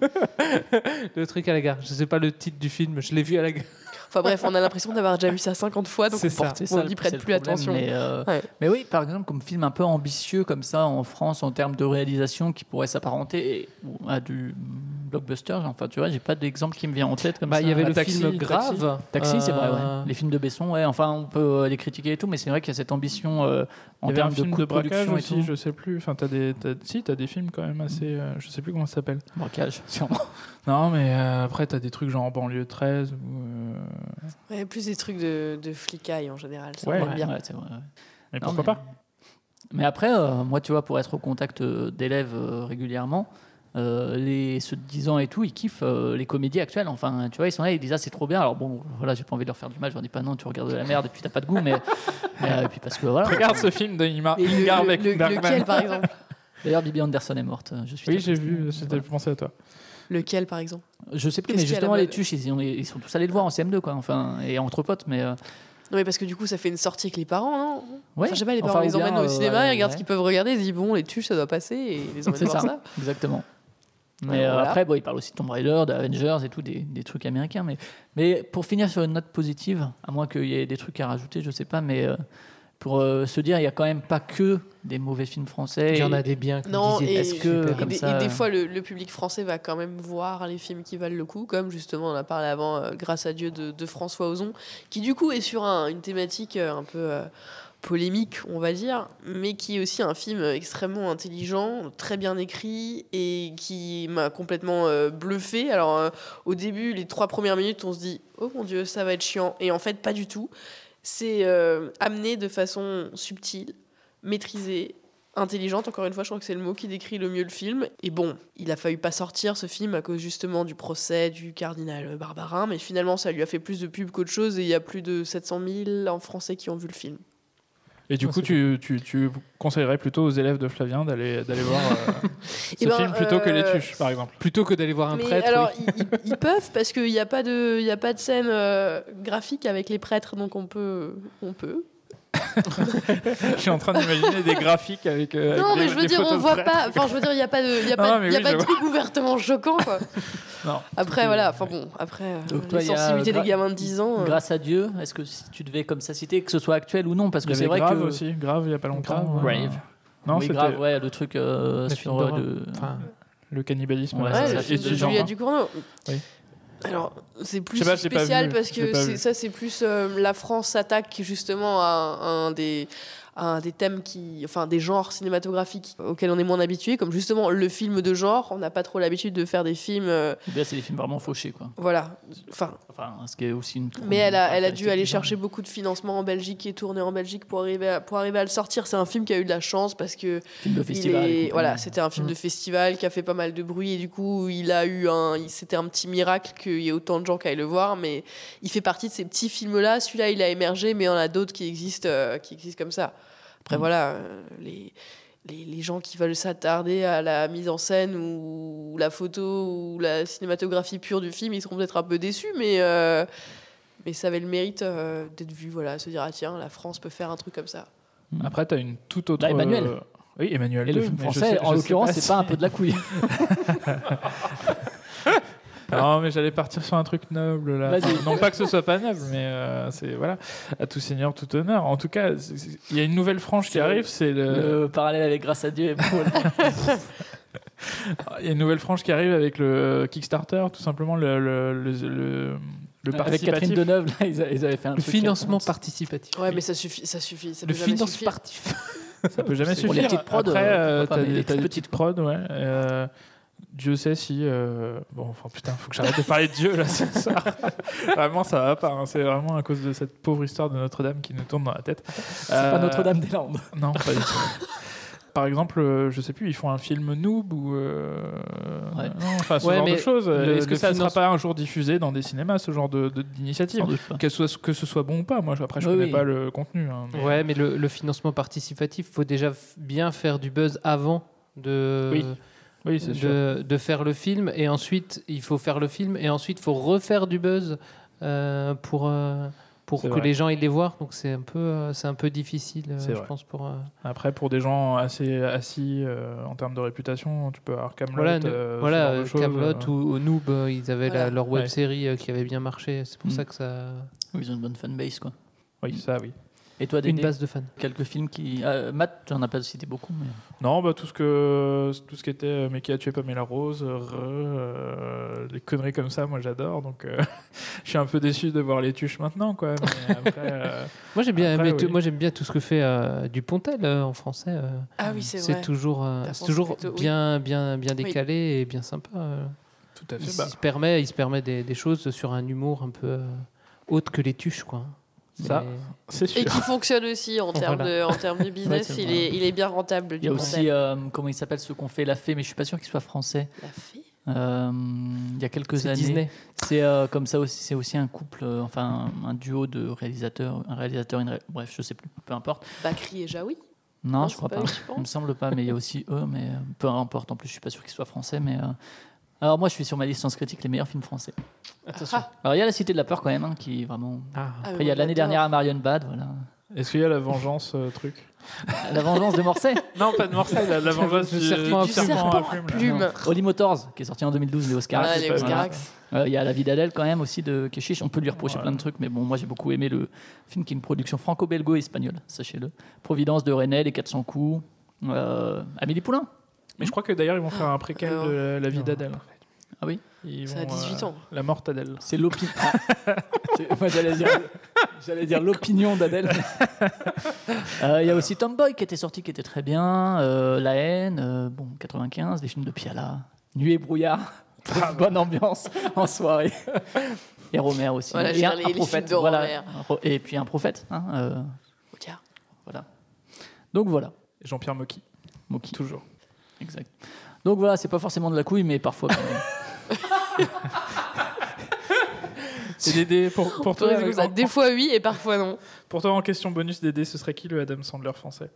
S2: le truc à la gare. Je sais pas le titre du film, je l'ai vu à la gare.
S5: Enfin bref, on a l'impression d'avoir déjà vu ça 50 fois, donc
S2: C'est
S5: on
S2: ça.
S5: porte-
S4: C'est ça,
S5: on
S4: le-
S5: n'y
S4: c'est
S5: prête
S4: le
S5: plus
S4: problème,
S5: attention.
S4: Mais, euh,
S5: Ouais.
S4: mais oui, par exemple, comme film un peu ambitieux comme ça en France en termes de réalisation qui pourrait s'apparenter et- ou à du mm, blockbuster, enfin tu vois, j'ai pas d'exemple qui me vient en tête comme
S2: Bah,
S4: ça.
S2: il y avait
S4: Ah,
S2: le
S4: Taxi,
S2: film
S4: Taxi.
S2: Grave.
S4: Taxi, c'est vrai, ouais.
S2: Euh,
S4: Les films de Besson, ouais, enfin, on peut euh, les critiquer et tout, mais c'est vrai qu'il y a cette ambition euh,
S3: Il y
S4: en
S3: avait un
S4: termes de
S3: film
S4: coût
S3: de,
S4: de
S3: braquage
S4: production
S3: aussi,
S4: et tout.
S3: je
S4: Mm.
S3: sais plus. Enfin, t'as des, t'as- si, t'as des films quand même assez. euh, je sais plus comment ça s'appelle.
S4: Braquage, [laughs] sûrement.
S3: Non, mais euh, après, t'as des trucs genre banlieue 13. ou, euh,
S5: Ouais, plus des trucs de, de flicaille en général. Ça,
S3: Ouais,
S5: on aime bien.
S4: ouais, c'est vrai, ouais.
S3: Mais
S4: Non,
S3: pourquoi
S4: mais-
S3: pas
S4: Mais après, euh, moi, tu vois, pour être au contact euh, d'élèves euh, régulièrement, euh, les ceux de 10 ans et tout, ils kiffent euh, les comédies actuelles. Enfin, tu vois, ils sont là, ils disent ah c'est trop bien. Alors bon, voilà, j'ai pas envie de leur faire du mal. Je leur dis pas non, tu regardes de la merde et puis t'as pas
S3: [laughs]
S4: de goût, mais, mais, euh, et puis parce que voilà.
S3: Regarde ce film de Ingmar
S5: Mais le-
S3: Ingmar
S5: le-
S3: Beck-
S5: le-
S3: Bergman.
S5: lequel, par exemple
S4: D'ailleurs, Bibi Anderson est morte. euh, Je suis
S3: Oui,
S4: très
S3: j'ai
S4: triste, mais
S3: vu, c'était
S4: voilà.
S3: pensé à toi.
S5: Lequel, par exemple
S4: Je sais plus, mais
S5: Qu'est-ce qu'il y a
S4: justement,
S5: là-bas
S4: les tuches, ils, ont- ils sont tous allés le voir en CM2, quoi. Enfin, et entre potes, mais. euh,
S5: Non, mais parce que du coup, ça fait une sortie avec les parents, non
S4: ouais.
S5: Enfin, je sais pas, les
S4: Enfin,
S5: parents
S4: ou
S5: les
S4: bien,
S5: emmènent au
S4: euh,
S5: cinéma,
S4: allez,
S5: ils regardent
S4: ouais.
S5: ce qu'ils peuvent regarder, ils disent bon, les tuches, ça doit passer, et ils les emmènent
S4: C'est
S5: voir
S4: ça.
S5: ça.
S4: Exactement. Mais
S5: Ben Voilà.
S4: euh, après, bon, il parle aussi de Tomb Raider, d'Avengers et tout, des, des trucs américains. Mais, mais pour finir sur une note positive, à moins qu'il y ait des trucs à rajouter, je sais pas, mais euh, pour euh, se dire, il n'y a quand même pas que des mauvais films français.
S2: Il y en a des biens. comme
S5: Non,
S2: disait
S5: et-
S2: Est-ce
S4: et
S2: que.
S5: Et,
S4: Comme
S5: des,
S4: ça,
S5: et des
S4: euh.
S5: fois, le, le public français va quand même voir les films qui valent le coup, comme justement on a parlé avant, euh, grâce à Dieu, de, de François Ozon, qui du coup est sur un- une thématique euh, un peu euh, polémique, on va dire, mais qui est aussi un film extrêmement intelligent, très bien écrit, et qui m'a complètement euh, bluffé. Alors euh, au début, les trois premières minutes, on se dit, oh mon dieu, ça va être chiant, et en fait, pas du tout. C'est euh, amené de façon subtile, maîtrisée, intelligente, encore une fois, je crois que c'est le mot qui décrit le mieux le film. Et bon, il a failli pas sortir ce film à cause justement du procès du cardinal Barbarin, mais finalement ça lui a fait plus de pub qu'autre chose et il y a plus de 700 000 en français qui ont vu le film.
S3: Et du
S2: Ah,
S3: coup,
S2: c'est
S3: tu, tu, tu conseillerais plutôt aux élèves de Flavien d'aller d'aller voir euh,
S5: [laughs]
S3: ce
S5: Eh ben,
S3: film plutôt que Les
S5: euh,
S3: Tuches, par exemple.
S2: Plutôt que d'aller voir un
S5: mais
S2: prêtre.
S5: alors,
S2: oui.
S5: ils, ils-
S3: [laughs]
S5: ils peuvent parce qu'il n'y a, pas de- il y a pas de scène euh, graphique avec les prêtres, donc on peut. On peut.
S3: Je suis en train d'imaginer des graphiques avec. euh,
S5: non,
S3: avec
S5: mais
S3: des-
S5: je veux
S3: des
S5: dire, on
S3: photos de
S5: voit
S3: prêtres.
S5: pas. Enfin, je veux dire, il n'y a pas de, il y
S3: Non,
S5: a pas,
S3: non, mais
S5: il y a
S3: oui,
S5: pas
S3: je
S5: de
S3: [laughs]
S5: truc ouvertement choquant, quoi.
S3: Non.
S5: Après, voilà, enfin bon, après, euh,
S4: Donc,
S5: les
S4: toi, il y a,
S5: sensibilités
S4: gra-
S5: des gamins de 10
S2: hein.
S5: ans. euh,
S4: Grâce à Dieu, est-ce que si tu devais comme ça citer, que ce soit actuel ou non Parce
S3: Il y
S4: que c'est
S3: avait
S4: vrai
S3: Grave
S4: que.
S3: aussi, Grave il y a pas longtemps.
S2: Grave,
S3: euh,
S4: Brave.
S3: Non,
S4: oui,
S3: c'était
S4: grave, ouais, le truc euh,
S2: Le film
S4: sur euh,
S2: d'horreur.
S4: le-
S2: Enfin,
S3: le cannibalisme.
S4: Ouais,
S3: euh,
S5: Ouais,
S4: c'est
S5: le
S4: ça,
S5: film
S3: et
S5: de
S3: du genre,
S5: Julia
S3: hein.
S5: Ducournau.
S3: Oui.
S5: Alors, c'est plus
S3: sais pas, j'ai pas
S5: spécial
S3: vu,
S5: parce
S3: j'ai
S5: que
S3: pas
S5: c'est-
S3: vu.
S5: ça, c'est plus euh, la France s'attaque justement à un, un des à des thèmes qui, enfin des genres cinématographiques auxquels on est moins habitué, comme justement le film de genre. On n'a pas trop l'habitude de faire des films, euh,
S4: Ou bien c'est des films vraiment fauchés, quoi.
S5: voilà. Enfin,
S4: Enfin, ce qui est aussi une.
S5: mais elle a, elle a
S4: caractéristique
S5: dû
S4: du
S5: aller
S4: genre.
S5: chercher beaucoup de financement en Belgique et tourner en Belgique pour arriver à, pour arriver à le sortir. C'est un film qui a eu de la chance parce que
S4: Film de
S5: il
S4: festival.
S5: est-
S4: et compagnie.
S5: voilà, c'était un film
S2: Mm.
S5: de festival qui a fait pas mal de bruit et du coup, il a eu un, il- c'était un petit miracle qu'il y ait autant de gens qui aillent le voir. Mais il fait partie de ces petits films-là. Celui-là, il a émergé, mais il y en a d'autres qui existent, euh, qui existent comme ça. Après,
S4: Mm.
S5: voilà, euh, les, les, les gens qui veulent s'attarder à la mise en scène ou, la photo ou la cinématographie pure du film, ils seront peut-être un peu déçus, mais. euh, mais ça avait le mérite euh, d'être vu, voilà, se dire ah tiens, la France peut faire un truc comme ça.
S3: Après, t'as une toute autre.
S4: Là, Emmanuel.
S3: euh, Oui, Emmanuel.
S4: Et le
S3: deux,
S4: film
S3: mais je
S4: français,
S3: sais-
S4: en
S3: je sais
S4: l'occurrence,
S3: si-
S4: c'est pas un peu de la couille.
S3: Non, mais j'allais partir sur un truc noble là.
S4: Vas-y.
S3: Enfin, non pas que ce soit pas noble, mais euh, c'est voilà, à tout seigneur, tout honneur. En tout cas, c'est- c'est- il y a une nouvelle frange qui
S4: C'est
S3: arrive, c'est le.
S4: Le Euh, parallèle avec Grâce à Dieu et Paul.
S3: Il y a une nouvelle frange qui arrive avec le euh, Kickstarter, tout simplement le le le, le, le
S4: avec Catherine
S3: participatif.
S4: Deneuve, là, ils, a- ils avaient fait un
S2: Le
S4: truc euh,
S2: financement
S4: quelconque.
S2: participatif.
S5: Ouais, mais ça suffit, ça suffit. Ça
S2: Le
S5: peut jamais
S2: finance
S5: suffire.
S2: participatif.
S3: Ça peut jamais
S4: Pour
S3: suffire.
S4: les petites prods,
S3: Après,
S4: euh,
S3: euh,
S4: pourquoi
S3: t'as
S4: pas, mais
S3: des,
S4: les
S3: t'as des
S4: petites
S3: petites prods, ouais. euh, Dieu sait si. euh, Bon, enfin putain, faut que j'arrête de parler de Dieu là ce soir. vraiment, ça va pas. hein. C'est vraiment à cause de cette pauvre histoire de Notre-Dame qui nous tourne dans la tête. Euh,
S4: C'est pas [laughs] Notre-Dame-des-Landes.
S3: Non, pas du tout. Par exemple, euh, je sais plus, ils font un film noob ou euh,
S4: Ouais.
S3: non, enfin ce
S2: Ouais,
S3: genre de
S2: mais
S3: choses.
S2: le-
S3: Est-ce que
S2: le
S3: ça ne sera
S2: finance-
S3: pas un jour diffusé dans des cinémas ce genre de- de- d'initiative
S4: Sans doute pas.
S3: que, ce soit- que ce soit bon ou pas, moi je- après je
S4: Oui,
S3: connais
S4: oui.
S3: pas le contenu. hein, mais-
S2: Ouais, mais le, le financement participatif, faut déjà f- bien faire du buzz avant de,
S3: Oui, Oui, c'est sûr.
S2: de, de faire le film. Et ensuite, il faut faire le film. Et ensuite, il faut refaire du buzz euh, pour, euh, pour que
S3: C'est vrai.
S2: les gens aillent les voir. Donc, c'est un, peu, euh, c'est un peu difficile, euh,
S3: C'est
S2: je
S3: vrai.
S2: pense, pour... euh,
S3: Après, pour des gens assez assis euh, en termes de réputation, tu peux euh, avoir Camelot.
S2: Voilà, ne- voilà Camelot
S3: ou
S2: ou, ou Noob, euh, ils avaient la-
S5: Voilà.
S2: leur web
S3: Ouais.
S2: série euh, qui avait bien marché. C'est pour
S4: Mm.
S2: ça que ça...
S4: Ils ont une bonne fanbase, quoi.
S3: Oui, ça, oui.
S4: Et toi,
S2: Une
S4: Dédé,
S2: base de fans.
S4: quelques films qui. ah, Matt, tu en as pas cité beaucoup, mais.
S3: Non, bah, tout ce que tout ce qui était euh, mais qui a tué Pamela Rose, Re, euh, des conneries comme ça, moi j'adore. Donc euh, [laughs] je suis un peu déçu de voir les tuches maintenant, quoi. Mais
S5: [laughs]
S3: après, euh,
S2: Moi, j'aime bien,
S3: Après,
S2: aimé tout-
S3: oui.
S2: moi, j'aime bien tout ce que fait euh, Dupontel euh, en français. euh.
S5: Ah oui, c'est
S2: C'est
S5: vrai.
S2: toujours, euh,
S5: T'as
S2: c'est
S5: pensé
S2: toujours
S5: plutôt, oui.
S2: bien, bien, bien
S5: Oui.
S2: décalé et bien sympa. euh.
S3: tout à
S2: Il,
S3: fait.
S2: s-
S3: bah,
S2: il se permet, il se permet des, des choses sur un humour un peu euh, autre que les tuches, quoi.
S3: Ça.
S2: Mais-
S3: c'est sûr.
S5: Et qui fonctionne
S4: [laughs]
S5: aussi en termes de, en termes de business.
S4: Ouais, c'est
S5: il,
S4: vrai.
S5: est, il est bien rentable.
S4: Il y a
S5: du
S4: aussi,
S5: modèle.
S4: euh, comment il s'appelle, ceux qu'on fait La Fée, mais je suis pas sûr qu'il soit français.
S5: La fée
S4: Euh, il y a quelques
S2: C'est
S4: années.
S2: Disney.
S4: C'est euh, comme ça aussi, c'est aussi un couple, euh, enfin un, un duo de réalisateurs, un réalisateur, une ré- bref, je sais plus, peu importe.
S5: Bakri et Jaoui
S4: Non, je
S5: c'est
S4: crois pas.
S5: eux, je
S4: [laughs]
S5: pense.
S4: Il me semble pas, mais il y a aussi eux, mais euh, peu importe. En plus, je suis pas sûr qu'ils soient français, mais. euh, Alors moi, je suis sur ma liste en critique les meilleurs films français.
S2: Attention.
S5: Ah,
S4: Alors il y a La Cité de la Peur quand même, hein, qui est vraiment.
S5: ah,
S4: Après,
S5: mais
S4: il y a
S5: moi,
S4: l'année
S5: j'adore.
S4: dernière à Marion Bad, voilà.
S3: Est-ce qu'il y a la vengeance euh, truc
S4: La Vengeance de Morcet.
S3: Non, pas de Marseille, la, la vengeance
S2: Le
S3: du,
S2: serpent à
S3: du
S2: plume.
S3: serpent à plume, là.
S5: [laughs] Plume.
S4: Non. Holly Motors, qui est sorti en 2012 des Oscars.
S5: Ah,
S3: c'est
S5: les
S3: pas mal.
S5: Oscarax.
S4: Euh, Il y a La vie d'Adèle quand même aussi de Keshish. On peut lui reprocher
S3: Ouais.
S4: plein de trucs, mais bon, moi j'ai beaucoup aimé le film qui est une production franco-belgo-espagnole, sachez-le. Providence de René, Les 400 coups. euh, Amélie Poulain.
S3: Mais je crois que d'ailleurs ils vont faire un préquel
S5: Ah,
S3: de la vie
S2: non.
S3: d'Adèle.
S4: Ah oui
S3: Ils
S5: Ça a
S3: vont,
S5: 18
S3: euh,
S5: ans.
S3: La mort d'Adèle.
S4: C'est l'opinion. [laughs] moi j'allais dire, j'allais dire l'opinion [laughs] d'Adèle. Euh, Il y a aussi Tomboy qui était sorti, qui était très bien. euh, La haine, euh, bon, 95, les films de Piala. Nuit et brouillard. [laughs] bonne ambiance en soirée. Et Romère aussi.
S5: Voilà, je
S4: et
S5: veux dire, les- les films de Romère.
S4: Et puis un prophète. hein, euh,
S5: Oh, tiens.
S4: donc voilà.
S3: Jean-Pierre
S5: [laughs]
S3: Mocky,
S4: Moki.
S3: toujours.
S4: Exact. Donc voilà, c'est pas forcément de la couille, mais parfois. quand même.
S3: Et Dédé, pour, pour,
S5: Pour
S3: toi,
S5: les Oscarax.
S3: en-
S5: Des fois oui et parfois non.
S3: pour toi, en question bonus, Dédé, ce serait qui le Adam Sandler français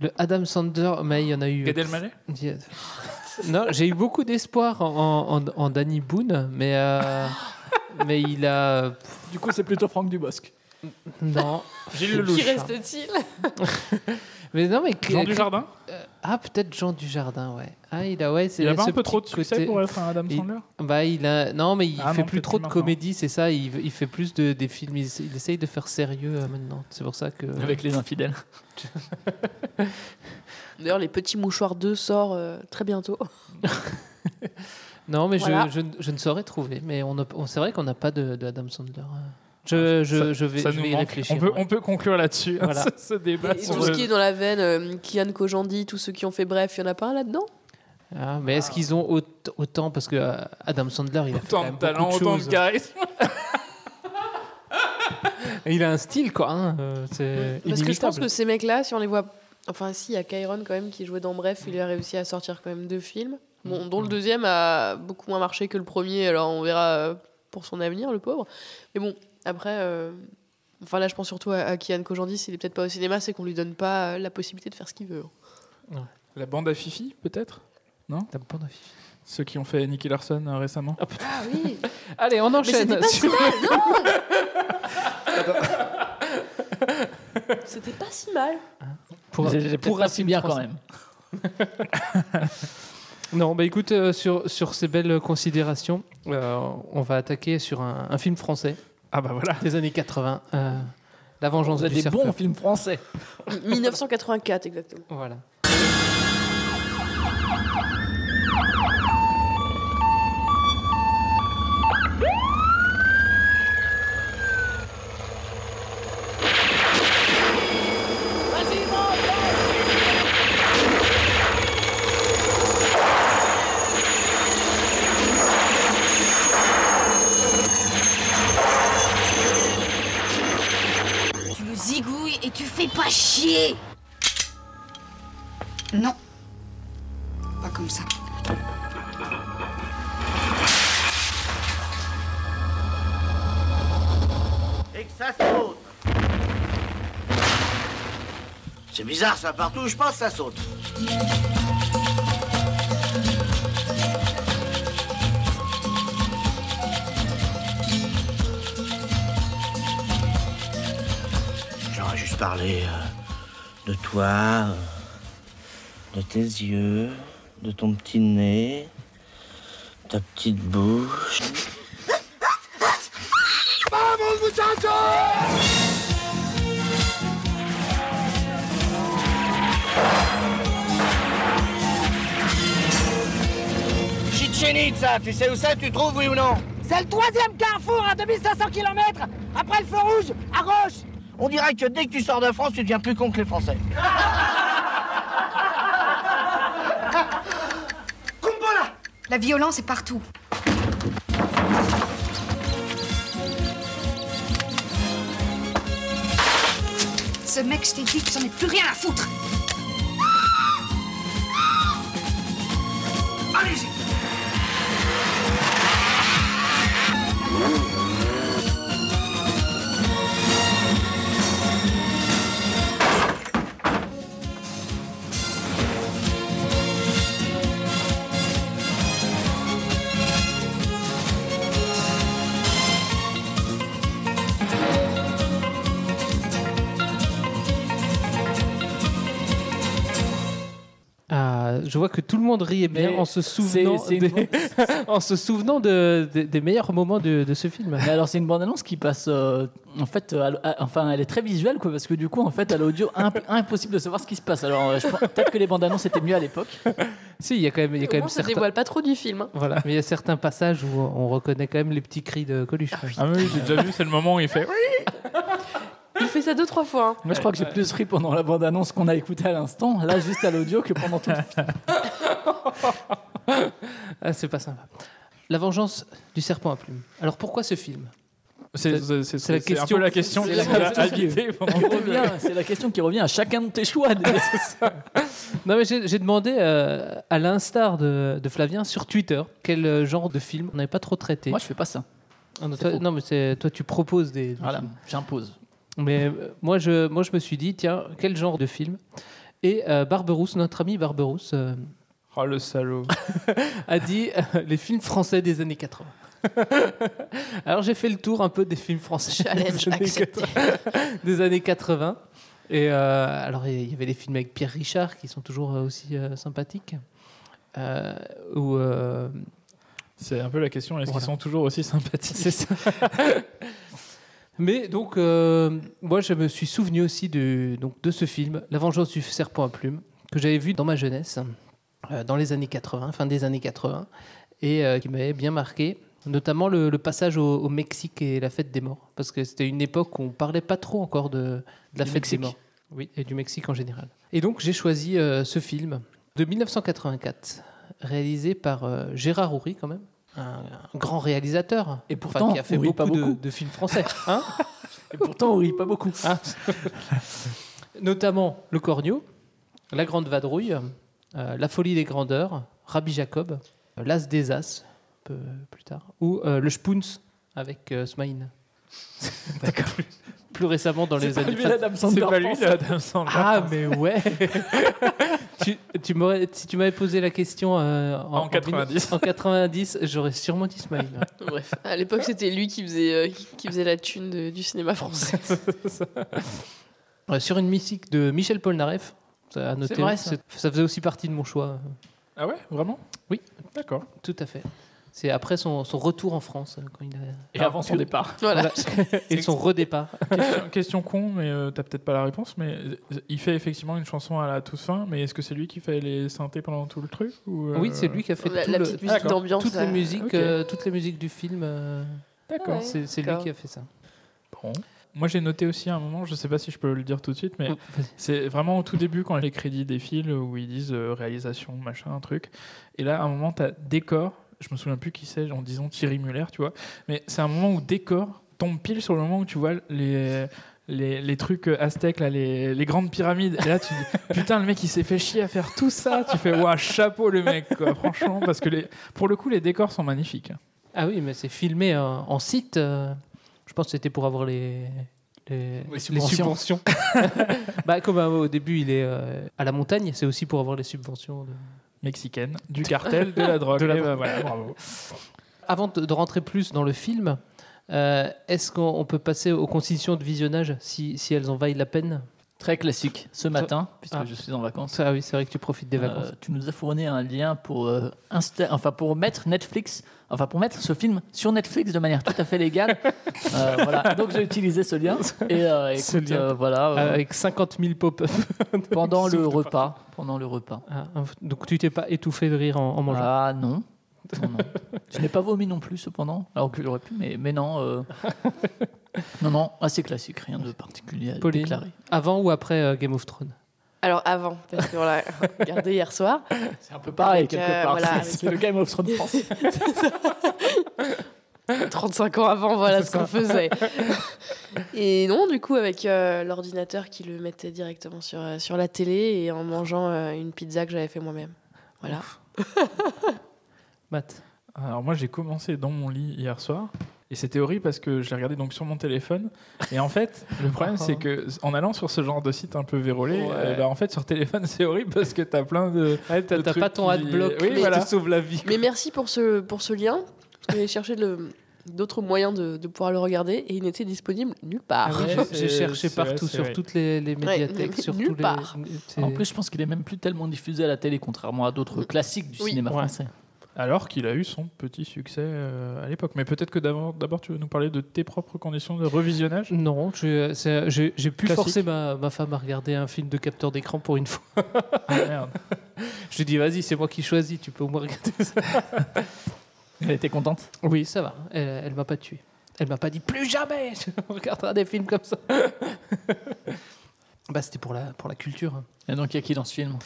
S2: Le Adam Sandler, mais il y en a eu.
S3: Gad Elmaleh
S2: Yes. Non, j'ai eu beaucoup d'espoir en, en- en Danny Boone, mais euh, mais il a pff,
S4: [laughs] du coup, c'est plutôt Franck Dubosc.
S2: non.
S3: Gilles Lelouch.
S4: hein.
S5: Qui reste-t-il
S2: Mais non, mais
S3: Jean du Jardin
S2: Ah, peut-être Jean du Jardin, ouais. Ah, il a ouais, c'est
S3: Il a
S2: ce
S3: pas un peu trop de
S2: petit
S3: succès
S2: côté-
S3: pour être un Adam
S2: Il-
S3: Sandler
S2: Bah, il a... Non, mais il
S3: Ah
S2: fait
S3: non,
S2: plus
S3: peut-être
S2: trop de
S3: plus maintenant.
S2: comédie, c'est ça. Il, il fait plus de, des films. Il, il essaye de faire sérieux euh, maintenant. C'est pour ça que.
S4: Avec les infidèles.
S5: D'ailleurs, Les Petits Mouchoirs 2 sort euh, très bientôt.
S2: Non, mais je-
S5: Voilà.
S2: je, ne- je ne saurais trouver. Mais on a- on- c'est vrai qu'on n'a pas de, de Adam Sandler. euh. Je,
S3: Ah, Ça-
S2: je, je vais,
S3: ça
S2: je
S3: nous
S2: vais y
S3: manque.
S2: réfléchir.
S3: On peut, on peut conclure là-dessus, hein,
S2: Voilà.
S3: ce, [laughs] ce débat.
S5: Et
S3: sur
S5: tout ce
S3: le-
S5: qui est dans la veine, euh, Kian Kojandi, tous ceux qui ont fait bref, il y en a pas un là-dedans
S2: Ah, mais est-ce qu'ils ont aut- autant Parce que euh, Adam Sandler, il a fait quand
S3: Autant
S2: même
S3: de [laughs] talent,
S2: beaucoup de
S3: autant de
S2: choses.
S3: charisme.
S2: Et Il a un style, quoi. hein, euh, C'est
S5: Parce que je pense
S2: inimitable.
S5: que ces mecs-là, si on les voit. Enfin, si, il y a Kyron quand même qui jouait dans Bref, il a réussi à sortir quand même deux films,
S2: Mm.
S5: bon, dont le deuxième a beaucoup moins marché que le premier, alors on verra euh, pour son avenir, le pauvre. Mais bon, après. euh, Enfin là, je pense surtout à, à Kian Kojandi, s'il est peut-être pas au cinéma, c'est qu'on lui donne pas euh, la possibilité de faire ce qu'il veut.
S3: La bande à Fifi, peut-être
S2: T'as pas de fille.
S3: Ceux qui ont fait Nicky Larson euh, récemment.
S5: Ah oui
S2: Allez, on enchaîne.
S5: c'était pas
S2: sur-
S5: [laughs] C'était pas si mal
S2: Pour, pour
S4: pas
S2: un
S4: si
S2: film
S4: bien
S2: français.
S4: quand même.
S2: Non, bah écoute, euh, sur, sur ces belles considérations, euh, on va attaquer sur un, un film français
S3: Ah bah voilà.
S2: des années 80, euh, La Vengeance
S4: Vous avez
S2: du
S4: des
S2: serpent.
S4: bons films français.
S5: 1984 exactement.
S2: Voilà.
S8: Tu me zigouilles et tu fais pas chier Non. Pas comme ça.
S9: Et que ça saute. C'est bizarre ça, partout où je passe, ça saute. J'aurais juste parlé euh, de toi, euh, de tes yeux, de ton petit nez, ta petite bouche. ça, tu sais où ça, tu trouves, oui ou non C'est le troisième carrefour à 2500 km après le feu rouge, à Roche On dirait que dès que tu sors de France, tu deviens plus con que les Français.
S8: La violence est partout. Ce mec, je t'ai dit que j'en ai plus rien à foutre.
S2: Ah, je vois que tout le monde riait bien
S4: Mais
S2: en se souvenant,
S4: c'est- c'est une [laughs]
S2: des, [laughs] en se souvenant de, de- des meilleurs moments de, de ce
S4: [laughs]
S2: film.
S4: Mais alors c'est une bande annonce qui passe euh, en fait euh, à l- à- enfin elle est très visuelle quoi parce que du coup en fait à l'audio [laughs] imp- impossible de savoir ce qui se passe. Alors euh, je pense- peut-être que les bandes annonces étaient mieux à l'époque.
S2: Si, il y a quand même, il y a
S5: Au
S2: quand
S5: moins,
S2: même
S5: ça
S2: certains...
S5: dévoile pas trop du film. hein.
S2: Voilà, mais il y a certains passages où on reconnaît quand même les petits cris de Coluche.
S3: Ah oui, j'ai déjà vu, c'est le moment où il fait.
S5: Il fait ça deux trois
S2: [laughs]
S5: fois. hein.
S4: Moi je crois que j'ai plus ri pendant la bande annonce qu'on a écoutée à l'instant là juste à l'audio que pendant [laughs] tout. le film.
S2: Ah, c'est pas sympa. La vengeance du serpent à plumes. Alors pourquoi ce film
S3: [laughs] C'est c'est- c'est-
S2: c'est la
S3: c'est un
S2: question-
S3: peu la question
S2: c'est
S3: qui
S2: la
S3: l'a
S2: question qui-
S3: habité pendant
S4: Qui revient, c'est la question qui revient à chacun de tes choix.
S2: Non, mais j'ai j'ai demandé euh, à l'instar de, de Flavien sur Twitter quel euh, genre de film on n'avait pas trop traité.
S4: Moi je fais pas ça.
S2: Ah, non,
S4: c'est
S2: toi-
S4: faux.
S2: non, mais c'est- toi tu proposes des.
S4: Voilà, j'impose.
S2: Mais euh, moi, je, moi, je me suis dit, tiens, quel genre de film Et euh, Barberousse, notre ami Barberousse, euh,
S3: Oh le salaud.
S2: a dit euh, les films français des années 80. [laughs] Alors j'ai fait le tour un peu des films français [laughs]
S5: Challenge
S2: des, années
S5: accepté.
S2: 80, [laughs] des années 80. Et euh, alors il y avait les films avec Pierre Richard qui sont toujours euh, aussi euh, sympathiques. Euh, ou euh,
S3: C'est un peu la question, est-ce
S2: Voilà.
S3: qu'ils sont toujours aussi
S2: [laughs]
S3: sympathiques
S2: c'est ça. Mais donc euh, moi je me suis souvenu aussi de, donc, de ce film, La vengeance du serpent à plumes, que j'avais vu dans ma jeunesse, euh, dans les années 80, fin des années 80, et euh, qui m'avait bien marqué. Notamment le, le passage au, au Mexique et la fête des morts. Parce que c'était une époque où on parlait pas trop encore de, de la
S4: Du
S2: fête
S4: Mexique.
S2: des morts. Oui, et du Mexique en général. Et donc j'ai choisi euh, ce film de 1984, réalisé par euh, Gérard Houry quand même. Un, un grand réalisateur.
S4: Et
S2: Enfin,
S4: pourtant,
S2: qui a fait
S4: Houry,
S2: beaucoup,
S4: pas
S2: de-
S4: beaucoup. Ah.
S2: De, films français. Hein
S4: Et pourtant, on rit pas beaucoup.
S2: Hein [laughs] Notamment Le Cornio, La Grande Vadrouille, euh, La Folie des Grandeurs, Rabbi Jacob, euh, L'As des As, un peu plus tard, ou euh, Le Spoons avec euh, [laughs] Smaïn. D'accord. plus récemment dans les années.
S3: C'est pas lui, là, Adam Sandler.
S2: Ah, mais [laughs] ouais tu, tu m'aurais- Si tu m'avais posé la question euh,
S3: En 90.
S2: En 90, j'aurais sûrement dit Smaïn. ouais.
S5: Bref, à l'époque, c'était lui qui faisait, euh, qui- qui faisait la thune de- du cinéma français. [laughs]
S2: Euh, sur une musique de Michel Polnareff. Ça, à noter,
S4: vrai, ça.
S2: c'est- ça faisait aussi partie de mon choix.
S3: Ah ouais, vraiment
S2: Oui.
S3: D'accord.
S2: Tout à fait. C'est après son, son retour en France euh, quand il a...
S5: Ah.
S4: Et avant
S3: Ah,
S4: son départ.
S5: Voilà. [laughs]
S2: et son redépart.
S3: Question, question con, mais euh, t'as peut-être pas la réponse, mais euh, il fait effectivement une chanson à la toute fin, mais est-ce que c'est lui qui fait les synthés pendant tout le truc ou, euh,
S2: Oui, c'est lui qui a fait
S5: La,
S2: tout
S5: la
S2: le-
S5: petite musique
S3: D'accord.
S5: d'ambiance.
S2: toutes, les
S5: là.
S2: musiques,
S3: ok.
S2: euh, toutes les musiques du film. euh,
S3: D'accord.
S5: Ouais,
S2: c'est c'est lui
S5: d'accord.
S2: qui a fait ça.
S3: Bon. Moi, j'ai noté aussi à un moment, je sais pas si je peux le dire tout de suite, mais
S2: Oh, vas-y.
S3: c'est vraiment au tout début quand les crédits défilent où ils disent euh, réalisation, machin, truc. Et là, à un moment, t'as décor. Je me souviens plus qui c'est, en disant Thierry Muller, tu vois. Mais c'est un moment où décor tombe pile sur le moment où tu vois les. Les, les trucs aztèques, là, les, les grandes pyramides. Et là, tu dis, [laughs] putain, le mec, il s'est fait chier à faire tout ça. Tu fais, ouah, chapeau, le mec, quoi, franchement. Parce que, les, pour le coup, les décors sont magnifiques. hein.
S2: Ah oui, mais c'est filmé euh, en site. euh, je pense que c'était pour avoir les, les, les subventions. Bah, comme euh, au début, il est euh, à la montagne, c'est aussi pour avoir les subventions. de-
S3: mexicaine du cartel de la drogue.
S2: [laughs] De la
S3: Eh ben
S2: drogue.
S3: voilà, bravo.
S2: Avant de, de rentrer plus dans le film, euh, est-ce qu'on on peut passer aux conditions de visionnage si, si elles en vaillent la peine
S4: Très classique. Ce matin, puisque
S2: Ah.
S4: je suis en vacances,
S2: Ah oui, c'est vrai que tu profites des vacances.
S4: euh, tu nous as fourni un lien pour, euh, insta- enfin, pour mettre Netflix, enfin pour mettre ce film sur Netflix de manière tout à fait [laughs] légale. Euh, voilà. Donc j'ai utilisé ce lien. Et euh, écoute,
S2: Ce lien.
S4: euh, voilà, euh,
S2: Avec 50 000 pop-up.
S4: pendant
S2: Souffle
S4: le repas. Pendant le repas.
S2: [laughs] Ah, donc tu t'es pas étouffé de rire en, en mangeant.
S4: Ah non. Non, [laughs] non. Je n'ai pas vomi non plus, cependant. Alors que j'aurais pu, mais, mais non. [laughs] euh, Non, non, assez classique, rien de particulier à
S2: Pauline.
S4: déclarer.
S2: Avant ou après euh, Game of Thrones
S5: Alors avant, parce qu'on l'a regardé hier soir. [laughs]
S4: C'est un peu pareil,
S5: Avec,
S4: quelque
S5: euh,
S4: part.
S5: voilà,
S4: c'est-
S5: avec-
S4: c'est le Game of [laughs] Thrones français.
S5: 35 ans avant, voilà ce
S2: [laughs]
S5: qu'on faisait. Et non, du coup, avec euh, l'ordinateur qui le mettait directement sur, euh, sur la télé et en mangeant euh, une pizza que j'avais fait moi-même. Voilà.
S2: Matt
S3: Alors moi j'ai commencé dans mon lit hier soir et c'était horrible parce que je l'ai regardé donc sur mon téléphone et en fait le problème c'est que en allant sur ce genre de site un peu vérolé
S2: Ouais.
S3: euh, bah, en fait sur téléphone c'est horrible parce que t'as plein de
S2: T'as
S3: le
S2: t'as
S3: truc
S2: pas ton
S3: qui-
S2: adblock
S3: Oui,
S2: qui
S3: voilà.
S2: te sauve la vie.
S5: Mais merci pour ce, pour ce lien. Parce que j'ai cherché le- d'autres moyens de, de pouvoir le regarder et il n'était disponible nulle part.
S3: Ah ouais,
S2: J'ai- J'ai
S3: c'est-
S2: cherché
S3: c'est vrai,
S2: partout,
S3: c'est
S2: sur
S3: vrai.
S2: toutes les, les médiathèques, sur
S5: nulle
S2: tous les.
S5: part.
S2: c'est-
S4: En plus, je pense qu'il est même plus tellement diffusé à la télé, contrairement à d'autres classiques du
S5: Oui.
S4: cinéma
S2: Ouais.
S4: français.
S3: alors qu'il a eu son petit succès euh, à l'époque mais peut-être que d'abord d'abord tu veux nous parler de tes propres conditions de revisionnage
S2: Non, je- c'est- j'ai j'ai pu
S3: Classique.
S2: forcer ma, ma femme à regarder un film de capteur d'écran pour une fois.
S3: ah, merde
S2: Je lui ai dit, vas-y, c'est moi qui choisis, tu peux au moins regarder [laughs] ça.
S4: Elle était contente.
S2: Oui, ça va, elle, elle m'a pas tué. Elle m'a pas dit plus jamais, [laughs] on regardera des films comme ça. [laughs] bah, C'était pour la, pour la culture.
S4: Et donc, il y a qui dans ce film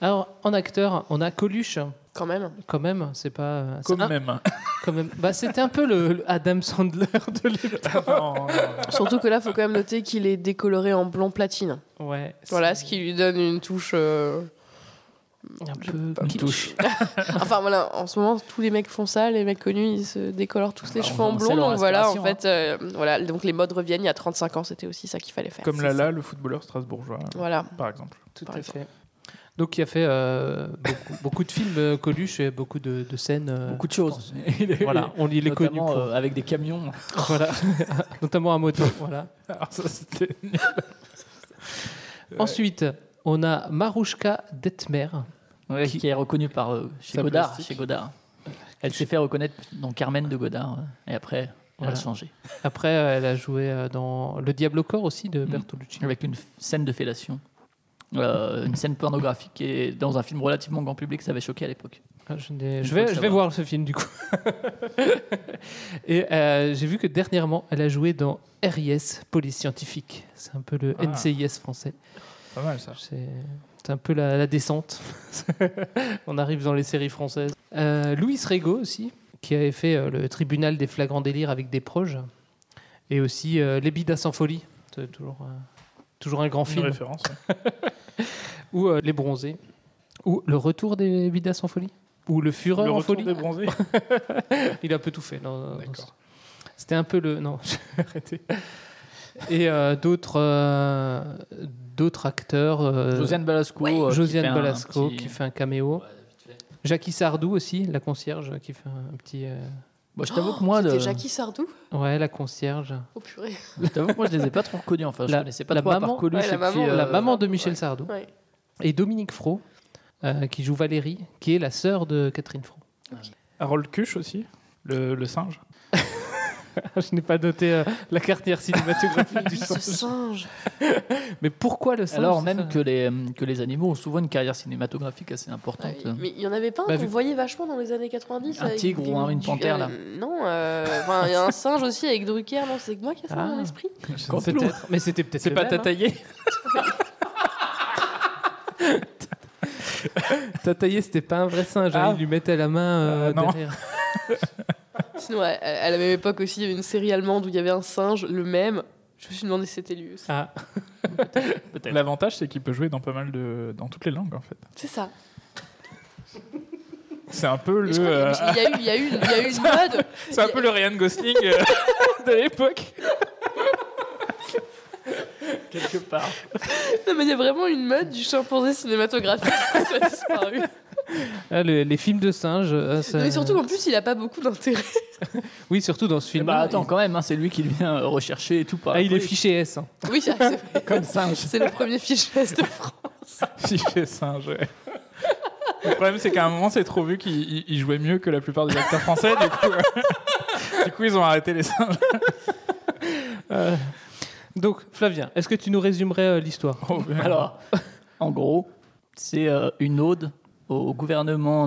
S2: Alors, en acteur, on a Coluche,
S5: Quand même.
S2: quand même, c'est pas. euh, c'est
S3: comme
S2: un- [laughs]
S3: même
S2: quand même. Bah, c'était un peu le, le Adam Sandler de l'époque.
S3: Non, non, non.
S5: Surtout que là, faut quand même noter qu'il est décoloré en blond platine.
S2: Ouais. c'est
S5: Voilà, ce qui lui donne une touche. euh,
S2: Un peu.
S4: Une
S2: kitsch.
S4: touche.
S5: Enfin voilà, en ce moment tous les mecs font ça, les mecs connus ils se décolorent tous les
S4: Bah, on-
S5: cheveux en
S4: on
S5: blond,
S4: sait leur
S5: donc voilà en
S4: inspiration, hein.
S5: fait, euh, voilà donc les modes reviennent. Il y a 35 ans, c'était aussi ça qu'il fallait faire.
S3: comme Lala le footballeur strasbourgeois
S5: Voilà.
S3: par exemple
S2: Tout
S5: par
S2: à
S5: exemple.
S2: fait. Donc, il a fait euh, beaucoup, beaucoup de films euh, Coluche et beaucoup de, de scènes. euh,
S4: Beaucoup de choses. Il est- [laughs]
S2: Voilà, on il est connu
S4: notamment,
S2: pour.
S4: euh, avec des camions.
S2: [laughs] Voilà. notamment à moto. Voilà.
S3: alors ça c'était
S4: Euh,
S3: Ouais.
S2: Ensuite, on a Marouchka Detmer.
S4: Ouais, qui, est reconnu par euh, chez
S3: Ça
S4: Godard.
S3: plastique.
S4: Chez Godard. Elle s'est fait reconnaître dans Carmen de Godard. euh, Et après, elle
S2: Voilà.
S4: a changé.
S2: Après, euh, elle a joué euh, dans Le Diable au corps aussi de
S4: Mm.
S2: Bertolucci.
S4: Avec une f- scène de fellation. euh, une scène pornographique et dans un film relativement grand public, ça avait choqué à l'époque.
S2: Ah, je, n'ai- je
S4: faut
S2: vais,
S4: le
S2: je vais
S4: savoir.
S2: voir ce film du coup. [laughs] Et euh, j'ai vu que dernièrement, elle a joué dans RIS, Police Scientifique. C'est un peu le
S3: Ah.
S2: NCIS français.
S3: Pas mal ça.
S2: C'est c'est un peu la, la descente. [laughs] On arrive dans les séries françaises. Euh, Louis Rego aussi, qui avait fait euh, le tribunal des flagrants délires avec des proches. Et aussi euh, Les Bidas sans folie. C'est toujours, euh, toujours un grand
S3: Une
S2: film.
S3: référence. ouais.
S2: Ou euh, Les Bronzés. Ou Le Retour des Bidas sans folie. Ou Le Fureur
S3: Le
S2: en
S3: retour
S2: folie.
S3: des bronzés.
S2: Il a un peu tout fait. dans- dans
S3: D'accord.
S2: ce- C'était un peu le. Non, [laughs] j'ai arrêté. Et euh, d'autres euh, d'autres acteurs. euh,
S4: Josiane Balasco. euh, qui
S2: Josiane
S4: fait un
S2: Balasco
S4: petit-
S2: qui fait un caméo. Jackie Sardou aussi, la concierge qui fait un petit. euh,
S4: Bon, Bah, je t'avoue que moi,
S5: Oh, C'était
S4: de-
S5: Jackie Sardou
S2: Ouais, la concierge.
S5: Oh [laughs] purée.
S4: je t'avoue que moi, je les ai pas trop reconnus. Enfin, je
S2: La-
S4: connaissais pas
S2: la
S4: trop à part
S2: maman-
S4: Coluche
S5: Ouais, la
S4: et puis,
S5: maman.
S4: euh,
S2: la maman de Michel Sardou.
S5: Ouais.
S2: Et Dominique Fro, euh, qui joue Valérie, qui est la sœur de Catherine Fro.
S3: Harold Kush aussi, le, le singe.
S2: Je n'ai pas noté euh, la carrière cinématographique du
S5: Ce
S2: singe.
S5: singe.
S2: [laughs] Mais pourquoi le singe
S4: Alors
S2: c'est ça
S4: même que les, euh, que les animaux ont souvent une carrière cinématographique assez
S5: Ah
S4: importante.
S5: oui, Mais il y en avait pas un
S2: Bah,
S5: qu'on
S2: vu-
S5: voyait vachement dans les années 90.
S4: Un
S5: avec
S4: tigre
S5: des-
S4: ou un- une
S5: du-
S4: panthère,
S5: euh,
S4: là.
S5: Non, euh, enfin, il y a un singe aussi avec Drucker. Non, c'est que moi qui ai ça dans
S2: Ah.
S5: mon esprit.
S2: Quand peut-être. Mais c'était peut-être.
S3: C'est
S2: le
S3: pas
S2: même, hein.
S3: tataillé
S2: [laughs] Tataillé, c'était pas un vrai singe. hein,
S3: Ah.
S2: Il lui mettait la main euh,
S3: Euh, non.
S2: derrière.
S5: Sinon, à, à la même époque aussi, il y avait une série allemande où il y avait un singe, le même. Je me suis demandé si c'était lui aussi.
S2: Ah,
S3: L'avantage, c'est qu'il peut jouer dans pas mal de. dans toutes les langues en fait.
S5: C'est ça.
S3: C'est un peu
S5: Et
S3: le.
S5: je crois
S3: euh,
S5: qu'il y a eu- il y a eu, il y [laughs] a eu une mode.
S3: C'est un peu le Ryan Gosling euh, [laughs] de l'époque.
S4: quelque part.
S5: Non, mais il y a vraiment une mode du chimpanzé cinématographique. ça a disparu.
S2: Ah, le- les films de singes. euh, ça-
S5: Mais surtout, en plus, il a pas beaucoup d'intérêt.
S2: Oui, surtout dans ce
S3: Eh
S2: film.
S4: bah attends quand même, hein, c'est lui qui vient euh, rechercher et tout par.
S2: Ah, il est
S4: fichu
S2: fiché S. hein.
S5: Oui, c'est vrai, c'est vrai.
S4: comme singe.
S5: C'est le premier fichier de France.
S3: Si fait singe. ouais. Le problème, c'est qu'à un moment, c'est trop vu qu'il il- il jouait mieux que la plupart des acteurs français. Du coup, euh, [laughs] du coup, ils ont arrêté les singes.
S2: Euh, Donc, Flavien, est-ce que tu nous résumerais euh, l'histoire
S3: Oh, merde.
S4: Alors, en gros, c'est euh, une ode au gouvernement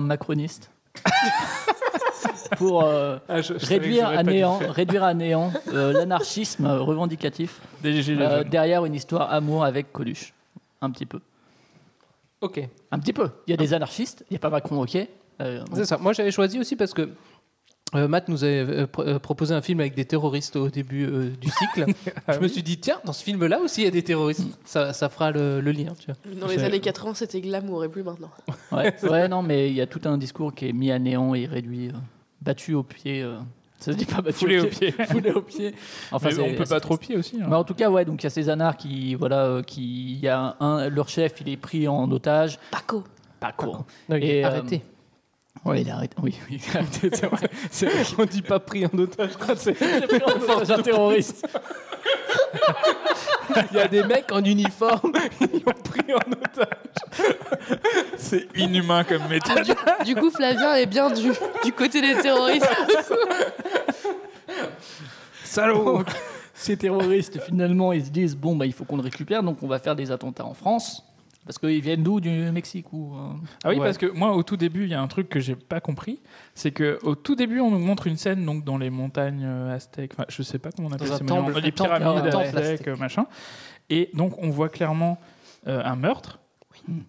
S3: [laughs]
S4: macroniste pour euh,
S3: Ah, je- je savais que
S4: réduire,
S3: j'aurais
S4: à
S3: pas dû le
S4: néant,
S3: faire.
S4: réduire à néant
S3: [laughs]
S4: euh, l'anarchisme euh, revendicatif
S3: Des gilets
S4: euh,
S3: jaunes.
S4: derrière une histoire amour avec Coluche, un petit peu.
S2: Ok,
S4: Un petit peu. Il y a des anarchistes, il n'y a pas Macron, ok. euh,
S2: c'est ça. Moi, j'avais choisi aussi parce que euh, Matt nous avait euh, pr- euh, proposé un film avec des terroristes au début euh, du cycle. [laughs]
S3: Ah
S2: Je me
S3: oui.
S2: suis dit, tiens, dans ce film-là aussi, il y a des terroristes. Ça, ça fera le, le lien, tu vois.
S5: Dans les
S3: C'est-
S5: années 80, c'était glamour et plus maintenant.
S4: Ouais, ouais, non, mais il y a tout un discours qui est mis à néant et réduit, euh, battu au pied. euh, ça se dit pas battu
S3: Foulé
S4: au
S3: au
S4: pied.
S3: pied.
S4: [laughs] Foulé au pied. Enfin,
S3: Mais
S4: c'est-
S3: on peut
S4: c'est
S3: pas trop
S4: triste.
S3: pied aussi. hein.
S4: Mais en tout cas, ouais, donc il y a ces anards qui, voilà, euh, qui, il y a un, leur chef, il est pris en otage.
S5: Paco.
S4: Pas con.
S2: Non, il
S4: Et,
S2: est
S4: euh,
S2: arrêté.
S4: Ouais, il est arrêté. Oui, oui, il est arrêté, c'est vrai.
S2: [laughs] On dit pas pris en otage.
S4: [laughs]
S2: [laughs]
S4: Il est pris en otage un terroriste.
S2: Il y a des mecs en uniforme.
S3: C'est inhumain comme métier.
S5: Du, du coup, Flavien est bien du, du côté des terroristes.
S4: [laughs]
S3: Salaud
S4: Ces terroristes, finalement, ils se disent bon, bah, il faut qu'on le récupère, donc on va faire des attentats en France. Parce qu'ils viennent d'où Du Mexique ou euh,
S3: Ah oui,
S2: Ouais.
S3: parce que moi, au tout début, il y a un truc que j'ai pas compris. C'est que au tout début, on nous montre une scène donc dans les montagnes euh, aztèques. Enfin, je sais pas comment on appelle
S2: Dans un
S3: ces monuments,
S2: temple,
S3: les
S2: un temple,
S3: pyramides
S2: un temple
S3: aztèques,
S2: aztèque.
S3: euh, machin. Et donc, on voit clairement euh, un meurtre.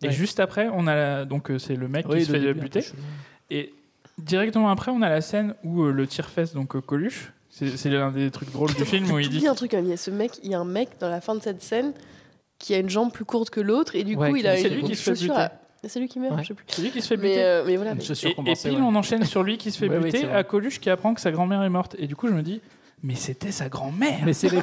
S3: Et
S2: Ouais.
S3: juste après, on a la- donc euh, c'est le mec
S4: Oui,
S3: qui se
S4: le
S3: fait
S4: début, un
S3: buter.
S4: peu
S3: Et directement après, on a la scène où euh, le tire-fesse, donc euh, Coluche, c'est c'est l'un des trucs
S2: [laughs]
S3: drôles du film où il
S5: J'oublie
S3: dit
S5: un truc quand même. Il y a ce mec, il y a un mec dans la fin de cette scène qui a une jambe plus courte que l'autre et du
S2: Ouais,
S5: coup,
S2: qui-
S5: il a
S3: c'est
S5: une,
S3: lui qui
S5: une
S3: se fait
S5: chaussure.
S3: buter.
S5: à- C'est lui qui meurt,
S2: Ouais.
S5: je sais plus.
S3: c'est lui qui se fait buter.
S5: Mais, euh, mais voilà.
S4: Une
S5: mais-
S4: chaussure
S3: Et, et
S4: compensée,
S3: puis
S4: ouais.
S3: on enchaîne sur lui qui se fait
S4: [laughs] Ouais, oui,
S3: buter
S4: c'est vrai.
S3: à Coluche qui apprend que sa grand-mère est morte. Et du coup, je me dis, mais c'était sa grand-mère.
S4: Mais c'est les-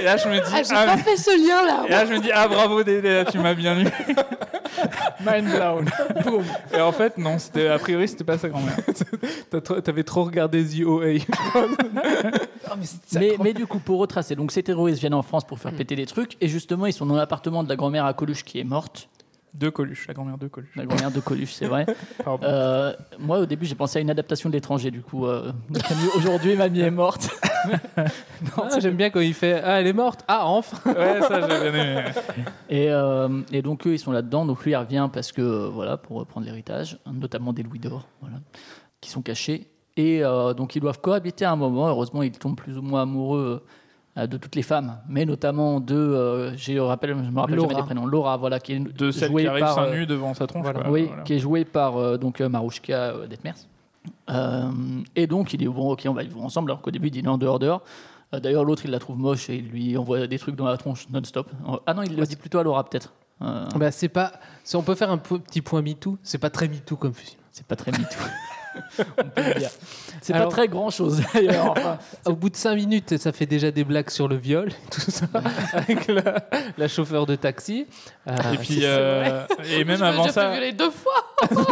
S3: Et là, je me
S5: Ah,
S3: dis,
S5: j'ai
S3: ah,
S5: pas
S3: mais-
S5: fait ce lien là.
S3: et là, je me dis, ah bravo Dédé, là, tu m'as bien eu.
S4: [laughs] Mind
S3: [laughs]
S4: blown. Boum.
S3: Et en fait, non, c'était a priori, c'était pas sa grand-mère.
S2: [laughs] T'as trop- T'avais trop regardé The OA.
S4: Mais, mais du coup, pour retracer,
S3: Hmm.
S4: donc ces terroristes viennent en France pour faire péter des trucs, et justement, ils sont dans l'appartement de la grand-mère à Coluche qui est morte.
S3: De Coluche, la grand-mère de Coluche.
S4: La grand-mère de Coluche,
S3: [laughs]
S4: c'est vrai.
S3: Pardon.
S4: Euh, moi, au début, j'ai pensé à une adaptation de l'étranger, du coup. euh, [laughs] donc, Camille, Aujourd'hui, mamie
S3: [laughs]
S4: est morte.
S2: Ah, [laughs] J'aime bien quand il fait Ah, elle est morte Ah, enfin
S3: Ouais, ça, j'ai bien aimé.
S4: Et, euh, et donc, eux, ils sont là-dedans. Donc, lui, il revient parce que, euh, voilà, pour euh, prendre l'héritage, notamment des louis d'or, voilà, qui sont cachés. Et euh, donc, ils doivent cohabiter à un moment. Heureusement, ils tombent plus ou moins amoureux euh, de toutes les femmes, mais notamment de, euh, j'ai- je, rappelle, je me rappelle
S2: Laura.
S4: jamais des prénoms, Laura, voilà, qui est
S3: De celle
S4: jouée
S3: qui arrive
S4: par,
S3: seins
S4: euh,
S3: nus devant sa tronche. quoi.
S4: oui,
S3: Voilà.
S4: qui est joué par euh, donc euh, Marouchka euh, Detmers. Euh, et donc il dit bon ok on va vivre ensemble alors qu'au début il dit non dehors dehors. Euh, D'ailleurs l'autre il la trouve moche et il lui envoie des trucs dans la tronche non-stop. Euh, Ah non il le dit plutôt à Laura peut-être. Euh,
S2: Bah, c'est pas. Si on peut faire un po- petit point MeToo, c'est pas très MeToo comme film.
S4: c'est pas très mytho. on peut le dire. C'est pas
S2: Alors-
S4: très grand chose d'ailleurs. Enfin,
S2: Au bout de 5 minutes, ça fait déjà des blagues sur le viol, [laughs] et tout ça, avec la, la chauffeur de taxi. Euh,
S3: Et
S4: Ah,
S3: puis, euh, et même avant ça,
S5: les deux fois.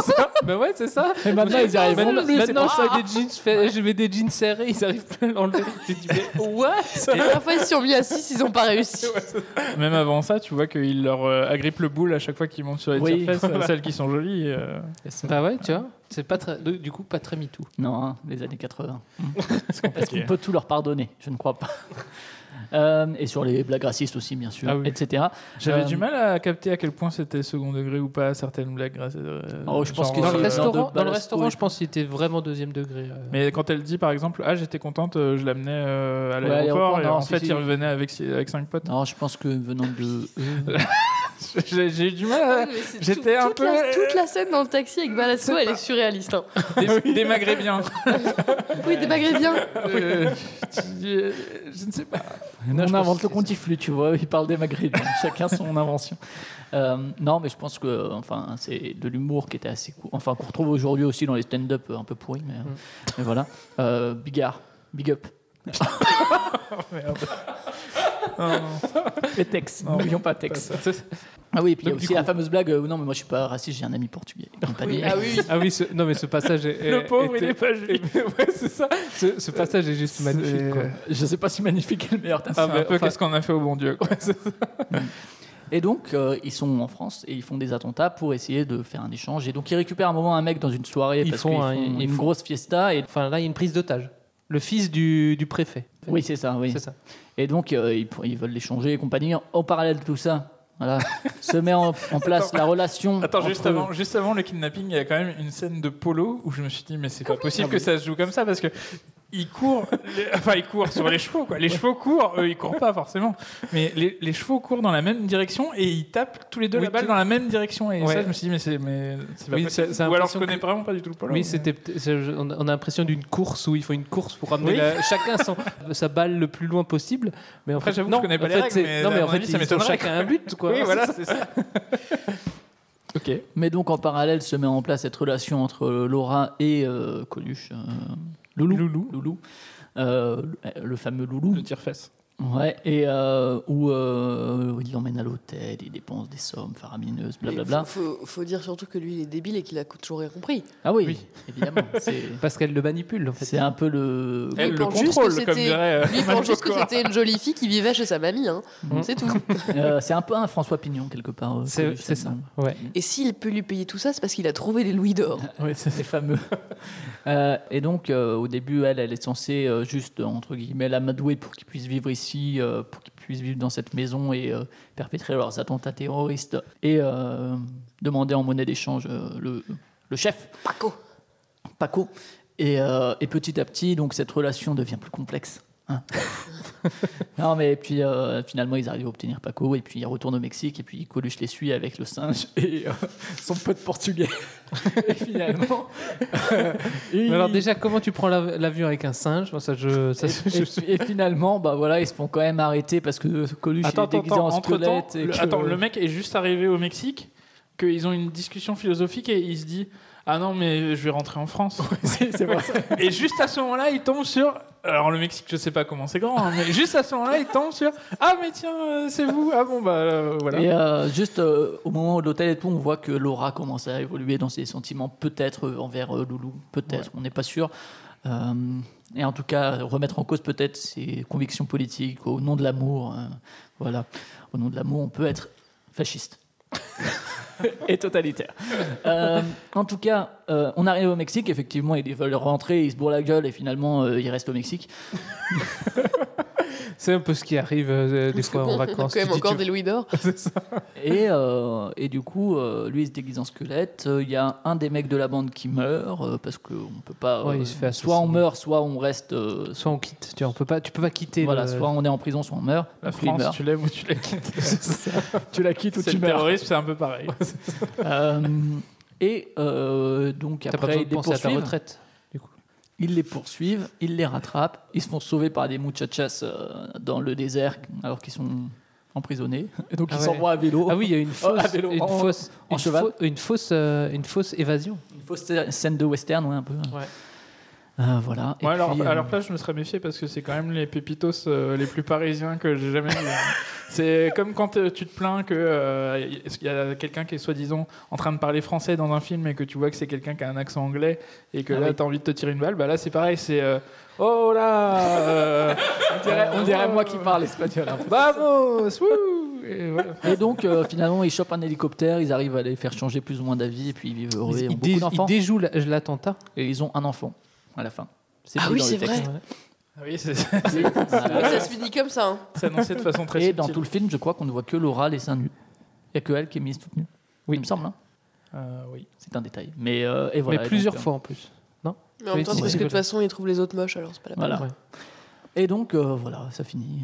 S2: [laughs] bah ouais, c'est ça.
S4: et maintenant ils y arrivent
S2: Maintenant,
S4: plus, c'est
S2: maintenant,
S4: pas-
S2: je, fais des jeans, je, fais- je mets des jeans serrés, ils arrivent plus à l'enlever. Tu te dis, mais what
S5: La fois, ils se sont mis à 6, ils n'ont pas réussi.
S3: même avant ça, tu vois qu'il leur euh, agrippe le boule à chaque fois qu'ils montent sur les
S4: Oui,
S3: tire-fesses,
S4: [laughs]
S3: celles qui sont jolies. euh,
S2: Bah ouais, tu vois, c'est pas très, donc, du coup pas très MeToo.
S4: Non, hein, les années 80. Est-ce
S3: compliqué.
S4: qu'on peut tout leur pardonner Je ne crois pas. Euh, et sur les blagues racistes aussi, bien sûr,
S3: Ah oui.
S4: etc.
S3: J'avais
S4: Euh,
S3: du mal à capter à quel point c'était second degré ou pas certaines blagues. grâce à- euh,
S4: Oh, je pense
S3: genre,
S4: que
S2: Dans le
S4: c'est-
S3: euh,
S2: restaurant,
S4: genre de
S2: dans le
S4: ballast-
S2: restaurant
S4: oui.
S2: je pense qu'il était vraiment deuxième degré. euh.
S3: Mais quand elle dit par exemple, ah j'étais contente, euh, je l'amenais euh, à
S4: Ouais,
S3: l'aéroport,
S4: l'aéroport,
S3: et
S4: non,
S3: en
S4: si,
S3: fait
S4: si.
S3: il revenait avec, si- avec cinq potes.
S4: Non, je pense que venant de.
S3: J'ai j'ai eu du mal
S5: Mais c'est
S3: ah, J'étais un
S5: toute la-
S3: peu- euh,
S5: toute la scène dans le taxi avec Balasco, elle est surréaliste. hein.
S3: à [laughs] des, des maghrébins.
S5: Oui, des magrébiens.
S2: [laughs]
S3: Euh, je, je ne sais pas.
S4: on
S2: je pense
S4: invente
S2: que
S4: le contiflu, tu vois. Il parle des Maghrébins, [laughs] chacun son invention. Euh, non, mais je pense que enfin, c'est de l'humour qui était assez cool. Enfin, qu'on retrouve aujourd'hui aussi dans les stand-up euh, un peu pourris, mais, euh, mais voilà. Euh, Bigard, Big Up.
S3: Non, non.
S4: Et Tex,
S3: Non,
S4: n'oublions pas Tex. Ah oui, et puis il y a
S3: Donc, du
S4: aussi la fameuse blague euh, Non, mais moi je suis pas raciste, j'ai un ami portugais. Il est pas né.
S5: [laughs] Ah oui,
S2: Ah oui, ce- non mais ce passage est,
S3: Le pauvre, il
S2: était-
S3: est pas [laughs] joli.
S2: ouais, c'est ça. Ce, ce passage est juste magnifique. quoi.
S4: Je sais pas si magnifique est le meilleur.
S3: Ah,
S4: terme.
S3: mais un peu qu'est-ce qu'on a fait au bon Dieu. quoi.
S4: Et donc, euh, ils sont en France et ils font des attentats pour essayer de faire un échange. Et donc, ils récupèrent un moment un mec dans une soirée
S2: Ils
S4: parce
S2: font
S4: qu'ils
S2: un- ils
S4: une
S2: font-
S4: grosse fiesta. Et...
S2: Enfin là, il y a une prise d'otage. Le fils du, du préfet.
S4: Oui, c'est ça, oui.
S2: C'est ça.
S4: Et donc, euh, ils, ils veulent l'échanger et compagnie. En parallèle de tout ça, voilà, [laughs] se met en, en place la relation.
S3: [laughs] Attends, juste
S4: entre-
S3: avant, juste avant le kidnapping, il y a quand même une scène de polo où je me suis dit, mais c'est pas
S2: Ah
S3: possible que ça se joue comme ça parce que. Ils courent, les- [laughs] enfin ils courent sur les chevaux quoi. Les chevaux courent, eux ils courent pas forcément, mais les, les chevaux courent dans la même direction et ils tapent tous les deux
S2: Oui,
S3: la balle
S2: tout-
S3: dans la même direction. Et
S2: Ouais.
S3: ça je me suis dit mais c'est mais c'est pas
S2: Oui,
S3: possible.
S2: c'est- c'est
S3: Ou alors je
S2: l'impression
S3: connais
S2: que-
S3: vraiment pas du tout le polo.
S2: Oui, c'était. peut- c'est- je- On a on a l'impression d'une course où ils font une course pour amener
S3: Oui.
S2: la- chacun son- sa balle le plus loin possible. Mais en
S3: Après,
S2: fait,
S3: j'avoue
S2: non,
S3: que je connais pas
S2: en
S3: les
S2: fait,
S3: règles,
S2: c'est-
S3: mais
S2: non, mais
S3: à
S2: en
S3: mon
S2: fait,
S3: avis, ça
S2: ils ont
S3: m'étonnerait,
S2: chacun un but, quoi.
S3: [laughs] Oui,
S2: [laughs]
S3: voilà, c'est ça.
S2: Ok.
S4: Mais donc, en parallèle, se met en place cette relation entre Laura et euh, Coluche. euh, Loulou. Loulou. Euh, le- le fameux Loulou.
S3: Le tire-fesse.
S4: Ouais, et euh, où, euh, où il l'emmène à l'hôtel, il dépense des sommes faramineuses, blablabla.
S5: Faut, faut- faut dire surtout que lui, il est débile et qu'il a toujours rien compris.
S4: Ah oui,
S2: Oui.
S4: évidemment. C'est,
S2: Parce qu'elle le manipule, en fait.
S4: c'est un peu le.
S5: Elle
S3: Elle
S5: le
S3: le
S5: pense juste que
S3: contrôle
S5: c'était-
S3: comme dirait. euh,
S5: Lui, il
S3: Manon
S5: pense juste que
S3: Cocor.
S5: c'était une jolie fille qui vivait chez sa mamie. hein.
S4: Mm.
S5: C'est tout.
S4: euh, c'est un peu un François Pignon, quelque part. euh,
S2: C'est
S4: Coluche,
S2: c'est ça.
S4: là-dedans.
S2: Ouais.
S5: Et s'il peut lui payer tout ça, c'est parce qu'il a trouvé les louis d'or.
S4: Ouais, c'est c'est fameux. [laughs] Euh, et donc, euh, au début, elle, elle est censée euh, juste, euh, entre guillemets, l'amadouer pour qu'ils puissent vivre ici, euh, pour qu'ils puissent vivre dans cette maison et euh, perpétrer leurs attentats terroristes et euh, demander en monnaie d'échange euh, le, le chef.
S5: Paco.
S4: Paco. Et, euh, et petit à petit, donc, cette relation devient plus complexe. hein. non, mais puis euh, finalement, ils arrivent à obtenir Paco, et puis ils retournent au Mexique, et puis Coluche les suit avec le singe et euh, son pote portugais. et finalement. euh,
S2: Mais alors
S4: ils-
S2: déjà, comment tu prends l'av- l'avion avec un singe Moi, ça, je, ça, je-
S4: et, et- et finalement, bah voilà, ils se font quand même arrêter parce que Coluche il
S3: Attends,
S4: est
S3: attends,
S4: déguisé
S3: attends,
S4: en
S3: entre-temps,
S4: squelette. et
S3: le,
S4: que-
S3: attends, le mec est juste arrivé au Mexique, qu'ils ont une discussion philosophique et il se dit Ah non, mais je vais rentrer en
S4: [laughs]
S3: France.
S4: c'est c'est vrai.
S3: et juste à ce moment-là, il tombe sur. Alors, le Mexique, je sais pas comment c'est grand, hein, mais juste à ce moment-là, il tombe sur Ah, mais tiens, euh, c'est vous. Ah bon, bah euh, voilà.
S4: Et euh, juste euh, au moment de l'hôtel et tout, on voit que Laura commence à évoluer dans ses sentiments, peut-être euh, envers euh, Loulou, peut-être, on n'est pas sûr. Euh, et en tout cas, remettre en cause peut-être ses convictions politiques au nom de l'amour. euh, voilà, au nom de l'amour, on peut être fasciste. [laughs] et totalitaire. Euh, en tout cas, euh, on arrive au Mexique. Effectivement, ils veulent rentrer, ils se bourrent la gueule et finalement, euh, ils restent au Mexique.
S2: C'est un peu ce qui arrive euh, des
S5: Parce que
S2: fois
S5: bon,
S2: en
S5: on a
S2: vacances.
S5: quand
S2: tu
S5: même
S2: dis,
S5: encore
S2: tu-
S5: des louis d'or.
S4: Et, euh, et du coup, euh, lui, il se déguise en squelette. Euh, Il y a un des mecs de la bande qui meurt euh, parce qu'on peut pas.
S2: Ouais,
S4: euh,
S2: il se fait
S4: soit on
S2: assassiner.
S4: meurt, soit on reste. euh,
S2: Soit on quitte, tu vois, on peut pas, tu peux pas quitter.
S4: voilà,
S2: le-
S4: soit on est en prison, soit on meurt.
S3: La
S4: Donc, lui, il
S3: France,
S4: meurt.
S3: tu l'aimes ou tu la
S4: [laughs]
S3: quittes.
S4: tu la quittes
S3: C'est le terrorisme, c'est un peu pareil.
S4: Euh, et euh, donc
S2: T'as pas besoin
S4: après, ils
S2: de
S4: les
S2: penser à ta
S4: poursuivent.
S2: retraite.
S4: Ils les poursuivent, ils les rattrapent, ils se font sauver par des muchachas euh, dans le désert alors qu'ils sont emprisonnés. Et donc
S2: Ah
S4: ils
S2: ouais.
S4: s'envoient à vélo.
S2: Ah oui, il y a une fausse,
S4: Oh, à vélo,
S2: une
S4: en-
S2: fausse,
S4: en
S2: une
S4: cheval.
S2: fausse- une fausse, euh, une fausse évasion.
S4: Une fausse scène de western, ouais, un peu.
S2: Ouais.
S4: Euh, voilà. Et
S3: Ouais, alors,
S4: puis, euh,
S3: à leur place, je me serais méfié parce que c'est quand même les pépitos euh, les plus parisiens que j'ai jamais vus. hein.
S4: [laughs]
S3: c'est comme quand euh, tu te plains que euh, y- y a quelqu'un qui est soi-disant en train de parler français dans un film et que tu vois que c'est quelqu'un qui a un accent anglais et que
S4: Ah
S3: là
S4: oui.
S3: t'as envie de te tirer une balle, bah là c'est pareil, c'est euh, oh là, euh, on dirait,
S4: [laughs] on dirait moi qui parle espagnol. hein.
S3: [laughs] Vamos, wouh Et voilà.
S4: Et donc euh, finalement, ils chopent un hélicoptère, ils arrivent à les faire changer plus ou moins d'avis, et puis ils vivent heureux,
S2: Ils-
S4: ils ont
S2: ils,
S4: beaucoup
S2: dé- ils
S4: d'enfants,
S2: déjouent la- l'attentat.
S4: et ils ont un enfant à la fin. C'est
S5: Ah
S4: dit
S5: oui,
S4: dans le
S5: c'est
S4: texte.
S5: vrai.
S3: Ah Oui, c'est
S4: Ah,
S5: Ouais, ça se finit comme ça. hein.
S3: c'est annoncé de façon très
S4: Et dans
S3: subtile.
S4: tout le film, je crois qu'on ne voit que Laura les seins nus. Il n'y a que elle qui est mise toute nue. Oui, il me semble. hein.
S3: Euh, oui.
S4: C'est un détail. Mais, euh, et voilà,
S2: Mais
S4: et
S2: plusieurs
S4: donc, euh,
S2: fois en plus.
S5: Mais en même temps, c'est
S4: Ouais.
S5: parce que de toute façon, ils trouvent les autres moches, alors c'est pas la peine.
S4: Voilà.
S2: Ouais.
S4: Et donc, euh, voilà, ça finit.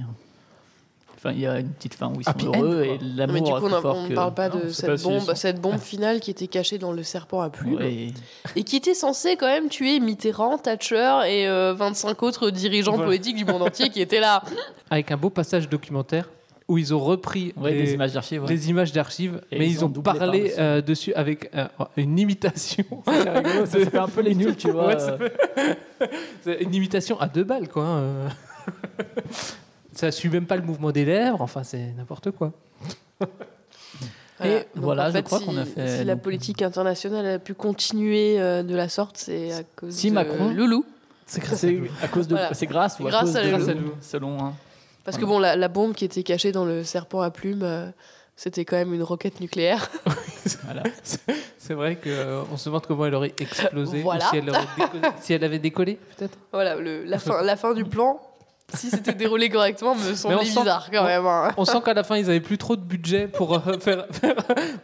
S4: Enfin, il y a une petite fin où ils sont
S2: Happy end,
S4: heureux
S2: quoi.
S4: et
S5: Non, Mais du
S4: l'amour
S5: coup,
S4: est
S5: on
S4: plus fort
S5: ne
S4: que...
S5: parle pas
S3: Non,
S5: de
S3: c'est
S5: cette
S3: pas si ils
S5: bombe,
S3: sont-
S5: cette bombe finale qui était cachée dans le serpent à plumes
S4: Ouais.
S5: et qui était censée quand même tuer Mitterrand, Thatcher et euh, 25 autres dirigeants
S2: Voilà.
S5: politiques du monde entier qui étaient là.
S2: Avec un beau passage documentaire où ils ont repris
S4: Ouais,
S2: les,
S4: des images d'archives. ouais.
S2: les images d'archives,
S4: Et
S2: mais
S4: ils
S2: ils
S4: ont
S2: ont,
S4: doublé
S2: parlé
S4: par-dessus.
S2: euh, dessus avec euh, une imitation.
S4: [laughs]
S2: [laughs]
S4: C'est rigolo, ça, ça fait un peu les nuls, tu vois.
S2: Ouais, ça
S4: euh,
S2: C'est une imitation à deux balles, quoi. hein, euh. [laughs] Ça suit même pas le mouvement des lèvres, enfin c'est n'importe quoi.
S4: Et voilà, je crois qu'on a
S5: si-
S4: fait-
S5: Si la
S4: donc-
S5: politique internationale a pu continuer euh, de la sorte, c'est à cause
S4: Si
S5: de
S4: Macron-
S5: Loulou.
S2: C'est
S4: C'est à cause de,
S5: Voilà.
S4: c'est grâce ou à
S5: Grâce
S4: cause
S5: à
S4: de-
S5: Grâce
S2: à nous.
S4: selon. hein.
S5: Parce que bon, la, la bombe qui était cachée dans le serpent à plumes, euh, c'était quand même une roquette nucléaire. [laughs]
S4: Voilà.
S2: C'est vrai qu'on se demande comment elle aurait explosé, ou
S5: Voilà.
S2: si, elle aurait décollé- [laughs] si elle avait décollé, peut-être.
S5: Voilà, le- la, fin, la fin du plan, si c'était déroulé correctement, me semblait
S2: sent-
S5: bizarre quand
S2: on-
S4: [laughs]
S5: même. hein.
S2: On sent qu'à la fin, ils avaient plus trop de budget pour euh, [laughs] faire, faire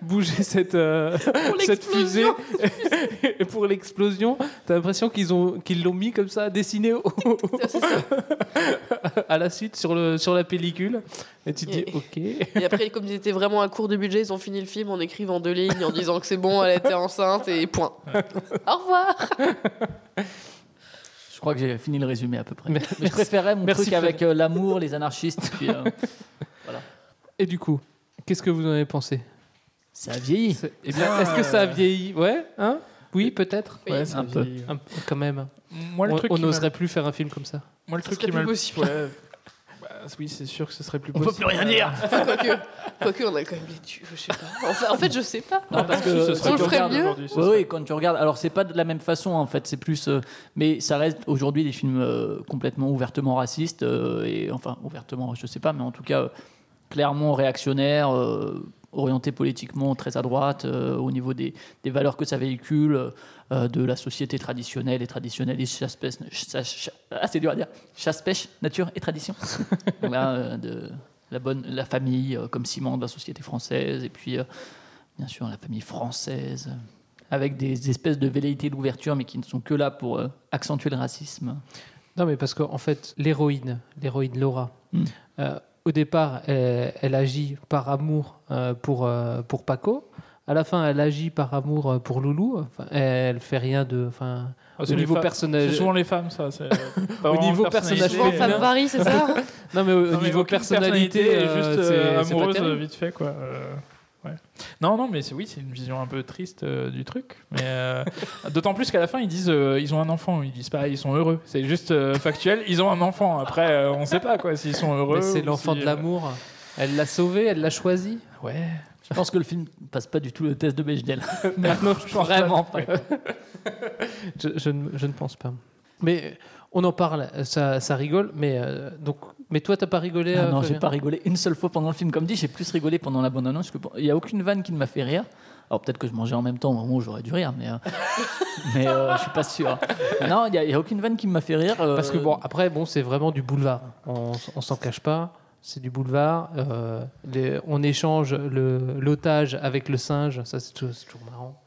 S2: bouger cette, euh, [laughs] cette fusée.
S5: l'explosion.
S2: Et pour l'explosion, t'as l'impression qu'ils ont- qu'ils l'ont mis comme ça, dessiné au-
S5: C'est ça.
S2: à la suite sur, le, sur la pellicule. Et tu te dis, ok.
S5: Et après, comme ils étaient vraiment à court de budget, ils ont fini le film en écrivant deux lignes, en disant que c'est bon, elle était enceinte et point. Au revoir.
S4: Je crois que j'ai fini le résumé à peu près.
S2: Mais-
S4: Mais je préférais mon
S2: Merci,
S4: truc avec euh, l'amour, les anarchistes. Puis, euh,
S2: Et du coup, qu'est-ce que vous en avez pensé
S4: ça vieillit.
S2: C'est- eh bien, Est-ce que ça a vieilli Ouais hein Oui, peut-être
S5: Oui.
S3: Ouais, ça
S4: Un peu.
S3: vieillit.
S2: Un- Quand même.
S3: Moi, le
S2: on
S3: truc
S2: on
S3: qui m'a-
S2: n'oserait plus faire un film comme ça.
S3: Moi, le truc
S5: serait
S3: qui
S5: plus
S3: m'a le-
S5: possible.
S3: Ouais. Bah, oui, c'est sûr que ce serait plus
S4: On peut
S3: possible.
S4: plus rien dire.
S5: Enfin, quoique, quoique, on a quand même les tu- Je sais pas. Enfin, en fait, je sais pas.
S4: Non, parce
S3: Ah, Si,
S4: que
S3: ce
S5: on
S3: serait
S5: le
S3: plus
S5: ferait
S3: regarde
S5: mieux.
S3: aujourd'hui, ce
S4: Oui,
S3: serait-
S4: oui, quand tu regardes. Alors, c'est pas de la même façon, en fait. C'est plus. euh, mais ça reste aujourd'hui des films euh, complètement ouvertement racistes. euh, et enfin, ouvertement, je sais pas, mais en tout cas, euh, clairement réactionnaires, euh, orientés politiquement très à droite, euh, au niveau des, des valeurs que ça véhicule, euh, de la société traditionnelle et traditionnaliste, chasse-pêche. chasse- ah, c'est dur à dire. Chasse-pêche, nature et tradition. [laughs] Là, euh, de la, bonne, la famille euh, comme ciment de la société française. Et puis. euh, Bien sûr, la famille française, avec des espèces de velléités d'ouverture, mais qui ne sont que là pour euh, accentuer le racisme.
S2: Non, mais parce qu'en fait, l'héroïne, l'héroïne Laura,
S4: Mm.
S2: euh, au départ, elle, elle agit par amour euh, pour, euh, pour Paco. À la fin, elle agit par amour euh, pour Loulou. Enfin, elle fait rien de. Enfin,
S3: Ah, c'est
S2: au
S3: les
S2: niveau
S3: fa- C'est
S2: personnage.
S3: souvent les femmes,
S2: [laughs]
S3: ça. c'est- euh, pas
S2: Au
S3: vraiment
S2: niveau
S3: le
S2: personnage
S5: Souvent,
S2: féminin.
S3: personnalité.
S5: femme varie, c'est ça
S2: Non, mais au,
S3: Non, mais
S2: niveau
S3: aucune
S2: personnalité,
S3: est
S2: euh,
S3: juste
S2: c'est-
S3: euh,
S2: c'est pas
S3: amoureuse
S2: terrible.
S3: euh, vite fait, quoi. Euh, ouais. Non, non, mais c'est oui, c'est une vision un peu triste euh, du truc. Mais euh, [laughs] d'autant plus qu'à la fin, ils disent, euh, ils ont un enfant. Ils disent pas, ils sont heureux. C'est juste euh, factuel. Ils ont un enfant. Après, euh, on sait pas quoi s'ils sont heureux.
S2: Mais c'est
S3: ou
S2: l'enfant
S3: si,
S2: de
S3: euh,
S2: l'amour. Elle l'a sauvé, elle l'a choisi.
S3: Ouais.
S4: [laughs] Je pense que le film ne passe pas du tout le test
S2: [laughs]
S4: de Bechdel.
S2: Ah non, je pense
S4: Vraiment Ah
S2: pas. je, je ne, je ne pense pas. Mais on en parle, ça, ça rigole, mais euh, donc Mais toi, t'as pas rigolé
S4: Ah
S2: euh,
S4: non, j'ai
S2: Fabien
S4: pas rigolé une seule fois pendant le film. Comme dit, j'ai plus rigolé pendant la bande-annonce. que pen- Il n'y a aucune vanne qui ne m'a fait rire. Alors peut-être que je mangeais en même temps, au moment où j'aurais dû rire, mais, euh, [laughs] mais euh, je suis pas sûr. Non, il n'y a, il y a aucune vanne qui m'a fait rire. euh,
S2: Parce que bon, après, bon, c'est vraiment du boulevard. On, on s'en cache pas. C'est du boulevard. Euh, les- on échange le- l'otage avec le singe. Ça, c'est tou- c'est toujours marrant.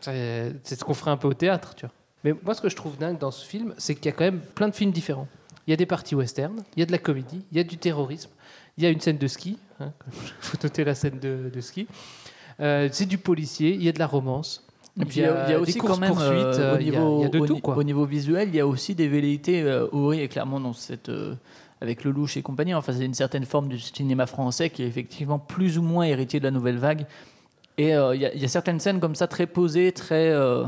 S2: C'est c'est ce qu'on ferait un peu au théâtre, tu vois. Mais moi, ce que je trouve dingue dans ce film, c'est qu'il y a quand même plein de films différents. Il y a des parties western, il y a de la comédie, il y a du terrorisme, il y a une scène de ski. Il [laughs] faut noter la scène de, de ski. Euh, c'est du policier, il y a de la romance.
S4: Et puis il y a, il y a aussi quand même
S2: courses-poursuites,
S4: euh,
S2: euh,
S4: au
S2: il y a-
S4: niveau,
S2: il y a de
S4: au,
S2: tout,
S4: ni-
S2: quoi.
S4: au niveau visuel, il y a aussi des velléités euh, Ori est clairement dans cette euh, avec le louche et compagnie. Enfin, c'est une certaine forme du cinéma français qui est effectivement plus ou moins héritier de la nouvelle vague. Et euh, il y, a- il y a certaines scènes comme ça très posées, très euh,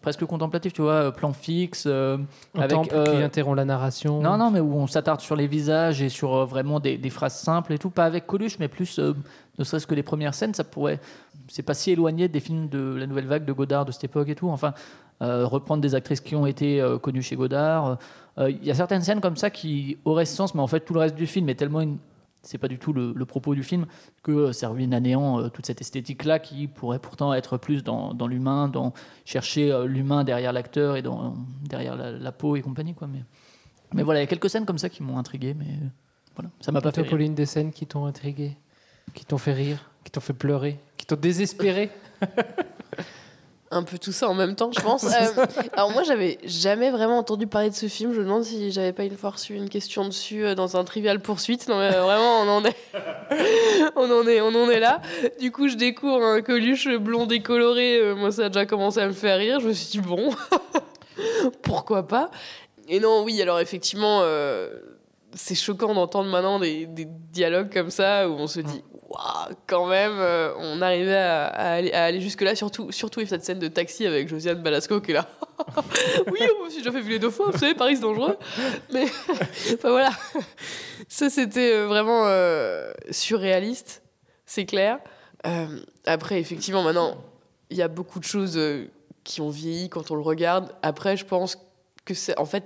S4: presque contemplatives, tu vois, euh, plan fixe euh,
S2: On
S4: avec
S2: temple
S4: euh,
S2: qui interrompt la narration.
S4: non, non, mais où on s'attarde sur les visages et sur euh, vraiment des, des phrases simples et tout, pas avec Coluche, mais plus, euh, ne serait-ce que les premières scènes, ça pourrait. C'est pas si éloigné des films de la nouvelle vague de Godard de cette époque et tout. Enfin, euh, reprendre des actrices qui ont été euh, connues chez Godard. Euh, Il y a certaines scènes comme ça qui auraient ce sens, mais en fait, tout le reste du film est tellement une. C'est pas du tout le, le propos du film que euh, ça ruine à néant euh, toute cette esthétique-là qui pourrait pourtant être plus dans, dans l'humain, dans chercher euh, l'humain derrière l'acteur et dans, derrière la, la peau et compagnie. Quoi, mais... Mais voilà, il y a quelques scènes comme ça qui m'ont intrigué, mais euh, voilà, ça m'a pas
S2: Toi,
S4: fait. rire.
S2: Pauline, des scènes qui t'ont intrigué, qui t'ont fait rire, qui t'ont fait pleurer, qui t'ont désespéré.
S5: un peu tout ça en même temps, je pense. Euh, alors moi, j'avais jamais vraiment entendu parler de ce film. Je me demande si j'avais pas une fois reçu une question dessus euh, dans un trivial poursuite. Non, mais euh, vraiment, on en est, [laughs] on en est, on en est là. Du coup, je découvre un Coluche blond décoloré. Euh, Moi, ça a déjà commencé à me faire rire. Je me suis dit bon, [laughs] pourquoi pas. Et non, oui, alors effectivement. euh, c'est choquant d'entendre maintenant des, des dialogues comme ça où on se dit waouh quand même euh, on arrivait à, à aller, à aller jusque là surtout surtout avec cette scène de taxi avec Josiane Balasco qui est là [laughs] oui on s'est déjà fait vu les deux fois vous savez Paris c'est dangereux mais [laughs] enfin voilà ça c'était euh, vraiment euh, surréaliste c'est clair Euh, après effectivement maintenant il y a beaucoup de choses euh, qui ont vieilli quand on le regarde après je pense que c'est en fait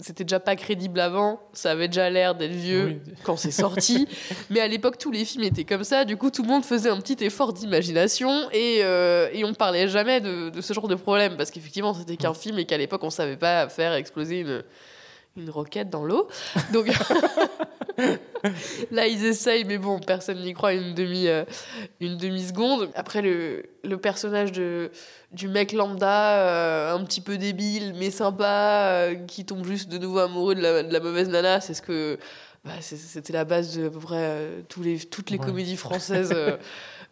S5: c'était déjà pas crédible avant, ça avait déjà l'air d'être vieux
S3: Oui.
S5: quand c'est sorti. Mais à l'époque, tous les films étaient comme ça. Du coup, tout le monde faisait un petit effort d'imagination et, euh, et on parlait jamais de, de ce genre de problème parce qu'effectivement, c'était qu'un film et qu'à l'époque, on savait pas faire exploser une, une roquette dans l'eau. Donc là, ils essayent, mais bon, personne n'y croit une demi, euh, une demi seconde. Après, le, le personnage de, du mec lambda, euh, un petit peu débile mais sympa, euh, qui tombe juste de nouveau amoureux de la, de la mauvaise nana, c'est ce que bah, c'est- c'était la base de à peu près euh, tous les, toutes les
S2: Ouais.
S5: comédies françaises euh,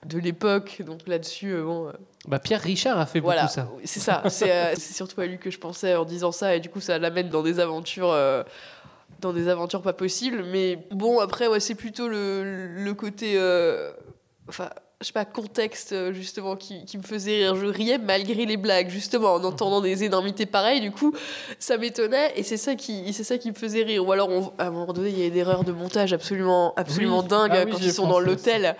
S5: de l'époque. Donc là-dessus, euh, bon, euh,
S2: Bah, Pierre Richard a fait
S5: voilà,
S2: beaucoup ça.
S5: Oui, c'est ça. C'est euh, c'est surtout à lui que je pensais en disant ça, et du coup, ça l'amène dans des aventures. euh, dans des aventures pas possibles, mais bon, après, ouais, c'est plutôt le, le côté. euh, Enfin, je sais pas, contexte, euh, justement, qui, qui me faisait rire. Je riais malgré les blagues, justement, en entendant des énormités pareilles, du coup, ça m'étonnait, et c'est ça, qui, c'est ça qui me faisait rire. Ou alors, on- à un moment donné, il y a une erreur de montage absolument, absolument
S3: Oui.
S5: dingue
S3: Ah
S5: euh,
S3: oui,
S5: quand
S3: j'y ai
S5: ils sont dans
S3: pensé
S5: l'hôtel.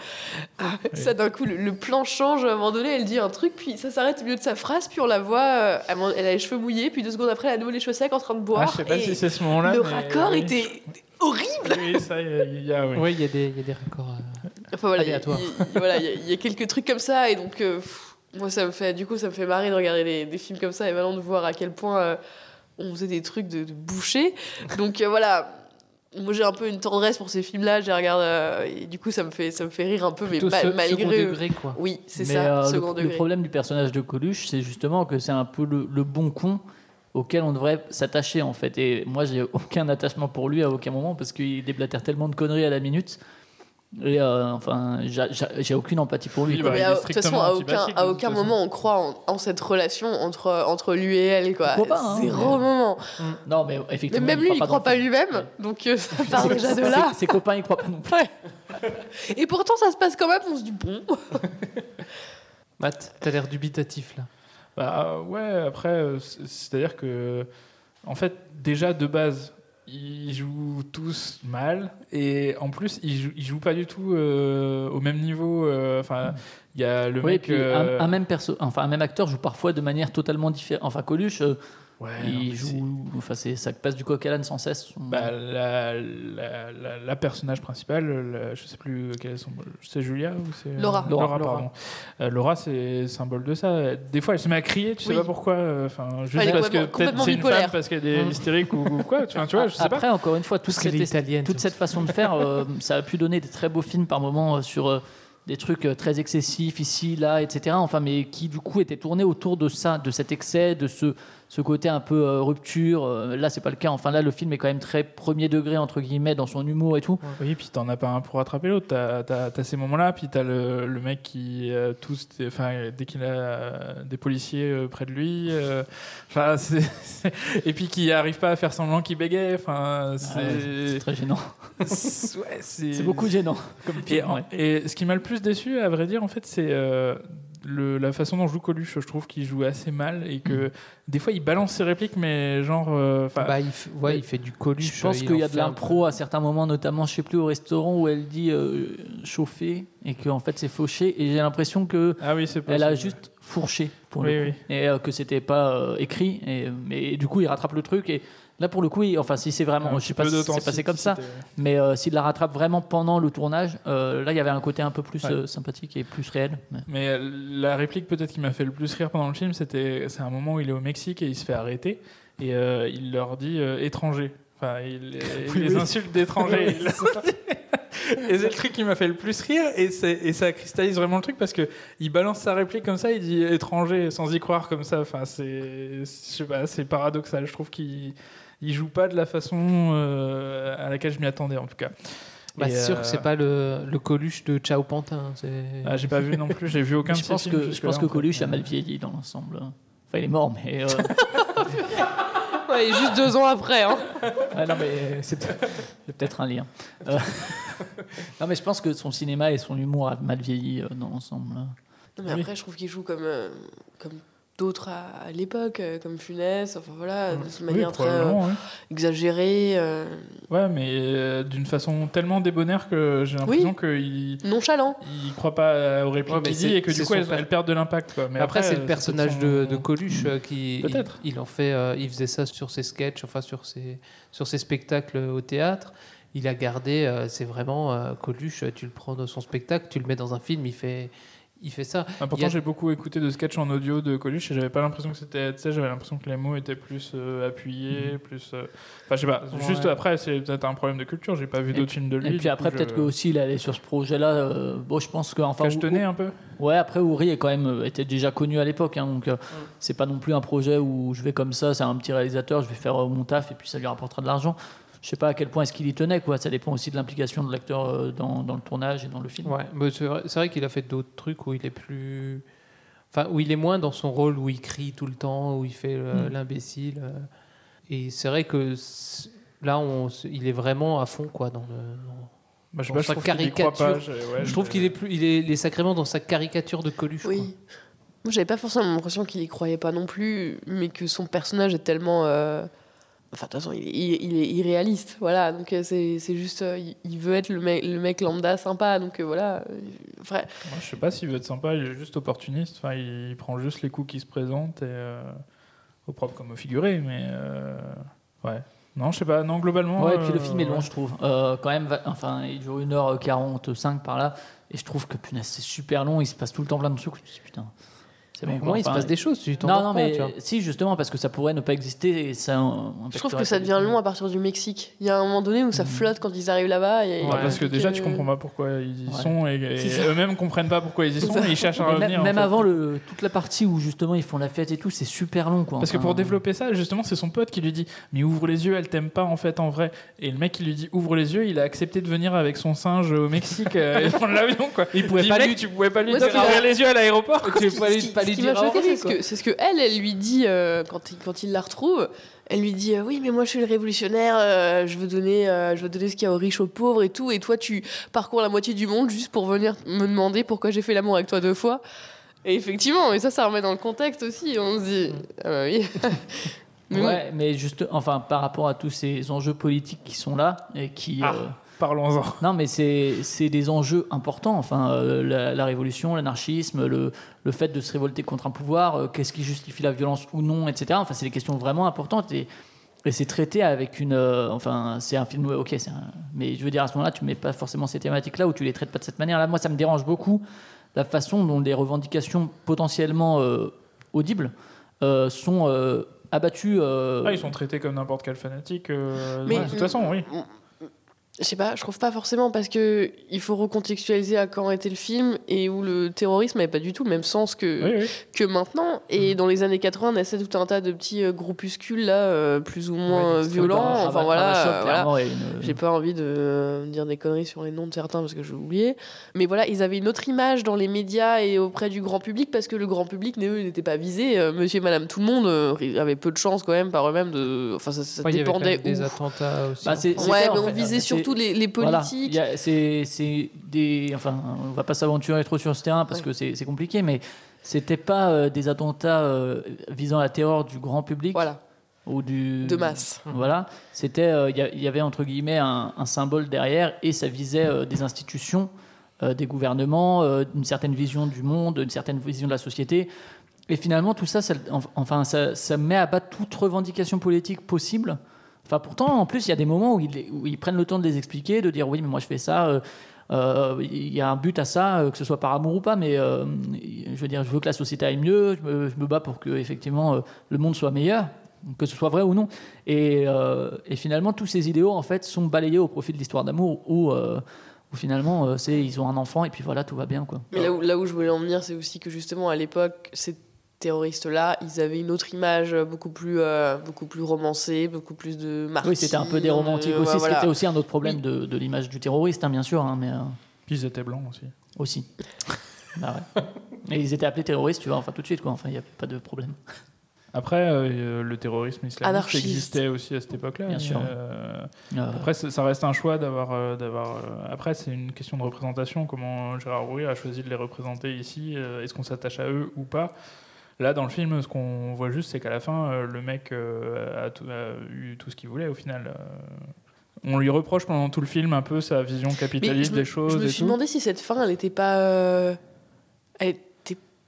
S5: Ah, Ça, d'un coup, le, le plan change. À un moment donné, elle dit un truc, puis ça s'arrête au milieu de sa phrase, puis on la voit. euh, à un moment- elle a les cheveux mouillés, puis deux secondes après, elle a de nouveau les cheveux secs en train de
S3: Ah,
S5: boire.
S3: je sais pas
S5: et
S3: si c'est ce moment-là.
S5: le
S3: mais
S5: raccord
S3: oui.
S5: était horrible.
S3: Oui, ça, il y a- il y a. oui.
S2: Oui, il y, a des- il y a des raccords. euh.
S5: Enfin voilà, il y, a-
S2: Aléatoire.
S5: il y- voilà, il y a- il y a quelques trucs comme ça, et donc euh, pff, moi ça me fait, du coup ça me fait marrer de regarder des, des films comme ça, et maintenant de voir à quel point euh, on faisait des trucs de, de boucher. Donc euh, voilà, moi j'ai un peu une tendresse pour ces films-là, je les regarde, euh, et du coup ça me fait, ça me fait rire un peu,
S2: Plutôt
S5: mais ma-
S2: se- second
S5: malgré.
S2: degré, quoi.
S5: Oui, c'est
S4: Mais,
S5: ça,
S4: euh, le-
S5: second
S4: le,
S5: degré.
S4: problème du personnage de Coluche, c'est justement que c'est un peu le, le bon con auquel on devrait s'attacher en fait. Et moi, j'ai aucun attachement pour lui à aucun moment parce qu'il déblatère tellement de conneries à la minute. Et euh, enfin, j'a- j'a- j'ai aucune empathie pour lui.
S3: Oui,
S4: quoi.
S5: Mais
S3: bah, il est
S5: à- de toute façon,
S3: strictement
S5: à aucun,
S3: antipathique,
S5: à
S3: de toute
S5: aucun
S3: façon.
S5: moment on croit en, en cette relation entre, entre lui et elle. Quoi.
S4: Pourquoi pas, hein,
S5: Zéro
S4: mais-
S5: moment.
S4: Non, mais
S5: Mais
S4: effectivement.
S5: même lui, il
S4: dans
S5: croit
S4: le
S5: pas
S4: film.
S5: lui-même. Donc
S4: [laughs]
S5: euh, ça part
S4: C'est-
S5: déjà de
S4: c'est-
S5: là.
S4: Ses copains, ils croient pas non plus.
S5: Et pourtant, ça se passe quand même, on se dit bon.
S2: Matt, t'as l'air dubitatif là.
S3: Bah ouais, après, euh, c'est- c'est-à-dire que, en fait, déjà de base, ils jouent tous mal, et en plus, ils jouent, ils jouent pas du tout euh, au même niveau. euh, Enfin, il y a le
S4: Oui, et
S3: mec.
S4: puis
S3: euh,
S4: un, un même perso, enfin un même acteur joue parfois de manière totalement différente. Enfin Coluche, euh,
S3: Ouais, non, mais
S4: il
S3: c'est-
S4: joue. Enfin, c'est- ça passe du coq à l'âne sans cesse. On-
S3: Bah, la, la, la- la personnage principale, la- je sais plus quelle est son. C'est Julia ou c'est.
S5: Laura.
S3: Laura,
S4: Laura.
S3: pardon. Euh, Laura, c'est symbole de ça. Des fois, elle se met à crier, tu
S5: Oui.
S3: sais pas pourquoi. euh, Enfin, juste
S5: Elle est
S3: parce que
S5: complètement-
S3: peut-être c'est une
S5: complètement
S3: femme, parce qu'elle est
S4: Mm.
S3: hystérique ou, ou quoi. Enfin, tu vois, je sais pas.
S4: Après, encore une fois, tout
S2: Parce qu'elle est
S4: cet esth-
S2: italienne.
S4: toute cette façon de faire, euh, ça a pu donner des très beaux films par moments euh, sur euh, des trucs euh, très excessifs ici, là, etc. Enfin, mais qui du coup étaient tournés autour de ça, de cet excès, de ce, ce côté un peu euh, rupture. Euh, là, c'est pas le cas. Enfin, là, le film est quand même très premier degré entre guillemets dans son humour et tout.
S3: Oui, puis t'en as pas un pour attraper l'autre. T'as, t'as- t'as ces moments-là, puis t'as le, le mec qui euh, tous, enfin euh, dès qu'il a euh, des policiers euh, près de lui, euh, enfin, [laughs] c'est- c'est- et puis qui arrive pas à faire semblant qu'il bégaye. Enfin,
S4: Ah ouais, C'est
S3: c'est,
S4: très gênant.
S3: c'est- ouais, c'est-
S4: C'est beaucoup gênant. Comme
S3: Et,
S4: film, ouais.
S3: et ce qui m'a le plus déçu, à vrai dire, en fait, c'est euh, le- la façon dont joue Coluche. Je trouve qu'il joue assez mal et
S4: Mm.
S3: que des fois il balance ses répliques, mais genre, euh, enfin,
S2: Bah, il, f- ouais, il fait du coluche. euh,
S4: Je pense
S2: il
S4: qu'il y
S2: en
S4: a de
S2: fait
S4: l'impro à certains moments, notamment, je sais plus, au restaurant où elle dit euh, chauffer et que en fait c'est fauché. Et j'ai l'impression que
S3: ah oui, c'est pas
S4: elle a juste fourché pour le
S3: Oui,
S4: coup.
S3: oui.
S4: et euh, que c'était pas euh, écrit. Et, mais du coup, il rattrape le truc et là pour le coup, il- enfin si c'est vraiment,
S3: Un
S4: je
S3: petit
S4: sais pas
S3: peu
S4: si c'est
S3: d'authenticité.
S4: passé comme ça, mais euh, s'il la rattrape vraiment pendant le tournage, euh, là il y avait un côté un peu plus
S3: Ouais.
S4: euh, sympathique et plus réel. Mais-
S3: Mais euh, la réplique peut-être qui m'a fait le plus rire pendant le film, c'était c'est un moment où il est au Mexique et il se fait arrêter et euh, il leur dit euh, étranger. Enfin,
S4: [laughs]
S3: il, il
S4: Oui,
S3: les
S4: oui.
S3: insulte
S4: [laughs]
S3: d'étranger. [laughs] et c'est le truc qui m'a fait le plus rire et, c'est- et ça cristallise vraiment le truc parce que il balance sa réplique comme ça, il dit étranger sans y croire comme ça. Enfin, c'est je sais pas, c'est paradoxal. Je trouve qu'il il joue pas de la façon euh, à laquelle je m'y attendais en tout cas.
S2: Bah,
S3: Et,
S2: c'est sûr
S3: euh,
S2: que c'est pas le, le coluche de Ciao Pantin. c'est-
S3: ah, j'ai pas vu non plus, j'ai vu aucun de
S4: je
S3: ces
S4: pense
S3: films
S4: que je
S3: jusque-là,
S4: pense que
S3: en fait.
S4: Coluche a mal vieilli dans l'ensemble. Enfin, il est mort,
S3: [laughs]
S4: mais euh,
S5: Ouais, et juste deux ans après. hein.
S4: Ouais, non, mais euh, c'est peut- il y a peut-être un lien. Euh, [laughs] non, mais je pense que son cinéma et son humour a mal vieilli euh, dans l'ensemble.
S5: Non, mais
S3: Oui.
S5: après, je trouve qu'il joue comme, euh, comme d'autres à, à l'époque, euh, comme Funès, enfin voilà, de cette
S3: Oui,
S5: manière très euh,
S3: probablement, oui.
S5: exagérée, euh,
S3: Ouais, mais euh, d'une façon tellement débonnaire que j'ai l'impression qu'il
S5: nonchalant.
S3: il croit pas euh, aux répliques
S2: Ouais, mais
S3: qu'il
S2: c'est-
S3: dit et que du
S2: c'est
S3: coup
S2: son
S3: elles,
S2: per-
S3: elles perdent de l'impact. quoi. Mais
S2: après, c'est le
S3: euh,
S2: personnage
S3: c'est
S2: de,
S3: peut-être
S2: de
S3: son-
S2: Coluche euh, qui il-
S3: Peut-être.
S2: Il, en fait, euh, il faisait ça sur ses sketchs, enfin sur ses sur ses spectacles au théâtre. Il a gardé, euh, c'est vraiment euh, Coluche. Tu le prends dans son spectacle, tu le mets dans un film, il fait il fait ça.
S3: Ah,
S2: il y
S3: pourtant,
S2: a-
S3: j'ai beaucoup écouté de sketchs en audio de Coluche et j'avais pas l'impression que c'était. Tu sais, j'avais l'impression que les mots étaient plus euh, appuyés,
S2: Mm.
S3: plus. euh, Enfin, je sais pas. Juste
S4: Ouais.
S3: après, c'est peut-être un problème de culture. J'ai pas vu
S4: Et
S3: d'autres films de lui.
S4: et
S3: du
S4: puis après,
S3: coup,
S4: peut-être
S3: je-
S4: que aussi il allait sur ce projet-là. euh, bon, je pense que enfin,
S3: que je tenais un peu.
S4: Ouais, après Ouri est quand même euh, était déjà connu à l'époque, hein, donc euh,
S5: Mm.
S4: c'est pas non plus un projet où je vais comme ça, c'est un petit réalisateur, je vais faire euh, mon taf et puis ça lui rapportera de l'argent. Je sais pas à quel point est-ce qu'il y tenait, quoi. Ça dépend aussi de l'implication de l'acteur euh, dans, dans le tournage et dans le film.
S2: Ouais, mais c'est vrai, c'est vrai qu'il a fait d'autres trucs où il est plus. Enfin, où il est moins dans son rôle, où il crie tout le temps, où il fait euh,
S4: Mm.
S2: l'imbécile. euh. Et c'est vrai que c- là, on, s- il est vraiment à fond, quoi. Dans le, dans-
S3: Bah, je sais
S2: Dans
S3: pas, je
S2: sa
S3: trouve qu'il y croit pas. J'ai- ouais,
S2: Je trouve
S3: j'ai-
S2: qu'il est plus, il est, il est sacrément dans sa caricature de Coluche. quoi.
S5: Oui. Moi, j'avais pas forcément l'impression qu'il y croyait pas non plus, mais que son personnage est tellement. euh, Enfin, de toute façon, il, est- il est- il est irréaliste, voilà. Donc, euh, c'est c'est juste. euh, il- il veut être le, mec- le mec lambda sympa, donc euh, voilà. euh, Enfin,
S3: Moi, je sais pas s'il veut être sympa, il est juste opportuniste. Enfin, il prend juste les coups qui se présentent, et, euh, au propre comme au figuré, mais euh, ouais. Non, je sais pas. Non, globalement.
S4: Ouais, et puis le
S3: euh,
S4: film est long,
S3: ouais.
S4: je trouve. Euh, quand même, va- enfin, il dure 1h45 par là, et je trouve que punaise, c'est super long, il se passe tout le temps plein de trucs. Je me dis, putain, c'est
S2: Mais
S4: bon,
S2: au
S4: quoi.
S2: moins, il se
S4: Enfin,
S2: passe des choses. Tu
S4: Non,
S2: t'endors pas,
S4: non, mais
S2: tu vois.
S4: si, justement, parce que ça pourrait ne pas exister. Et ça, euh,
S5: je trouve que ça devient long à partir du Mexique. Il y a un moment donné où ça flotte quand ils arrivent là-bas. et-
S3: Bah, parce que déjà,
S5: euh,
S3: tu comprends pas pourquoi ils y sont, et, et eux-mêmes comprennent pas pourquoi ils y sont, et ils cherchent à
S4: Mais
S3: revenir.
S4: même
S3: en
S4: même
S3: fait.
S4: avant le, toute la partie où justement ils font la fête et tout, c'est super long quoi.
S3: Parce que
S4: Enfin,
S3: pour développer ça, justement, c'est son pote qui lui dit Mais ouvre les yeux, elle t'aime pas en fait, en vrai. Et le mec qui lui dit Ouvre les yeux, il a accepté de venir avec son singe au Mexique euh, [laughs] et prendre l'avion quoi. Il pouvait
S2: pas
S3: mec,
S2: lui-
S3: tu pouvais pas lui
S5: Ouais,
S3: dire
S5: donc il a-
S3: Ouvre les yeux à l'aéroport quoi.
S2: Tu peux pas lui-
S5: Ce qui-
S2: pas lui
S5: ce qui
S2: dire
S5: m'a choqué,
S2: au
S5: c'est
S2: revoir,
S5: ce
S2: quoi.
S5: que, c'est ce que elle, elle lui dit euh, quand, il, quand il la retrouve. Elle lui dit euh, oui, mais moi je suis le révolutionnaire, euh, je veux donner, euh, je veux donner ce qu'il y a aux riches, aux pauvres et tout. Et toi, tu parcours la moitié du monde juste pour venir me demander pourquoi j'ai fait l'amour avec toi deux fois. Et effectivement, et ça, ça remet dans le contexte aussi. On se dit ah bah oui. [laughs] mais
S3: Ah.
S4: ouais, mais juste, enfin, par rapport à tous ces enjeux politiques qui sont là et qui, euh,
S3: [laughs] Parlons-en.
S4: Non, mais c'est c'est des enjeux importants. Enfin, euh, la, la révolution, l'anarchisme, le, le fait de se révolter contre un pouvoir, euh, qu'est-ce qui justifie la violence ou non, etc. Enfin, c'est des questions vraiment importantes et, et c'est traité avec une. euh, enfin, c'est un film. ouais, Ok, c'est un- mais je veux dire à ce moment-là, tu mets pas forcément ces thématiques-là ou tu les traites pas de cette manière-là. Moi, ça me dérange beaucoup la façon dont les revendications potentiellement euh, audibles euh, sont euh, abattues. euh,
S3: Ah, ils sont traités comme n'importe quel fanatique. euh,
S5: Mais-
S3: ouais, de toute façon, oui.
S5: Je sais pas, je trouve pas forcément parce que il faut recontextualiser à quand était le film et où le terrorisme n'avait pas du tout le même sens que,
S3: Oui, oui.
S5: que maintenant. Et
S4: Mm.
S5: dans les années 80, on essaie tout un tas de petits euh, groupuscules là, euh, plus ou moins euh, violents.
S4: Rava-
S5: Enfin voilà,
S4: Ravachov,
S5: euh, voilà.
S4: clairement, Mm. est une-
S5: J'ai pas envie de euh, dire des conneries sur les noms de certains parce que je vais oublier. Mais voilà, ils avaient une autre image dans les médias et auprès du grand public parce que le grand public n'eux, n'était pas visé. Euh, Monsieur et Madame Tout le monde euh, avait peu de chance quand même par eux-mêmes de. Enfin, ça, ça
S2: Enfin, il y avait quand
S5: dépendait
S2: même
S5: où.
S2: des attentats aussi.
S4: Bah, c'est- c'est
S5: Ouais,
S4: ça, en
S5: mais on
S4: fait.
S5: visait
S4: C'est-
S5: surtout les, les
S4: Voilà. Il
S5: politiques.
S4: y a- c'est, c'est des. Enfin, on va pas s'aventurer trop sur ce terrain parce que c'est, c'est compliqué, mais c'était pas euh, des attentats euh, visant la terreur du grand public
S5: Voilà,
S4: ou du.
S5: de masse.
S4: Voilà. C'était. euh, Il y a- il y, avait entre guillemets un, un symbole derrière et ça visait euh, des institutions, euh, des gouvernements, euh, une certaine vision du monde, une certaine vision de la société. Et finalement, tout ça, ça enf- enfin, ça, ça met à bas toute revendication politique possible. Enfin, pourtant, en plus, il y a des moments où ils, où ils prennent le temps de les expliquer, de dire oui, mais moi je fais ça. euh, euh, Il y a un but à ça, euh, que ce soit par amour ou pas, mais euh, je veux dire, je veux que la société aille mieux. Je me, je me bats pour que effectivement euh, le monde soit meilleur, que ce soit vrai ou non. Et, euh, et finalement, tous ces idéaux en fait sont balayés au profit de l'histoire d'amour où, euh, où finalement, euh, c'est ils ont un enfant et puis voilà, tout va bien quoi.
S5: Mais là où, là où je voulais en venir, c'est aussi que justement, à l'époque, ces terroristes-là, ils avaient une autre image euh, beaucoup plus, euh, beaucoup plus romancée, beaucoup plus de martyrs.
S4: Oui, c'était un peu des romantiques
S5: euh,
S4: aussi,
S5: ouais,
S4: ce qui
S5: voilà.
S4: était aussi un autre problème de, de l'image du terroriste, hein, bien sûr, hein, mais euh,
S3: Puis ils étaient blancs aussi.
S4: aussi.
S5: [laughs]
S4: Bah ouais. Et ils étaient appelés terroristes, tu vois, enfin tout de suite, quoi, enfin il n'y a pas de problème.
S3: Après, euh, le terrorisme islamiste
S5: Anarchiste.
S3: existait aussi à cette époque-là.
S4: Bien
S3: mais,
S4: sûr.
S3: euh,
S4: Euh,
S3: Après, c'est- ça reste un choix d'avoir. euh, d'avoir euh, Après, c'est une question de représentation. Comment Gérard Rouy a choisi de les représenter ici euh, Est-ce qu'on s'attache à eux ou pas Là, dans le film, ce qu'on voit juste, c'est qu'à la fin, euh, le mec euh, a, tout- a eu tout ce qu'il voulait au final. Euh, On lui reproche pendant tout le film un peu sa vision
S5: Mais
S3: capitaliste
S5: je me-
S3: des choses.
S5: Je me
S3: et
S5: suis
S3: tout.
S5: demandé si cette fin, elle n'était pas. euh, elle était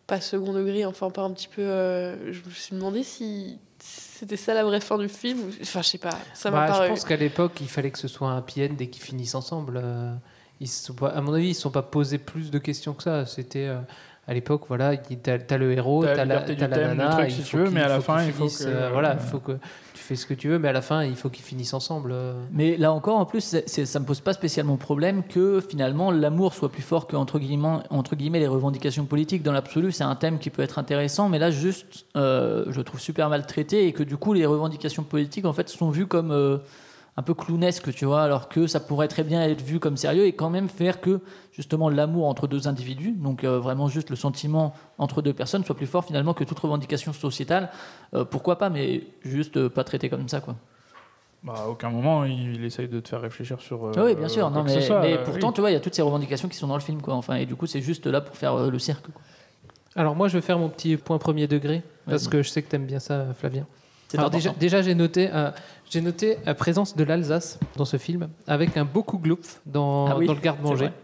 S5: pas second degré, enfin, pas un petit peu. euh, je me suis demandé si c'était ça la vraie fin du film. ou- Enfin, je sais pas. Ça m'a
S2: Bah,
S5: paru.
S2: Je
S5: [laughs]
S2: pense qu'à l'époque, il fallait que ce soit un happy end et qu'ils finissent ensemble. Euh, Ils se sont pas, à mon avis, ils ne se sont pas posés plus de questions que ça. C'était euh, à l'époque, voilà, il- t'as as le héros,
S3: T'as la
S2: t'as la,
S3: liberté du
S2: t'as la
S3: thème, le
S2: nana,
S3: truc,
S2: il
S3: si
S2: faut
S3: tu veux,
S2: qu'il-
S3: mais à la
S2: faut
S3: fin,
S2: qu'ils
S3: il faut
S2: finissent,
S3: que-
S2: euh, voilà, il faut que tu fais ce que tu veux, mais à la fin, il faut qu'ils finissent ensemble. euh.
S4: Mais là encore, en plus, c'est- c'est- ça ne me pose pas spécialement problème que finalement l'amour soit plus fort que entre guillemets, entre guillemets les revendications politiques. Dans l'absolu, c'est un thème qui peut être intéressant, mais là juste, euh, je le trouve super mal traité et que du coup les revendications politiques en fait sont vues comme euh, un peu clownesques, tu vois, alors que ça pourrait très bien être vu comme sérieux et quand même faire que justement l'amour entre deux individus, donc euh, vraiment juste le sentiment entre deux personnes, soit plus fort finalement que toute revendication sociétale. Euh, pourquoi pas, mais juste euh, pas traité comme ça, quoi.
S3: Bah, à aucun moment, il, il essaye de te faire réfléchir sur. euh,
S4: Ah oui, bien sûr.
S3: quoi
S4: Non,
S3: que ce
S4: mais,
S3: soit,
S4: mais
S3: euh,
S4: pourtant,
S3: oui.
S4: tu vois, il y a toutes ces revendications qui sont dans le film, quoi. Enfin, et du coup, c'est juste là pour faire euh, le cirque. quoi.
S2: Alors moi, je vais faire mon petit point premier degré, parce
S4: Vas-y.
S2: que je sais que tu aimes bien ça, euh, Flavien.
S4: C'est
S2: Alors
S4: important.
S2: déjà, déjà, j'ai noté, euh, j'ai noté la présence de l'Alsace dans ce film, avec un beaucoup glouf dans,
S4: Ah oui,
S2: dans le
S4: c'est
S2: garde-manger.
S4: vrai.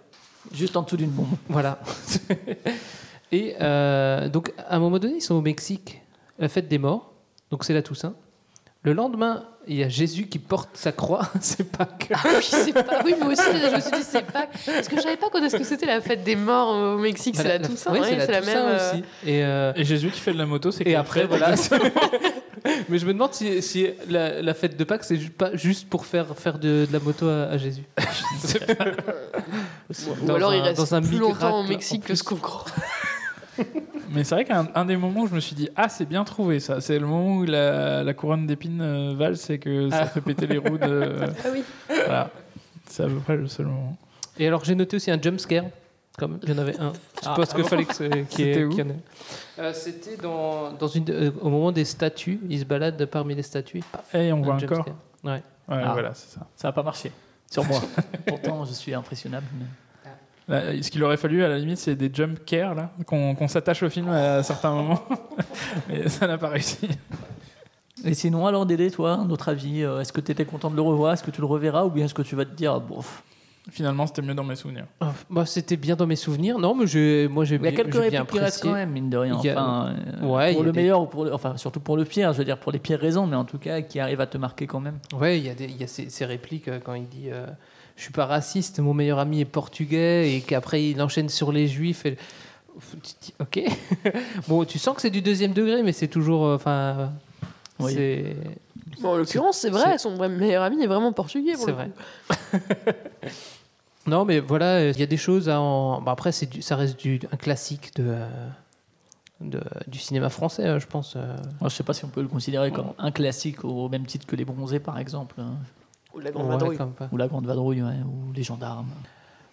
S4: Juste en dessous d'une bombe.
S2: Voilà. [laughs] et euh, donc, à un moment donné, ils sont au Mexique, la fête des morts. Donc, c'est la Toussaint. Le lendemain, il y a Jésus qui porte sa croix. [laughs] c'est pas que.
S5: Ah oui, c'est pas... oui, moi aussi, je me suis dit, c'est pas. Parce que je savais pas quand est-ce que c'était la fête des morts au Mexique, c'est la, Toussaint.
S2: Oui,
S5: ouais,
S2: c'est Bah, la, Toussaint
S5: même, euh,
S2: aussi. Et, euh,
S3: Et Jésus qui fait de la moto, c'est
S2: et
S3: que-
S2: après, voilà. c'est- [laughs] Mais je me demande si, si la, la fête de Pâques, c'est ju- pas juste pour faire, faire de, de la moto à, à Jésus.
S5: Ou
S2: Dans
S5: alors il
S2: un-
S5: reste
S2: dans un
S5: plus longtemps au
S2: miracle,
S5: Mexique
S2: en
S5: que ce qu'on croit.
S3: Mais c'est vrai qu'un un des moments où je me suis dit ah c'est bien trouvé ça, c'est le moment où la, la couronne d'épines euh, valse et que ça
S2: Ah.
S3: fait péter les roues de.
S4: [laughs]
S5: Ah oui.
S3: voilà. C'est à peu près le seul moment.
S2: Et alors, j'ai noté aussi un jump scare. Comme il y en avait un. Je pense que fallait que ce- qu'il y ait-
S3: C'était où
S2: qu'il y en ait. Euh, C'était dans, dans une, euh, au moment des statues. Ils se baladent parmi les statues.
S3: Et on voit
S2: Un jump
S3: encore.
S2: scare.
S3: Ouais,
S4: Ah.
S3: Voilà, c'est ça.
S4: Ça n'a pas marché [laughs] sur moi. [laughs] pourtant, je suis impressionnable. mais-
S3: Là, ce qu'il aurait fallu à la limite, c'est des jump care là, qu'on qu'on s'attache au film à certains moments, [laughs] mais ça n'a pas réussi.
S4: Et sinon, alors Dédé, toi, notre avis, euh, est-ce que tu étais content de le revoir Est-ce que tu le reverras Ou bien est-ce que tu vas te dire, bon, pff,
S3: Finalement, c'était mieux dans mes souvenirs.
S2: Ah, bah, c'était bien dans mes souvenirs. Non, mais j'ai- moi j'ai
S4: Il y
S2: bien,
S4: a quelques
S2: j'ai bien
S4: répliques qui restent
S2: apprécié.
S4: quand même, mine de rien.
S2: Il y a-
S4: Enfin, euh,
S2: Ouais, il y
S4: pour
S2: a
S4: le
S2: des-
S4: meilleur ou pour le- enfin surtout pour le pire, je veux dire pour les pires raisons, mais en tout cas qui arrive à te marquer quand même.
S2: Ouais, il y a, des, il y a ces, ces répliques euh, quand il dit euh, Je suis pas raciste, mon meilleur ami est portugais, et qu'après il enchaîne sur les juifs. Et... Tu te dis, Ok. [laughs] bon, tu sens que c'est du deuxième degré, mais c'est toujours. euh, Enfin.
S4: Oui.
S2: c'est-
S5: Bon, en l'occurrence, c'est vrai, son vrai- meilleur ami est vraiment portugais. pour
S2: C'est
S5: le
S2: vrai.
S5: coup.
S2: Non, mais voilà, euh, il y a des choses à en. bah, après, c'est du- ça reste du, un classique de, euh, de- du cinéma français, euh, je pense. euh.
S4: Moi, je sais pas si on peut le considérer comme un classique au même titre que Les Bronzés par exemple, hein,
S5: Ou la
S2: Ouais,
S5: grande vadrouille.
S2: quand même pas.
S4: ou La Grande Vadrouille ouais, ou Les Gendarmes.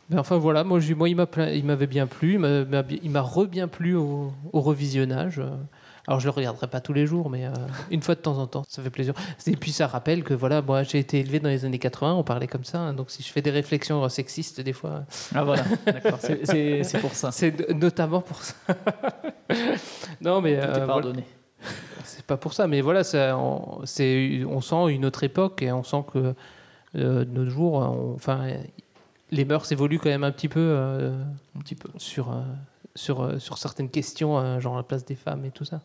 S2: Mais enfin, voilà, moi, j'ai- moi il m'a pla- il m'avait bien plu, il m'a- m'a bi- il m'a re bien plu au, au revisionnage. euh. Alors, je le regarderai pas tous les jours, mais euh, une fois de temps en temps, ça fait plaisir. Et puis, ça rappelle que, voilà, moi, j'ai été élevé dans les années 80, on parlait comme ça, hein, donc si je fais des réflexions euh, sexistes, des fois,
S4: Ah voilà, [laughs] d'accord, c'est- c'est c'est pour ça.
S2: c'est de- notamment pour ça. [laughs] non, mais.
S4: Tout est
S2: euh, voilà.
S4: pardonné.
S2: C'est pas pour ça, mais voilà, ça, on, c'est- on sent une autre époque et on sent que euh, de nos jours, on- enfin, les mœurs évoluent quand même un petit peu euh,
S4: Un petit peu.
S2: sur, euh, sur, euh, sur certaines questions, euh, genre la place des femmes et tout ça.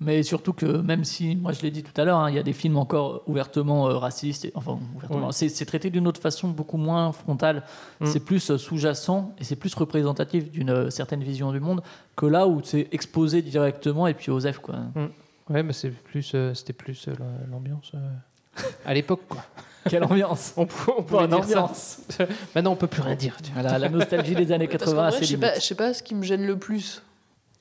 S4: Mais surtout que même si, moi je l'ai dit tout à l'heure, hein, il y a des films encore ouvertement euh, racistes, et- enfin ouvertement,
S2: Oui.
S4: c'est c'est traité d'une autre façon, beaucoup moins frontale,
S2: Mm.
S4: c'est plus euh, sous-jacent et c'est plus représentatif d'une euh, certaine vision du monde que là où c'est exposé directement et puis aux F, quoi.
S2: Ouais, mais c'est plus, euh, c'était plus euh, la- l'ambiance euh, à l'époque, quoi.
S4: Quelle ambiance
S2: [laughs] On, pou- on pouvait
S4: Bonne
S2: dire ça. Ah
S4: ambiance
S2: [laughs] Maintenant, on peut plus rien dire. tu vois.
S4: Voilà, La nostalgie des années
S5: [laughs] Parce qu'en
S4: 80,
S5: vrai,
S4: c'est
S5: je sais pas, je
S4: limite.
S5: sais pas ce qui me gêne le plus.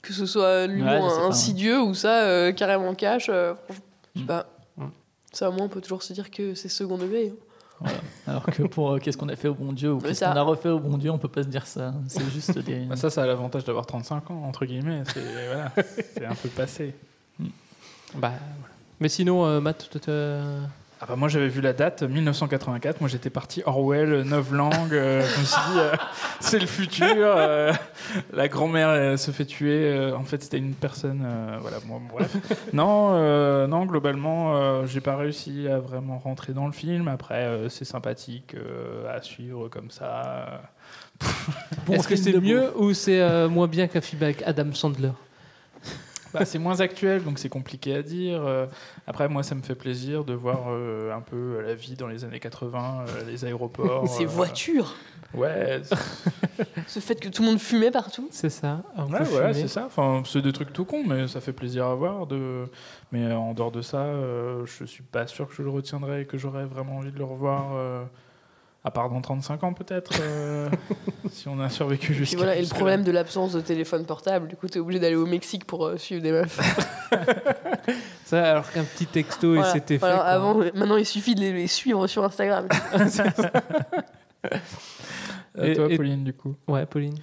S5: Que ce soit l'humour
S4: Ouais, je sais pas,
S5: insidieux ou ça, euh, carrément cash. euh, franchement, je sais
S4: Mm.
S5: pas.
S2: hein. Mm.
S5: Ça, au moins, on peut toujours se dire que c'est second degré. hein.
S4: Alors que pour euh, qu'est-ce qu'on a fait au bon Dieu ou
S5: Mais
S4: qu'est-ce
S5: ça-
S4: qu'on a refait au bon Dieu, on peut pas se dire ça. C'est juste
S5: [laughs]
S4: des.
S3: Bah, ça, ça a l'avantage d'avoir 35 ans, entre guillemets. C'est voilà, c'est un peu passé.
S2: Bah, voilà. Mais sinon, euh, Matt, t- t- euh,
S3: Ah bah moi j'avais vu la date 1984, moi j'étais parti Orwell, 9 langues, euh, je me suis dit euh, [laughs] c'est le futur, euh, la grand-mère euh, se fait tuer, euh, en fait c'était une personne, euh, voilà, bon, bref. Non, euh, non globalement euh, j'ai pas réussi à vraiment rentrer dans le film, après euh, c'est sympathique euh, à suivre comme ça.
S4: Bon
S2: est-ce que
S4: film
S2: c'est
S4: de
S2: mieux
S4: bouffe.
S2: ou c'est euh, moins bien qu'un film avec Adam Sandler
S3: Bah, c'est moins actuel, donc c'est compliqué à dire. Euh, après, moi, ça me fait plaisir de voir euh, un peu euh, la vie dans les années 80, euh, les aéroports.
S5: [laughs] Ces
S3: euh,
S5: voitures,
S3: Ouais, c'est-
S5: ce fait que tout le monde fumait partout.
S2: C'est ça. on
S3: ouais,
S2: peut
S3: voilà,
S2: fumer.
S3: c'est ça. Enfin, c'est des trucs tout cons, mais ça fait plaisir à voir. De... Mais euh, en dehors de ça, euh, je suis pas sûr que je le retiendrai et que j'aurais vraiment envie de le revoir. euh, À part dans 35 ans peut-être,
S5: [laughs]
S3: euh, si on a survécu
S5: Puis
S3: jusqu'à...
S5: voilà, et le
S3: jusque-là.
S5: problème de l'absence de téléphone portable, du coup, t'es obligé d'aller au Mexique pour euh, suivre des meufs.
S2: Ça, alors qu'un petit texto
S5: Voilà.
S2: et c'était fait.
S5: Alors,
S2: quoi.
S5: avant, maintenant, il suffit de les, les suivre sur Instagram.
S3: À
S2: Et-
S3: toi,
S2: et-
S3: Pauline, du coup.
S2: Ouais, Pauline.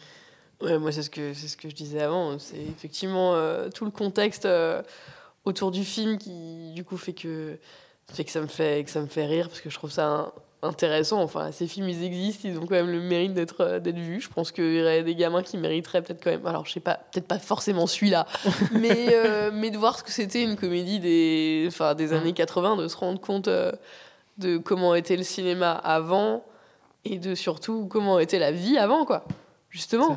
S5: Ouais, moi, c'est ce, que, c'est ce que je disais avant. C'est effectivement euh, tout le contexte euh, autour du film qui, du coup, fait que, fait que, ça, me fait, que ça me fait rire parce que je trouve ça un- intéressant. Enfin, ces films, ils existent, ils ont quand même le mérite d'être, euh, d'être vus. Je pense qu'il y aurait des gamins qui mériteraient peut-être quand même. Alors, je sais pas, peut-être pas forcément celui-là,
S4: [laughs]
S5: mais, euh, mais de voir ce que c'était une comédie des, enfin, des années 80, de se rendre compte euh, de comment était le cinéma avant et de surtout comment était la vie avant, quoi. Justement.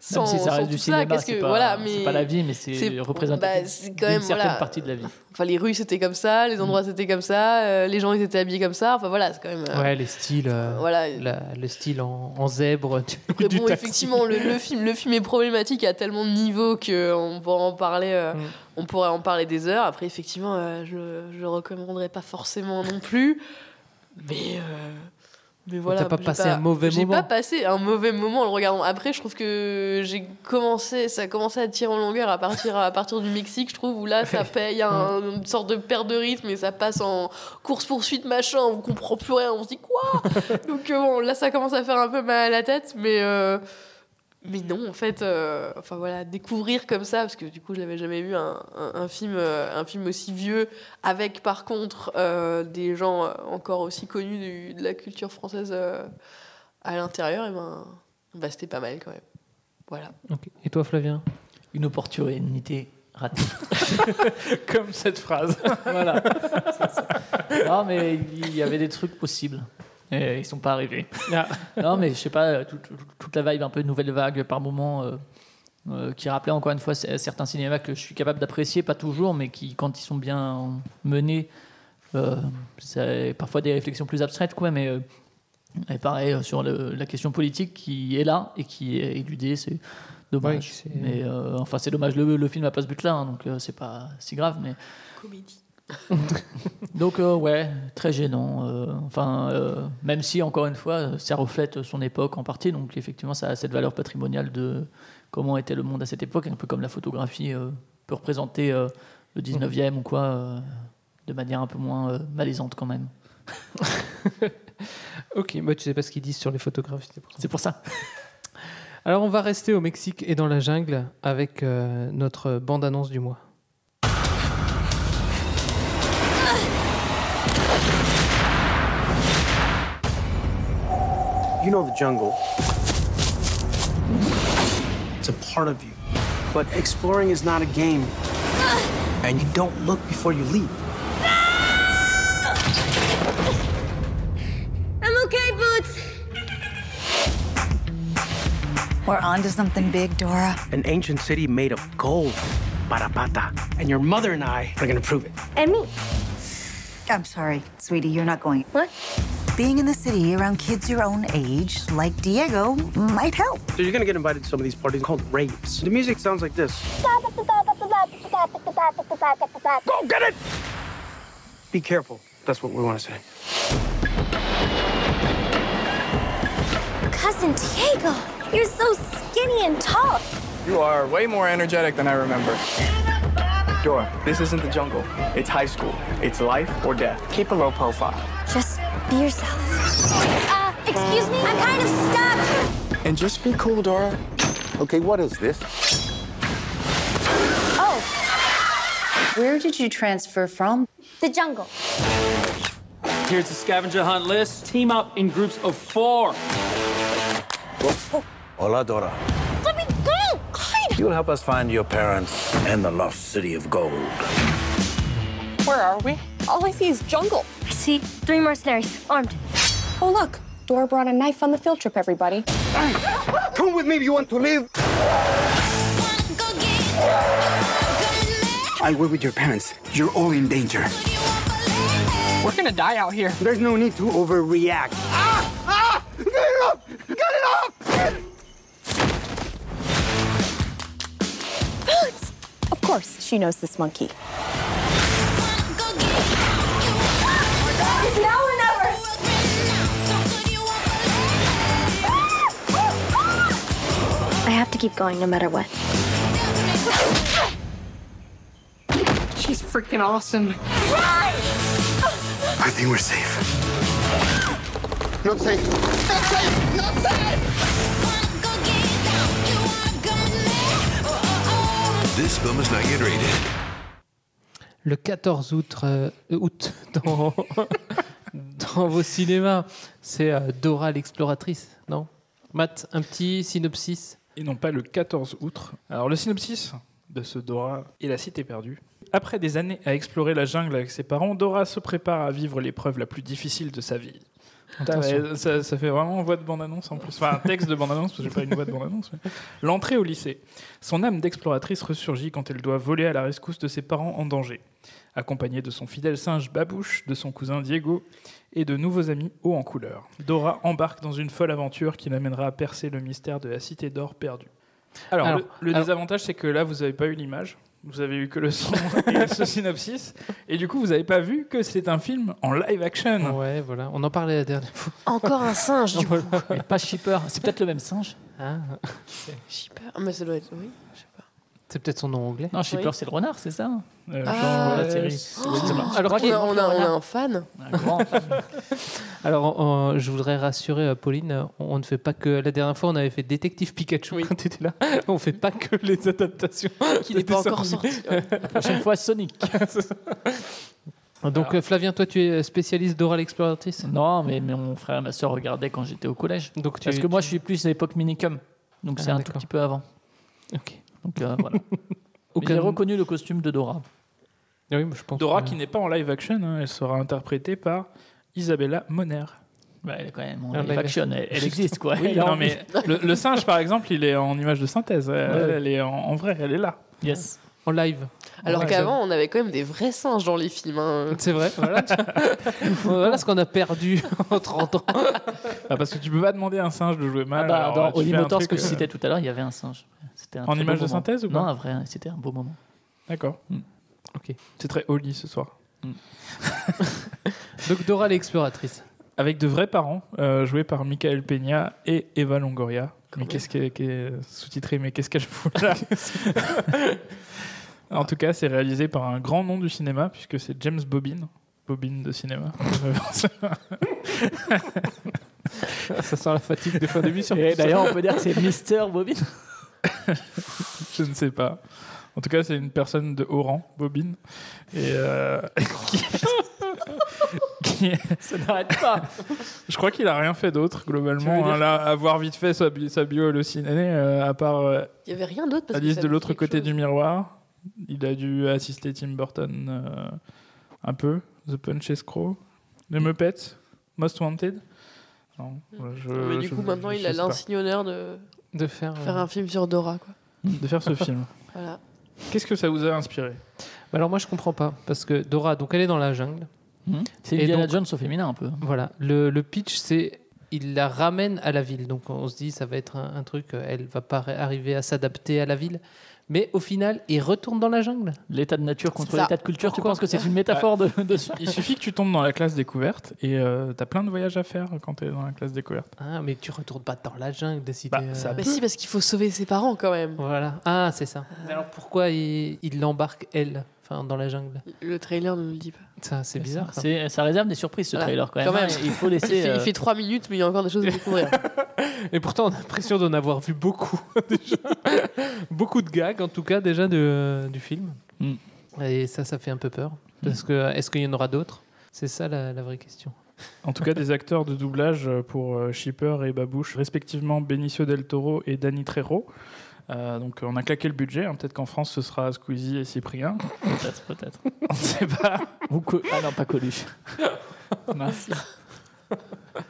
S4: Même
S5: Sans,
S4: si ça
S5: sans
S4: reste du
S5: tout ça,
S4: cinéma,
S5: qu'est-ce
S4: c'est
S5: que
S4: pas,
S5: voilà,
S4: c'est
S5: mais
S4: pas la vie, mais c'est
S5: c'est-
S4: représentatif
S5: bah, c'est quand même,
S4: d'une certaine
S5: voilà.
S4: partie de la vie.
S5: enfin les rues c'était comme ça,
S2: Mm.
S5: les endroits c'était comme ça, euh, les gens ils étaient habillés comme ça, enfin voilà, c'est quand même euh,
S2: Ouais, les styles. euh,
S5: voilà.
S2: la- le style en, en zèbre du, [laughs]
S5: Après,
S2: du
S5: bon,
S2: taxi.
S5: effectivement, le, le film, le film est problématique à tellement de niveaux qu'on pourrait en parler, euh,
S2: Mm.
S5: on pourrait en parler des heures. Après, effectivement, euh, je, je le recommanderais pas forcément non plus, mais euh, mais voilà.
S2: t'as pas
S5: j'ai
S2: passé un mauvais
S5: J'ai
S2: moment.
S5: pas passé un mauvais moment en le regardant. Après, je trouve que j'ai commencé, ça a commencé à tirer en longueur à partir à partir du Mexique, je trouve, où
S2: [laughs]
S5: là, ça paye un- une sorte de perte de rythme et ça passe en course poursuite machin. On comprend plus rien, on se dit quoi
S2: [laughs]
S5: donc euh, bon, là, ça commence à faire un peu mal à la tête, mais euh, mais non, en fait, euh, enfin voilà, découvrir comme ça, parce que du coup, je n'avais jamais vu un, un- un film euh, un film aussi vieux, avec par contre euh, des gens euh, encore aussi connus du- de la culture française euh, à l'intérieur, et ben, bah, c'était pas mal quand même. Voilà.
S2: Ok. Et toi, Flavien
S4: Une opportunité
S5: [laughs]
S4: ratée.
S3: Comme cette phrase.
S4: voilà. C'est ça. Non, mais il y avait des trucs possibles. Et ils sont pas arrivés.
S3: Ah.
S4: non, mais je sais pas, tout- tout- toute la vibe un peu nouvelle vague par moment, euh, euh, qui rappelait encore une fois c- certains cinémas que je suis capable d'apprécier, pas toujours, mais qui, quand ils sont bien menés, euh, c'est parfois des réflexions plus abstraites, quoi, mais. euh, et pareil euh, sur le- la question politique qui est là et qui est éludée, c'est
S2: Oui,
S4: dommage.
S2: c'est-
S4: mais euh, enfin, c'est dommage. Le, le film n'a pas ce but-là, hein, donc euh, c'est pas si grave. Mais
S5: Comédie.
S4: [laughs] donc euh, ouais, très gênant. euh, enfin, euh, même si encore une fois, euh, ça reflète son époque en partie. Donc effectivement, ça a cette valeur patrimoniale de comment était le monde à cette époque, un peu comme la photographie euh, peut représenter euh, le 19e ou quoi, euh, de manière un peu moins euh, malaisante quand même.
S2: [laughs] Ok, moi tu sais pas ce qu'ils disent sur les photographes. c'est pour ça.
S4: C'est pour ça.
S2: Alors on va rester au Mexique et dans la jungle avec euh, notre bande-annonce du mois.
S7: You know the jungle. It's a part of you. But exploring is not a game. And you don't look before you leap.
S8: I'm okay, Boots. We're on to something big, Dora.
S7: An ancient city made of gold. Parapata. And your mother and I are gonna prove it.
S8: I'm sorry, sweetie, you're not going. What? Being in the city around kids your own age, like Diego, might help.
S7: So you're gonna get invited to some of these parties called raves. The music sounds like this. Go get it! Be careful. That's what we wanna say.
S10: Cousin Diego, you're so skinny and tall.
S11: You are way more energetic than I remember. Dora, this isn't the jungle. It's high school. It's life or death. Keep a low profile.
S10: Just be yourself. Uh, excuse me, I'm kind of stuck.
S11: And just be cool, Dora.
S6: Okay, what is this?
S8: Where did you transfer from?
S10: The jungle.
S11: Here's the scavenger hunt list. Team up in groups of four.
S6: Hola, Dora.
S10: Let me go! Clyde!
S6: You'll help us find your parents and the lost city of gold.
S10: Where are we? All I see is jungle. I see three mercenaries, armed. Oh, look. Dora brought a knife on the field trip, everybody.
S7: Come with me if you want to live. I were with your parents. You're all in danger.
S11: We're gonna die out here.
S7: There's no need to overreact. Ah! Ah! Get it off! Get it off!
S10: Boots! Of course, she knows this monkey. It's now or never! Ah! I have to keep going no matter what.
S11: She's freaking awesome.
S7: I think we're safe. Not safe.
S6: This film is not yet rated.
S2: Le 14 août, euh, août [laughs] dans, dans vos cinémas, c'est euh, Dora l'exploratrice, non Matt, un petit synopsis
S3: et non pas le 14 août. Alors le synopsis de ce Dora et la cité perdue. Après des années à explorer la jungle avec ses parents, Dora se prépare à vivre l'épreuve la plus difficile de sa vie. Putain,
S2: Attention.
S3: mais ça, ça fait vraiment voix de bande-annonce en plus. Enfin, un texte de bande-annonce, parce que j'ai pas une voix de bande-annonce.
S2: [laughs]
S3: mais- L'entrée au lycée. Son âme d'exploratrice ressurgit quand elle doit voler à la rescousse de ses parents en danger. Accompagnée de son fidèle singe Babouche, de son cousin Diego et de nouveaux amis hauts en couleur, Dora embarque dans une folle aventure qui l'amènera à percer le mystère de la cité d'or perdue. Alors,
S2: Alors,
S3: le, le
S2: alors-
S3: désavantage, c'est que là, vous n'avez pas eu l'image. Vous avez eu que le son [laughs] et ce synopsis. Et du coup, vous n'avez pas vu que c'est un film en live action.
S2: Ouais, voilà, on en parlait la dernière
S3: [laughs]
S2: fois.
S5: Encore un singe, du coup.
S4: Mais pas shipper. C'est peut-être le même singe.
S2: Ah,
S5: Je sais pas. Ah, mais ça doit être. Oui, je sais pas.
S2: c'est peut-être son nom anglais.
S4: Non, shipper,
S5: Oui.
S4: c'est le renard, c'est ça
S3: Euh,
S5: Ah,
S3: genre, la série.
S2: Alors,
S5: On a, on a- on a un fan.
S4: Un grand.
S2: Alors, en- en- je voudrais rassurer euh, Pauline, euh, on, on ne fait pas que. La dernière fois, on avait fait Détective Pikachu quand tu étais là. [laughs] On ne fait pas que les adaptations.
S5: Qui n'est
S2: des
S5: pas encore
S2: dessins
S5: sorti. hein.
S4: La prochaine fois, Sonic.
S2: animés. [laughs] Donc, euh, Flavien, toi, tu es spécialiste d'Ora l'exploratrice.
S4: Non, mais, mais mon frère et ma soeur regardaient quand j'étais au collège.
S2: Donc, tu,
S4: Parce que moi, je suis plus à l'époque Minicum. Donc,
S2: Ah,
S4: c'est un tout
S2: d'accord.
S4: petit peu avant.
S2: Ok.
S4: Donc, euh, voilà. Mais
S2: Aucun-
S4: J'ai reconnu le costume de Dora.
S2: Ah oui, mais je pense
S3: Dora
S2: que-
S3: qui n'est pas en live action, hein, elle sera interprétée par Isabella Moner.
S4: Bah, elle est quand même en
S3: Ah,
S4: live
S3: bah,
S4: action,
S3: mais-
S4: elle, elle existe quoi.
S3: Oui,
S4: Elle est
S3: non,
S4: en-
S3: mais [laughs] le, le singe, par exemple, il est en image de synthèse. Elle,
S4: Ouais.
S3: elle est en, en vrai, elle est là.
S4: Yes.
S2: En live.
S5: Alors
S3: Ouais.
S5: qu'avant, on avait quand même des vrais singes dans les films. hein.
S2: C'est vrai, voilà. [laughs] voilà ce qu'on a perdu [laughs] en 30 ans.
S3: Ah, parce que tu peux pas demander à un singe de jouer mal.
S4: Ah bah,
S3: alors,
S4: dans
S3: tu fais
S4: Holy
S3: un
S4: Motors,
S3: truc,
S4: que je
S3: euh,
S4: citais tout à l'heure, il y avait un singe. C'était un
S3: En
S4: très
S3: image
S4: beau
S3: de
S4: moment.
S3: synthèse ou pas
S4: Non, un vrai, c'était un beau moment.
S3: D'accord.
S4: Hmm.
S2: Ok.
S3: C'est très Oli ce soir.
S2: Donc Dora l'exploratrice.
S3: Avec de vrais parents, euh, joués par Michael Peña et Eva Longoria. mais qu'est-ce qu'elle qu'est- sous-titré Mais qu'est-ce qu'elle fout
S2: [laughs]
S3: là En tout cas, c'est réalisé par un grand nom du cinéma puisque c'est James Bobine, Bobine de cinéma.
S2: [laughs] Ça sent la fatigue de fin d'émission.
S4: Et d'ailleurs, on peut dire que c'est Mister Bobine.
S3: Je ne sais pas. En tout cas, c'est une personne de haut rang, Bobine, et euh, [laughs] qui, qui-
S4: Ça n'arrête pas.
S3: Je crois qu'il a rien fait d'autre globalement.
S5: dire-
S3: hein, là, avoir vite fait sa, bi- sa bio le ciné, euh, à part euh,
S5: Il y avait rien d'autre. parce que
S3: Alice
S5: ça
S3: de
S5: me
S3: l'autre
S5: dit quelque
S3: côté
S5: chose.
S3: du miroir. Il a dû assister Tim Burton euh, un peu. The Punch Escrow. Les Muppets. Most Wanted. Non, je-
S5: Hmm. Mais du
S3: euh, je-
S5: coup, maintenant,
S3: je
S5: il a
S3: sais pas.
S5: l'insigne honneur de
S2: De faire,
S5: faire
S2: euh,
S5: un film sur Dora. Quoi.
S3: De faire
S5: [laughs]
S3: ce film.
S5: Voilà.
S3: Qu'est-ce que ça vous a inspiré
S2: Bah Alors moi je comprends pas parce que Dora donc elle est dans la jungle.
S4: Mhm. C'est
S2: Et
S4: Indiana
S2: donc-
S4: Jones au féminin un peu.
S2: Voilà, le, le pitch c'est il la ramène à la ville. Donc on se dit ça va être un, un truc euh, elle va pas arriver à s'adapter à la ville. Mais au final, il retourne dans la jungle.
S4: L'état de nature contre
S2: C'est ça.
S4: l'état de culture, tu
S2: Pourquoi
S4: penses que c'est une métaphore de, de ça
S3: Il suffit que tu tombes dans la classe découverte et euh, t'as plein de voyages à faire quand t'es dans la classe découverte.
S2: Ah, mais tu retournes pas dans la jungle si t'es, euh,
S5: Mais si, parce qu'il faut sauver ses parents quand même.
S2: Voilà. Ah, c'est ça.
S4: Euh.
S2: Mais alors pourquoi il il l'embarque elle enfin dans la jungle
S5: Le trailer ne nous le dit pas.
S2: Ça c'est bizarre. ça.
S4: C'est- Ça réserve des surprises ce
S5: Voilà.
S4: trailer quand même. hein. Il faut laisser.
S5: il, fait,
S4: euh,
S5: il fait trois minutes, mais il y a encore des choses
S3: [laughs]
S5: à découvrir.
S2: Et pourtant, on a l'impression d'en avoir vu beaucoup. [laughs] déjà. beaucoup de gags, en tout cas, déjà de- du film.
S4: Mm.
S2: Et ça, ça fait un peu peur.
S4: Hmm.
S2: Parce que est-ce qu'il y en aura d'autres C'est ça la, la vraie question.
S3: En tout cas, des acteurs de doublage euh, pour euh, Shipper et Babouche, respectivement Benicio del Toro et Danny Trejo. Euh, donc, on a claqué le budget. hein. Peut-être qu'en France, ce sera Squeezie et Cyprien. [laughs]
S4: Peut-être, peut-être.
S3: On ne sait pas.
S4: Ou co- Ah non, pas Coluche. Mince.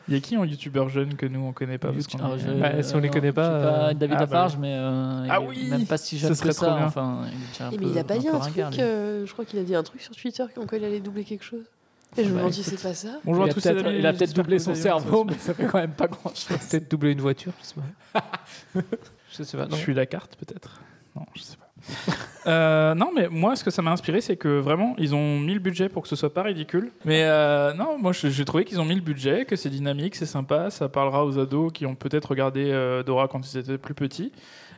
S3: Il y a qui en youtubeur jeune que nous, on connaît pas parce qu'on
S4: Ah,
S3: est-
S4: je-
S2: Bah, si on les
S4: non,
S2: connaît
S4: je suis
S2: pas, euh,
S4: David
S3: ah, bah
S4: Lafarge, mais euh, il
S3: Ah
S4: est
S3: oui,
S4: même pas si
S3: ce
S4: jeune
S3: serait
S4: que
S3: trop
S4: ça.
S3: bien.
S4: Enfin, il est déjà un
S5: Et
S4: peu-
S5: mais il a pas dit un truc.
S4: ringard, lui.
S5: euh, je crois qu'il a dit un truc sur Twitter comme quoi il allait doubler quelque chose. Et
S4: Ah
S5: je me
S4: bah,
S5: demande si c'est pas ça.
S3: Bonjour
S4: il
S3: à
S4: a
S3: tous.
S4: peut-être-
S3: les amis,
S4: il a
S3: j'espère
S4: peut-être
S3: que
S4: doublé
S3: vous
S4: son
S3: allez bien
S4: cerveau,
S3: ce
S4: mais
S3: soir.
S4: ça fait quand même pas grand-chose.
S2: euh, Peut-être doubler une voiture, je sais pas.
S4: [laughs]
S2: je sais pas,
S3: Je
S2: Ah non.
S3: suis la carte, peut-être. Non, je sais pas. [laughs] Euh, non, mais moi, ce que ça m'a inspiré, c'est que vraiment, ils ont mis le budget pour que ce soit pas ridicule. Mais euh, non, moi, je- j'ai trouvé qu'ils ont mis le budget, que c'est dynamique, c'est sympa, ça parlera aux ados qui ont peut-être regardé euh, Dora quand ils étaient plus petits.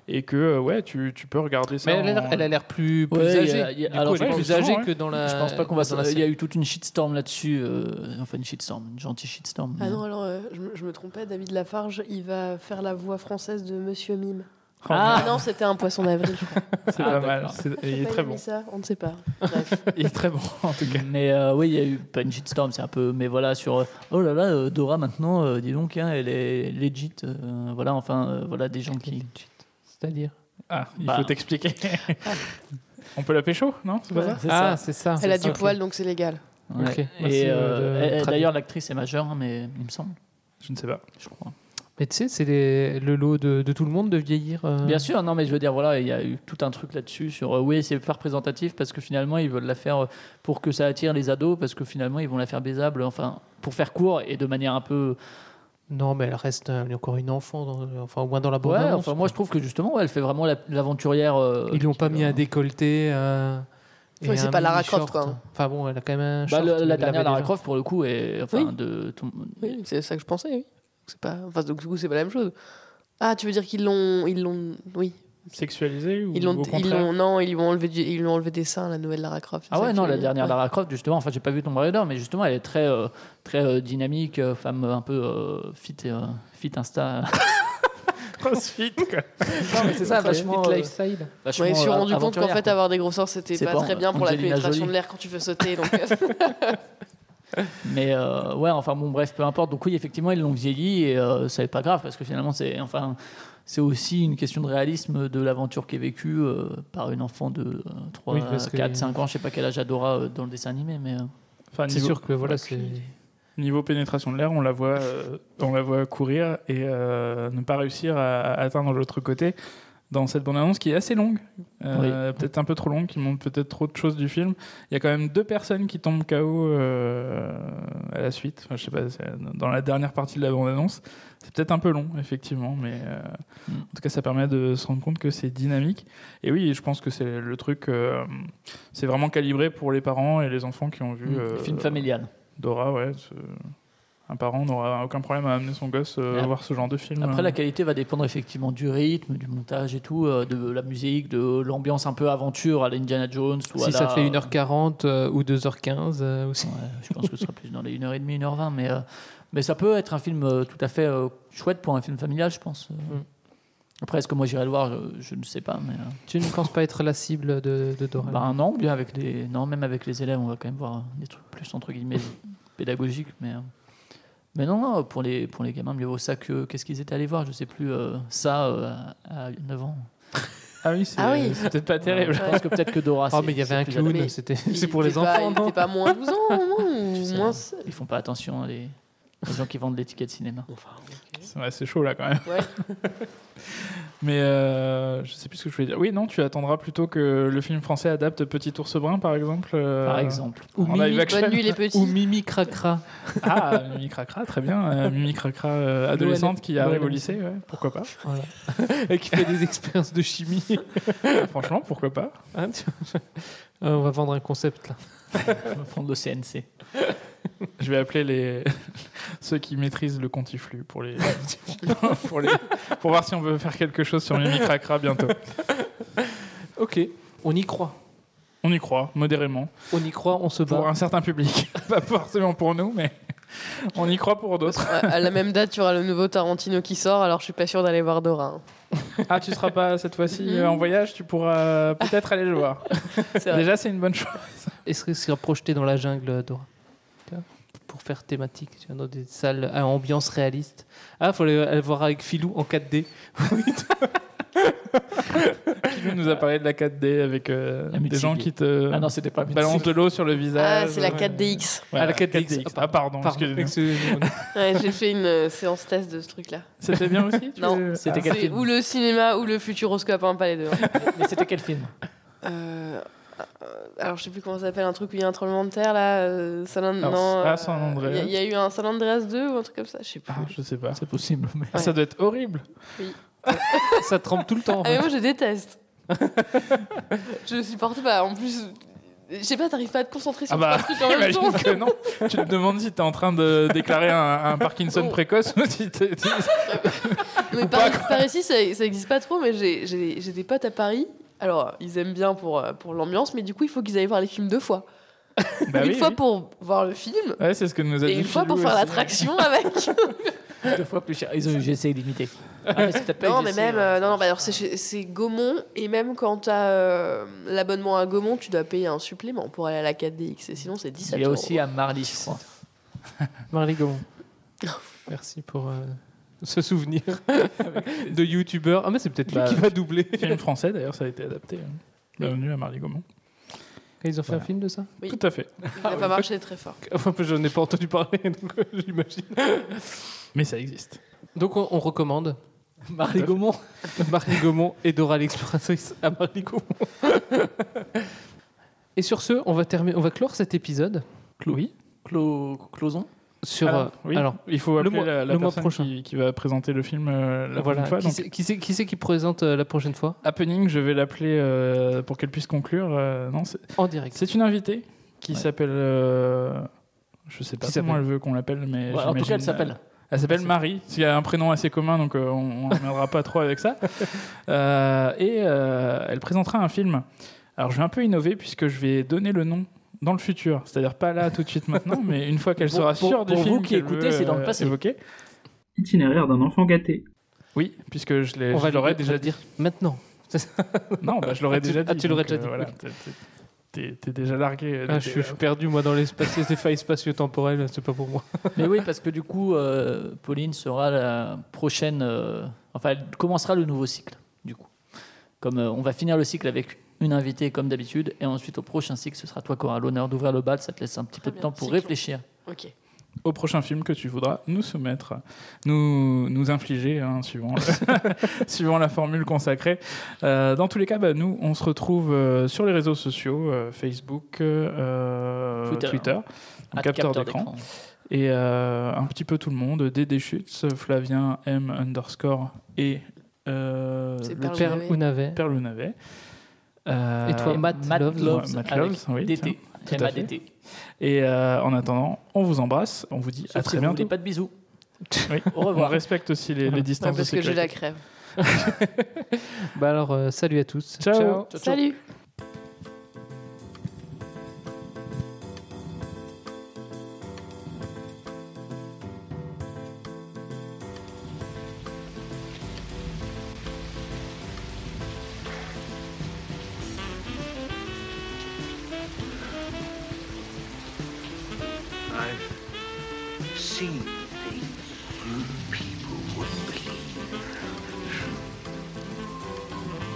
S3: Et que, euh, ouais, tu, tu peux regarder ça.
S2: Mais elle a l'air-
S3: en-
S2: elle a l'air plus, plus
S4: Ouais, il y
S2: âgée.
S4: a- il y a-
S2: Du coup,
S4: alors,
S2: elle est
S4: ouais,
S2: plus
S3: justement,
S2: âgée
S3: ouais.
S2: que dans la.
S4: hein. Je pense pas qu'on va.
S2: dans la
S4: Il y a
S2: série.
S4: eu toute une shitstorm là-dessus. euh, Enfin, une shitstorm, une gentille shitstorm.
S5: Ah non, alors euh, je, me- je me trompais, David Lafarge, il va faire la voix française de Monsieur Mime.
S3: Oh,
S5: Ah, non, c'était un poisson d'avril, je crois.
S3: c'est
S4: Ah,
S3: pas mal.
S4: d'accord.
S3: C'est- Il
S5: J'ai
S3: est
S5: pas
S3: très
S5: aimé
S3: bon.
S5: ça, on ne sait pas. Bref.
S3: [laughs] Il est très bon, en tout cas.
S4: Mais euh, oui, il y a eu pas une shitstorm, c'est un peu. Mais voilà, sur euh, oh là là, euh, Dora maintenant, euh, dis donc, hein, elle est legit. euh, voilà, enfin, euh, voilà, des gens qui.
S2: C'est-à-dire.
S3: Ah, il
S4: Bah.
S3: faut t'expliquer. [laughs] On peut la pécho, non C'est pas ça
S4: C'est
S2: Ah,
S4: ça.
S2: c'est ça.
S5: Elle a
S2: c'est
S5: du
S2: ça, ok.
S5: poil, donc c'est légal.
S4: Ouais.
S2: ok. Merci, euh,
S4: Et
S2: de
S4: euh, elle-
S2: traduire.
S4: d'ailleurs, l'actrice est majeure, hein, mais il me semble,
S3: Je ne sais pas.
S4: je crois.
S2: Mais tu sais, c'est les- le lot de, de tout le monde de vieillir. euh.
S4: Bien sûr, non, mais je veux dire, voilà, il y a eu tout un truc là-dessus sur euh, oui, c'est pas représentatif parce que finalement, ils veulent la faire euh, pour que ça attire les ados parce que finalement, ils vont la faire baisable, enfin, pour faire court et de manière un peu.
S2: Non, mais elle reste euh, elle est encore une enfant, dans- enfin au moins dans la
S4: Ouais,
S2: bande annonce.
S4: enfin, moi, je trouve que justement, ouais, elle fait vraiment la- l'aventurière. euh,
S2: Ils l'ont pas
S4: qui,
S2: mis
S4: euh,
S2: un décolleté. euh, et
S5: Ouais, c'est
S2: un
S5: pas Lara
S2: mini-short.
S5: Croft, quoi.
S2: Enfin bon, elle a quand même un
S4: Bah,
S2: short,
S4: le-
S2: elle
S4: la
S2: l'avait
S4: dernière Lara
S2: déjà.
S4: Croft pour le coup est enfin
S5: Oui.
S4: de tout-
S5: Oui, c'est ça que je pensais, oui. C'est pas... Enfin, donc, du coup, c'est pas la même chose. Ah, tu veux dire qu'ils l'ont... Ils l'ont... Oui.
S3: Sexualisé ou
S5: Ils l'ont...
S3: au
S5: Ils
S3: contraire
S5: l'ont... Non, ils lui ont enlevé, du- ils lui ont enlevé des seins, la nouvelle Lara Croft. c'est
S4: ah
S5: ça
S4: ouais
S5: que
S4: non
S5: tu
S4: la
S5: veux dire
S4: dernière
S5: Ouais.
S4: Lara Croft justement enfin j'ai pas vu Tomb Raider mais justement elle est très euh, très euh, dynamique euh, femme euh, un peu euh, fit et, euh, fit insta
S3: [laughs]
S4: [laughs]
S3: Crossfit, quoi.
S4: c'est
S2: Croft
S4: vachement
S2: Fit
S4: euh,
S2: lifestyle.
S4: vachement,
S5: Ouais, je me suis
S4: euh,
S5: rendu compte qu'en
S4: aventurière,
S5: fait,
S4: quoi.
S5: avoir des gros seins, c'était
S4: C'est
S5: pas,
S4: pas
S5: très bien pour la
S4: Angelina
S5: pénétration
S4: Jolie.
S5: de l'air quand tu veux sauter. Donc... euh,
S4: mais euh, ouais enfin bon bref peu importe donc oui effectivement ils l'ont vieilli et euh, c'est pas grave parce que finalement c'est enfin c'est aussi une question de réalisme de l'aventure qui est vécue euh, par une enfant de euh, 3
S2: Oui, parce que-
S4: 4 5 ans je sais pas quel âge adora dans le dessin animé mais euh,
S3: Enfin,
S2: C'est
S3: niveau-
S2: sûr que voilà, c'est.
S3: Niveau pénétration de l'air, on la voit, euh, on la voit courir et euh, ne pas réussir à, à atteindre l'autre côté dans cette bande-annonce qui est assez longue, euh, peut-être un peu trop longue, qui montre peut-être trop de choses du film. Il y a quand même deux personnes qui tombent KO euh, à la suite. Enfin, je sais pas, c'est dans la dernière partie de la bande-annonce, c'est peut-être un peu long, effectivement, mais euh, en tout cas, ça permet de se rendre compte que c'est dynamique. Et oui, je pense que c'est le truc, euh, c'est vraiment calibré pour les parents et les enfants qui ont vu. euh,
S4: Mm.
S2: euh,
S4: Film familial.
S3: Dora, ouais. c'est- Un parent n'aura aucun problème à amener son gosse euh,
S4: Mais
S3: voir ce genre de film.
S4: Ah. Après, la
S3: Euh,
S4: qualité va dépendre effectivement du rythme, du montage et tout, euh, de la musique, de l'ambiance un peu aventure à la Indiana Jones. Ou à
S2: Si
S4: la-
S2: ça fait 1h40 euh, ou 2h15 euh, aussi.
S4: je pense que ce sera plus dans les 1h30, 1h20. Mais, euh, mais ça peut être un film euh, tout à fait euh, chouette pour un film familial, je pense. Euh,
S2: Mm.
S4: Après, est-ce que moi j'irai le voir je, je ne sais pas. Mais, euh,
S2: Tu ne penses pas être la cible de, de Dora
S4: bah, non, bien avec les... non, même avec les élèves, on va quand même voir euh, des trucs plus entre guillemets [laughs] pédagogiques. Mais, euh, mais non, non, pour les, pour les gamins, mieux vaut ça que qu'est-ce qu'ils étaient allés voir, je sais plus, euh, ça euh, à à 9 ans.
S3: Ah oui, c'est
S5: Ah oui.
S3: c'est peut-être pas terrible.
S4: Je pense que peut-être que Dora.
S2: Oh,
S4: c'est-
S2: mais il y avait
S4: c'est
S2: un
S4: plus
S2: clown,
S4: adapté.
S2: c'était-
S4: Il
S2: [laughs] c'est pour les
S4: était
S2: enfants.
S4: pas-
S5: Ah, il était pas moins 12 ans, au moins, ou moins sept.
S4: Ils font pas attention les, les gens qui vendent les tickets de cinéma.
S3: C'est vrai, c'est chaud là quand même.
S5: Ouais.
S3: [laughs] Mais euh, je sais plus ce que je voulais dire. Oui, non, tu attendras plutôt que le film français adapte Petit ours brun, par exemple. euh,
S4: Par exemple.
S3: en
S2: Bah,
S3: live action.
S2: Ou Mimi Cracra.
S3: Ah, Mimi Cracra, très bien. Euh, Mimi Cracra, euh,
S2: Loana-
S3: adolescente qui arrive
S2: Loana.
S3: au lycée, ouais, pourquoi pas
S2: Voilà. Et euh, qui fait des expériences de chimie.
S3: Franchement, pourquoi pas
S2: Hein, tu- Euh, on va vendre un concept là.
S4: On va prendre le CNC.
S3: Je vais appeler les [laughs] ceux qui maîtrisent le contiflu pour les [laughs] pour les pour voir si on veut faire quelque chose sur Mimi Cracra bientôt.
S2: Ok, on y croit.
S3: On y croit modérément.
S2: On y croit, on se bat.
S3: Pour un certain public, [laughs] pas forcément pour nous, mais [laughs] on y croit pour d'autres.
S5: À à la même date, tu auras le nouveau Tarantino qui sort, alors je suis pas sûr d'aller voir Dora. hein.
S3: Ah, tu seras pas cette fois-ci euh, en voyage, tu pourras peut-être aller le
S5: [laughs]
S3: voir.
S5: Mm. vrai.
S3: Déjà, c'est une bonne chose.
S2: Est-ce qu'il sera projeté dans la jungle, Dora Tu vois, Pour faire thématique, tu vois, dans des salles à ambiance réaliste. Ah, faut aller, aller voir avec Filou en 4D.
S3: Tu nous a parlé de la 4D avec euh,
S4: La
S3: des gens qui
S4: multiplier.
S3: te
S4: Ah non, c'était pas
S3: balancent de l'eau sur le visage.
S5: Ah, c'est la
S3: Ouais.
S5: 4DX.
S3: Ouais,
S2: Ah, la 4DX.
S3: Ah, pardon, excusez-moi.
S2: excusez-moi. [laughs]
S5: Ouais, J'ai fait une euh, séance test de ce truc-là.
S3: C'était bien aussi tu
S5: Non.
S3: veux-
S4: C'était
S3: Ah.
S4: quel
S5: C'est
S4: film
S5: Ou le cinéma ou le futuroscope, hein, pas les deux. hein.
S4: Mais c'était quel film
S5: Euh, euh, alors je sais plus comment ça s'appelle, un truc où il y a un tremblement de terre là. euh, San An-
S3: Alors,
S5: non,
S3: ah,
S5: euh,
S3: San Andreas.
S5: Il y a- il y, a eu un San Andreas 2 ou un truc comme ça, je sais plus.
S3: Ah, je sais pas.
S4: C'est possible.
S3: [laughs]
S4: mais-
S3: Ah, ça doit être horrible.
S5: Oui.
S2: Ça trempe tout le temps. en
S5: Ah, mais
S2: fait.
S5: moi je
S3: [laughs]
S5: déteste. je supporte pas. En plus, je sais pas, t'arrives pas à te concentrer sur
S3: Ah bah,
S5: trois trucs en même
S3: imagine
S5: temps.
S3: que non. Tu te demandes si t'es en train de déclarer un, un Parkinson
S5: Oh.
S3: précoce ou si t'es... t'es-
S5: Mais par, par ici, ça, ça existe pas trop, mais j'ai- j'ai j'ai des potes à Paris. Alors, ils aiment bien pour, euh, pour l'ambiance, mais du coup, il faut qu'ils aillent voir les films deux fois.
S3: Bah
S5: [laughs] une
S3: oui,
S5: fois
S3: oui.
S5: pour voir le film,
S3: Ouais, c'est ce que nous a dit
S5: et une fois
S3: Philou
S5: pour faire
S3: aussi.
S5: l'attraction avec.
S4: Deux fois plus cher. Ils ont eu GC illimité.
S5: non,
S4: hein.
S5: mais même, euh, non, non, bah
S4: Ah.
S5: alors c'est chez- c'est Gaumont, et même quand t'as euh, l'abonnement à Gaumont, tu dois payer un supplément pour aller à la 4DX, et sinon c'est 17
S4: Il y a
S5: euros.
S4: aussi à Marly, je crois.
S2: Marley Gaumont. Oh. Merci pour euh, ce souvenir de youtubeur. Ah, mais c'est peut-être
S3: Bah,
S2: lui qui va doubler.
S3: [laughs] Film français, d'ailleurs, ça a été adapté. hein. Bienvenue à Marly Gaumont.
S2: Ils ont fait
S3: Voilà.
S2: un film de [laughs] ça
S5: Oui.
S3: Tout à fait.
S5: Il n'a pas marché très fort.
S2: Enfin, Je n'ai pas entendu parler, donc euh, j'imagine.
S3: Mais ça existe.
S2: Donc, on, on
S3: [laughs]
S2: recommande
S4: Marly Gaumont.
S2: Marley Gaumont et Dora l'exploratrice à Marley
S3: [laughs]
S2: Gaumont. et sur ce, on va, terminer, on va clore cet épisode.
S3: Oui.
S4: Clo... Closon.
S2: Sur,
S3: alors,
S2: euh,
S3: oui.
S2: alors,
S3: il faut appeler
S2: mois-
S3: la, la
S2: le mois
S3: personne
S2: prochain.
S3: Qui, qui va présenter le film euh, la
S2: voilà.
S3: prochaine fois.
S2: qui,
S3: Donc,
S2: c'est, qui, c'est, qui c'est qui présente euh, la prochaine fois
S3: Happening, je vais l'appeler euh, pour qu'elle puisse conclure. euh, non, c'est-
S2: En direct.
S3: c'est une invitée qui
S4: Ouais.
S3: s'appelle. euh, je sais pas
S2: Qui
S3: comment
S2: s'appelle
S3: elle veut qu'on l'appelle, mais.
S4: en tout
S3: j'imagine,
S4: cas, elle s'appelle.
S3: euh, Elle s'appelle Marie. Il y a un prénom assez commun, donc euh, on ne reviendra pas trop
S2: [laughs]
S3: avec ça. Euh, et euh, elle présentera un film. Alors, je vais un peu innover puisque je vais donner le nom dans le futur. C'est-à-dire pas là tout de suite maintenant, mais une fois qu'elle
S4: Pour-
S3: sera
S4: pour-
S3: sûre du
S4: pour
S3: film
S4: vous qui
S3: qu'elle
S4: écoutez,
S3: veut,
S4: c'est dans le
S3: euh,
S4: passé.
S3: évoquer. Itinéraire d'un enfant gâté. Oui, puisque je l'ai-
S2: on
S3: je
S2: va
S3: l'aurais
S2: on va
S3: déjà dit.
S2: dire maintenant.
S3: Non, bah, je l'aurais
S2: Ah, tu-
S3: déjà dit.
S2: ah, tu l'aurais
S3: donc, euh,
S2: déjà dit,
S3: voilà,
S2: ok.
S3: t'es- t'es- t'es- T'es déjà largué. euh,
S2: Ah,
S3: dès-
S2: je, suis- je suis perdu, moi, dans l'espace, [laughs] les failles spatio-temporelles, c'est pas pour moi.
S4: Mais oui, parce que du coup, euh, Pauline sera la prochaine. euh, enfin, elle commencera le nouveau cycle, du coup. Comme euh, on va finir le cycle avec une invitée, comme d'habitude, et ensuite au prochain cycle, ce sera toi qui auras l'honneur d'ouvrir le bal. Ça te laisse un petit peu
S5: Très
S4: de
S5: bien,
S4: temps pour
S5: cycle.
S4: réfléchir.
S5: Ok.
S3: au prochain film que tu voudras nous soumettre, nous, nous infliger, hein, suivant, [laughs] le- suivant la formule consacrée. Euh, dans tous les cas, bah, nous, on se retrouve euh, sur les réseaux sociaux, euh, Facebook, euh,
S4: Twitter.
S3: Twitter,
S4: At
S3: donc capteur
S4: Capteur
S3: d'écran.
S4: d'écran.
S3: Et euh, un petit peu tout le monde, Dédé Schutz, Flavien M underscore et euh,
S2: C'est Perle Perle Ounavet. Ounavet.
S3: Perle Ounavet. Euh,
S2: Et toi, Matt Loves.
S3: Loves, Matt
S2: Avec
S3: Loves, oui,
S2: DT.
S3: tiens, tout à fait.
S4: MADT.
S3: Et euh, en attendant, on vous embrasse, on vous dit à
S4: Sauf si
S3: très
S4: vous
S3: bientôt.
S4: voulez pas de bisous.
S3: Oui,
S4: Au revoir.
S3: On respecte aussi les, les distances
S5: Ouais, parce
S3: de
S5: que j'ai
S3: sécurité.
S5: la crève.
S2: Bah alors, euh, salut à tous. Ciao.
S5: Salut.
S9: I've seen things you people wouldn't believe.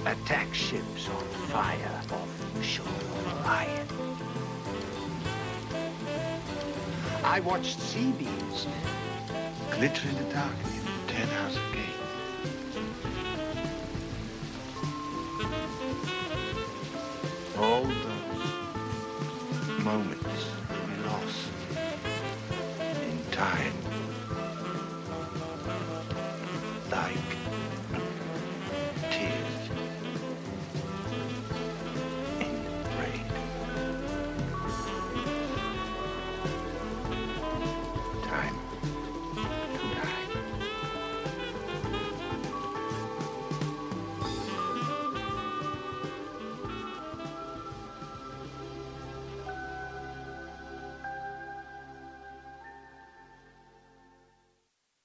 S9: Attack ships on fire off the shore of Orion. I watched sea beams glitter in the dark near the ten house gate. All those moments lost in time.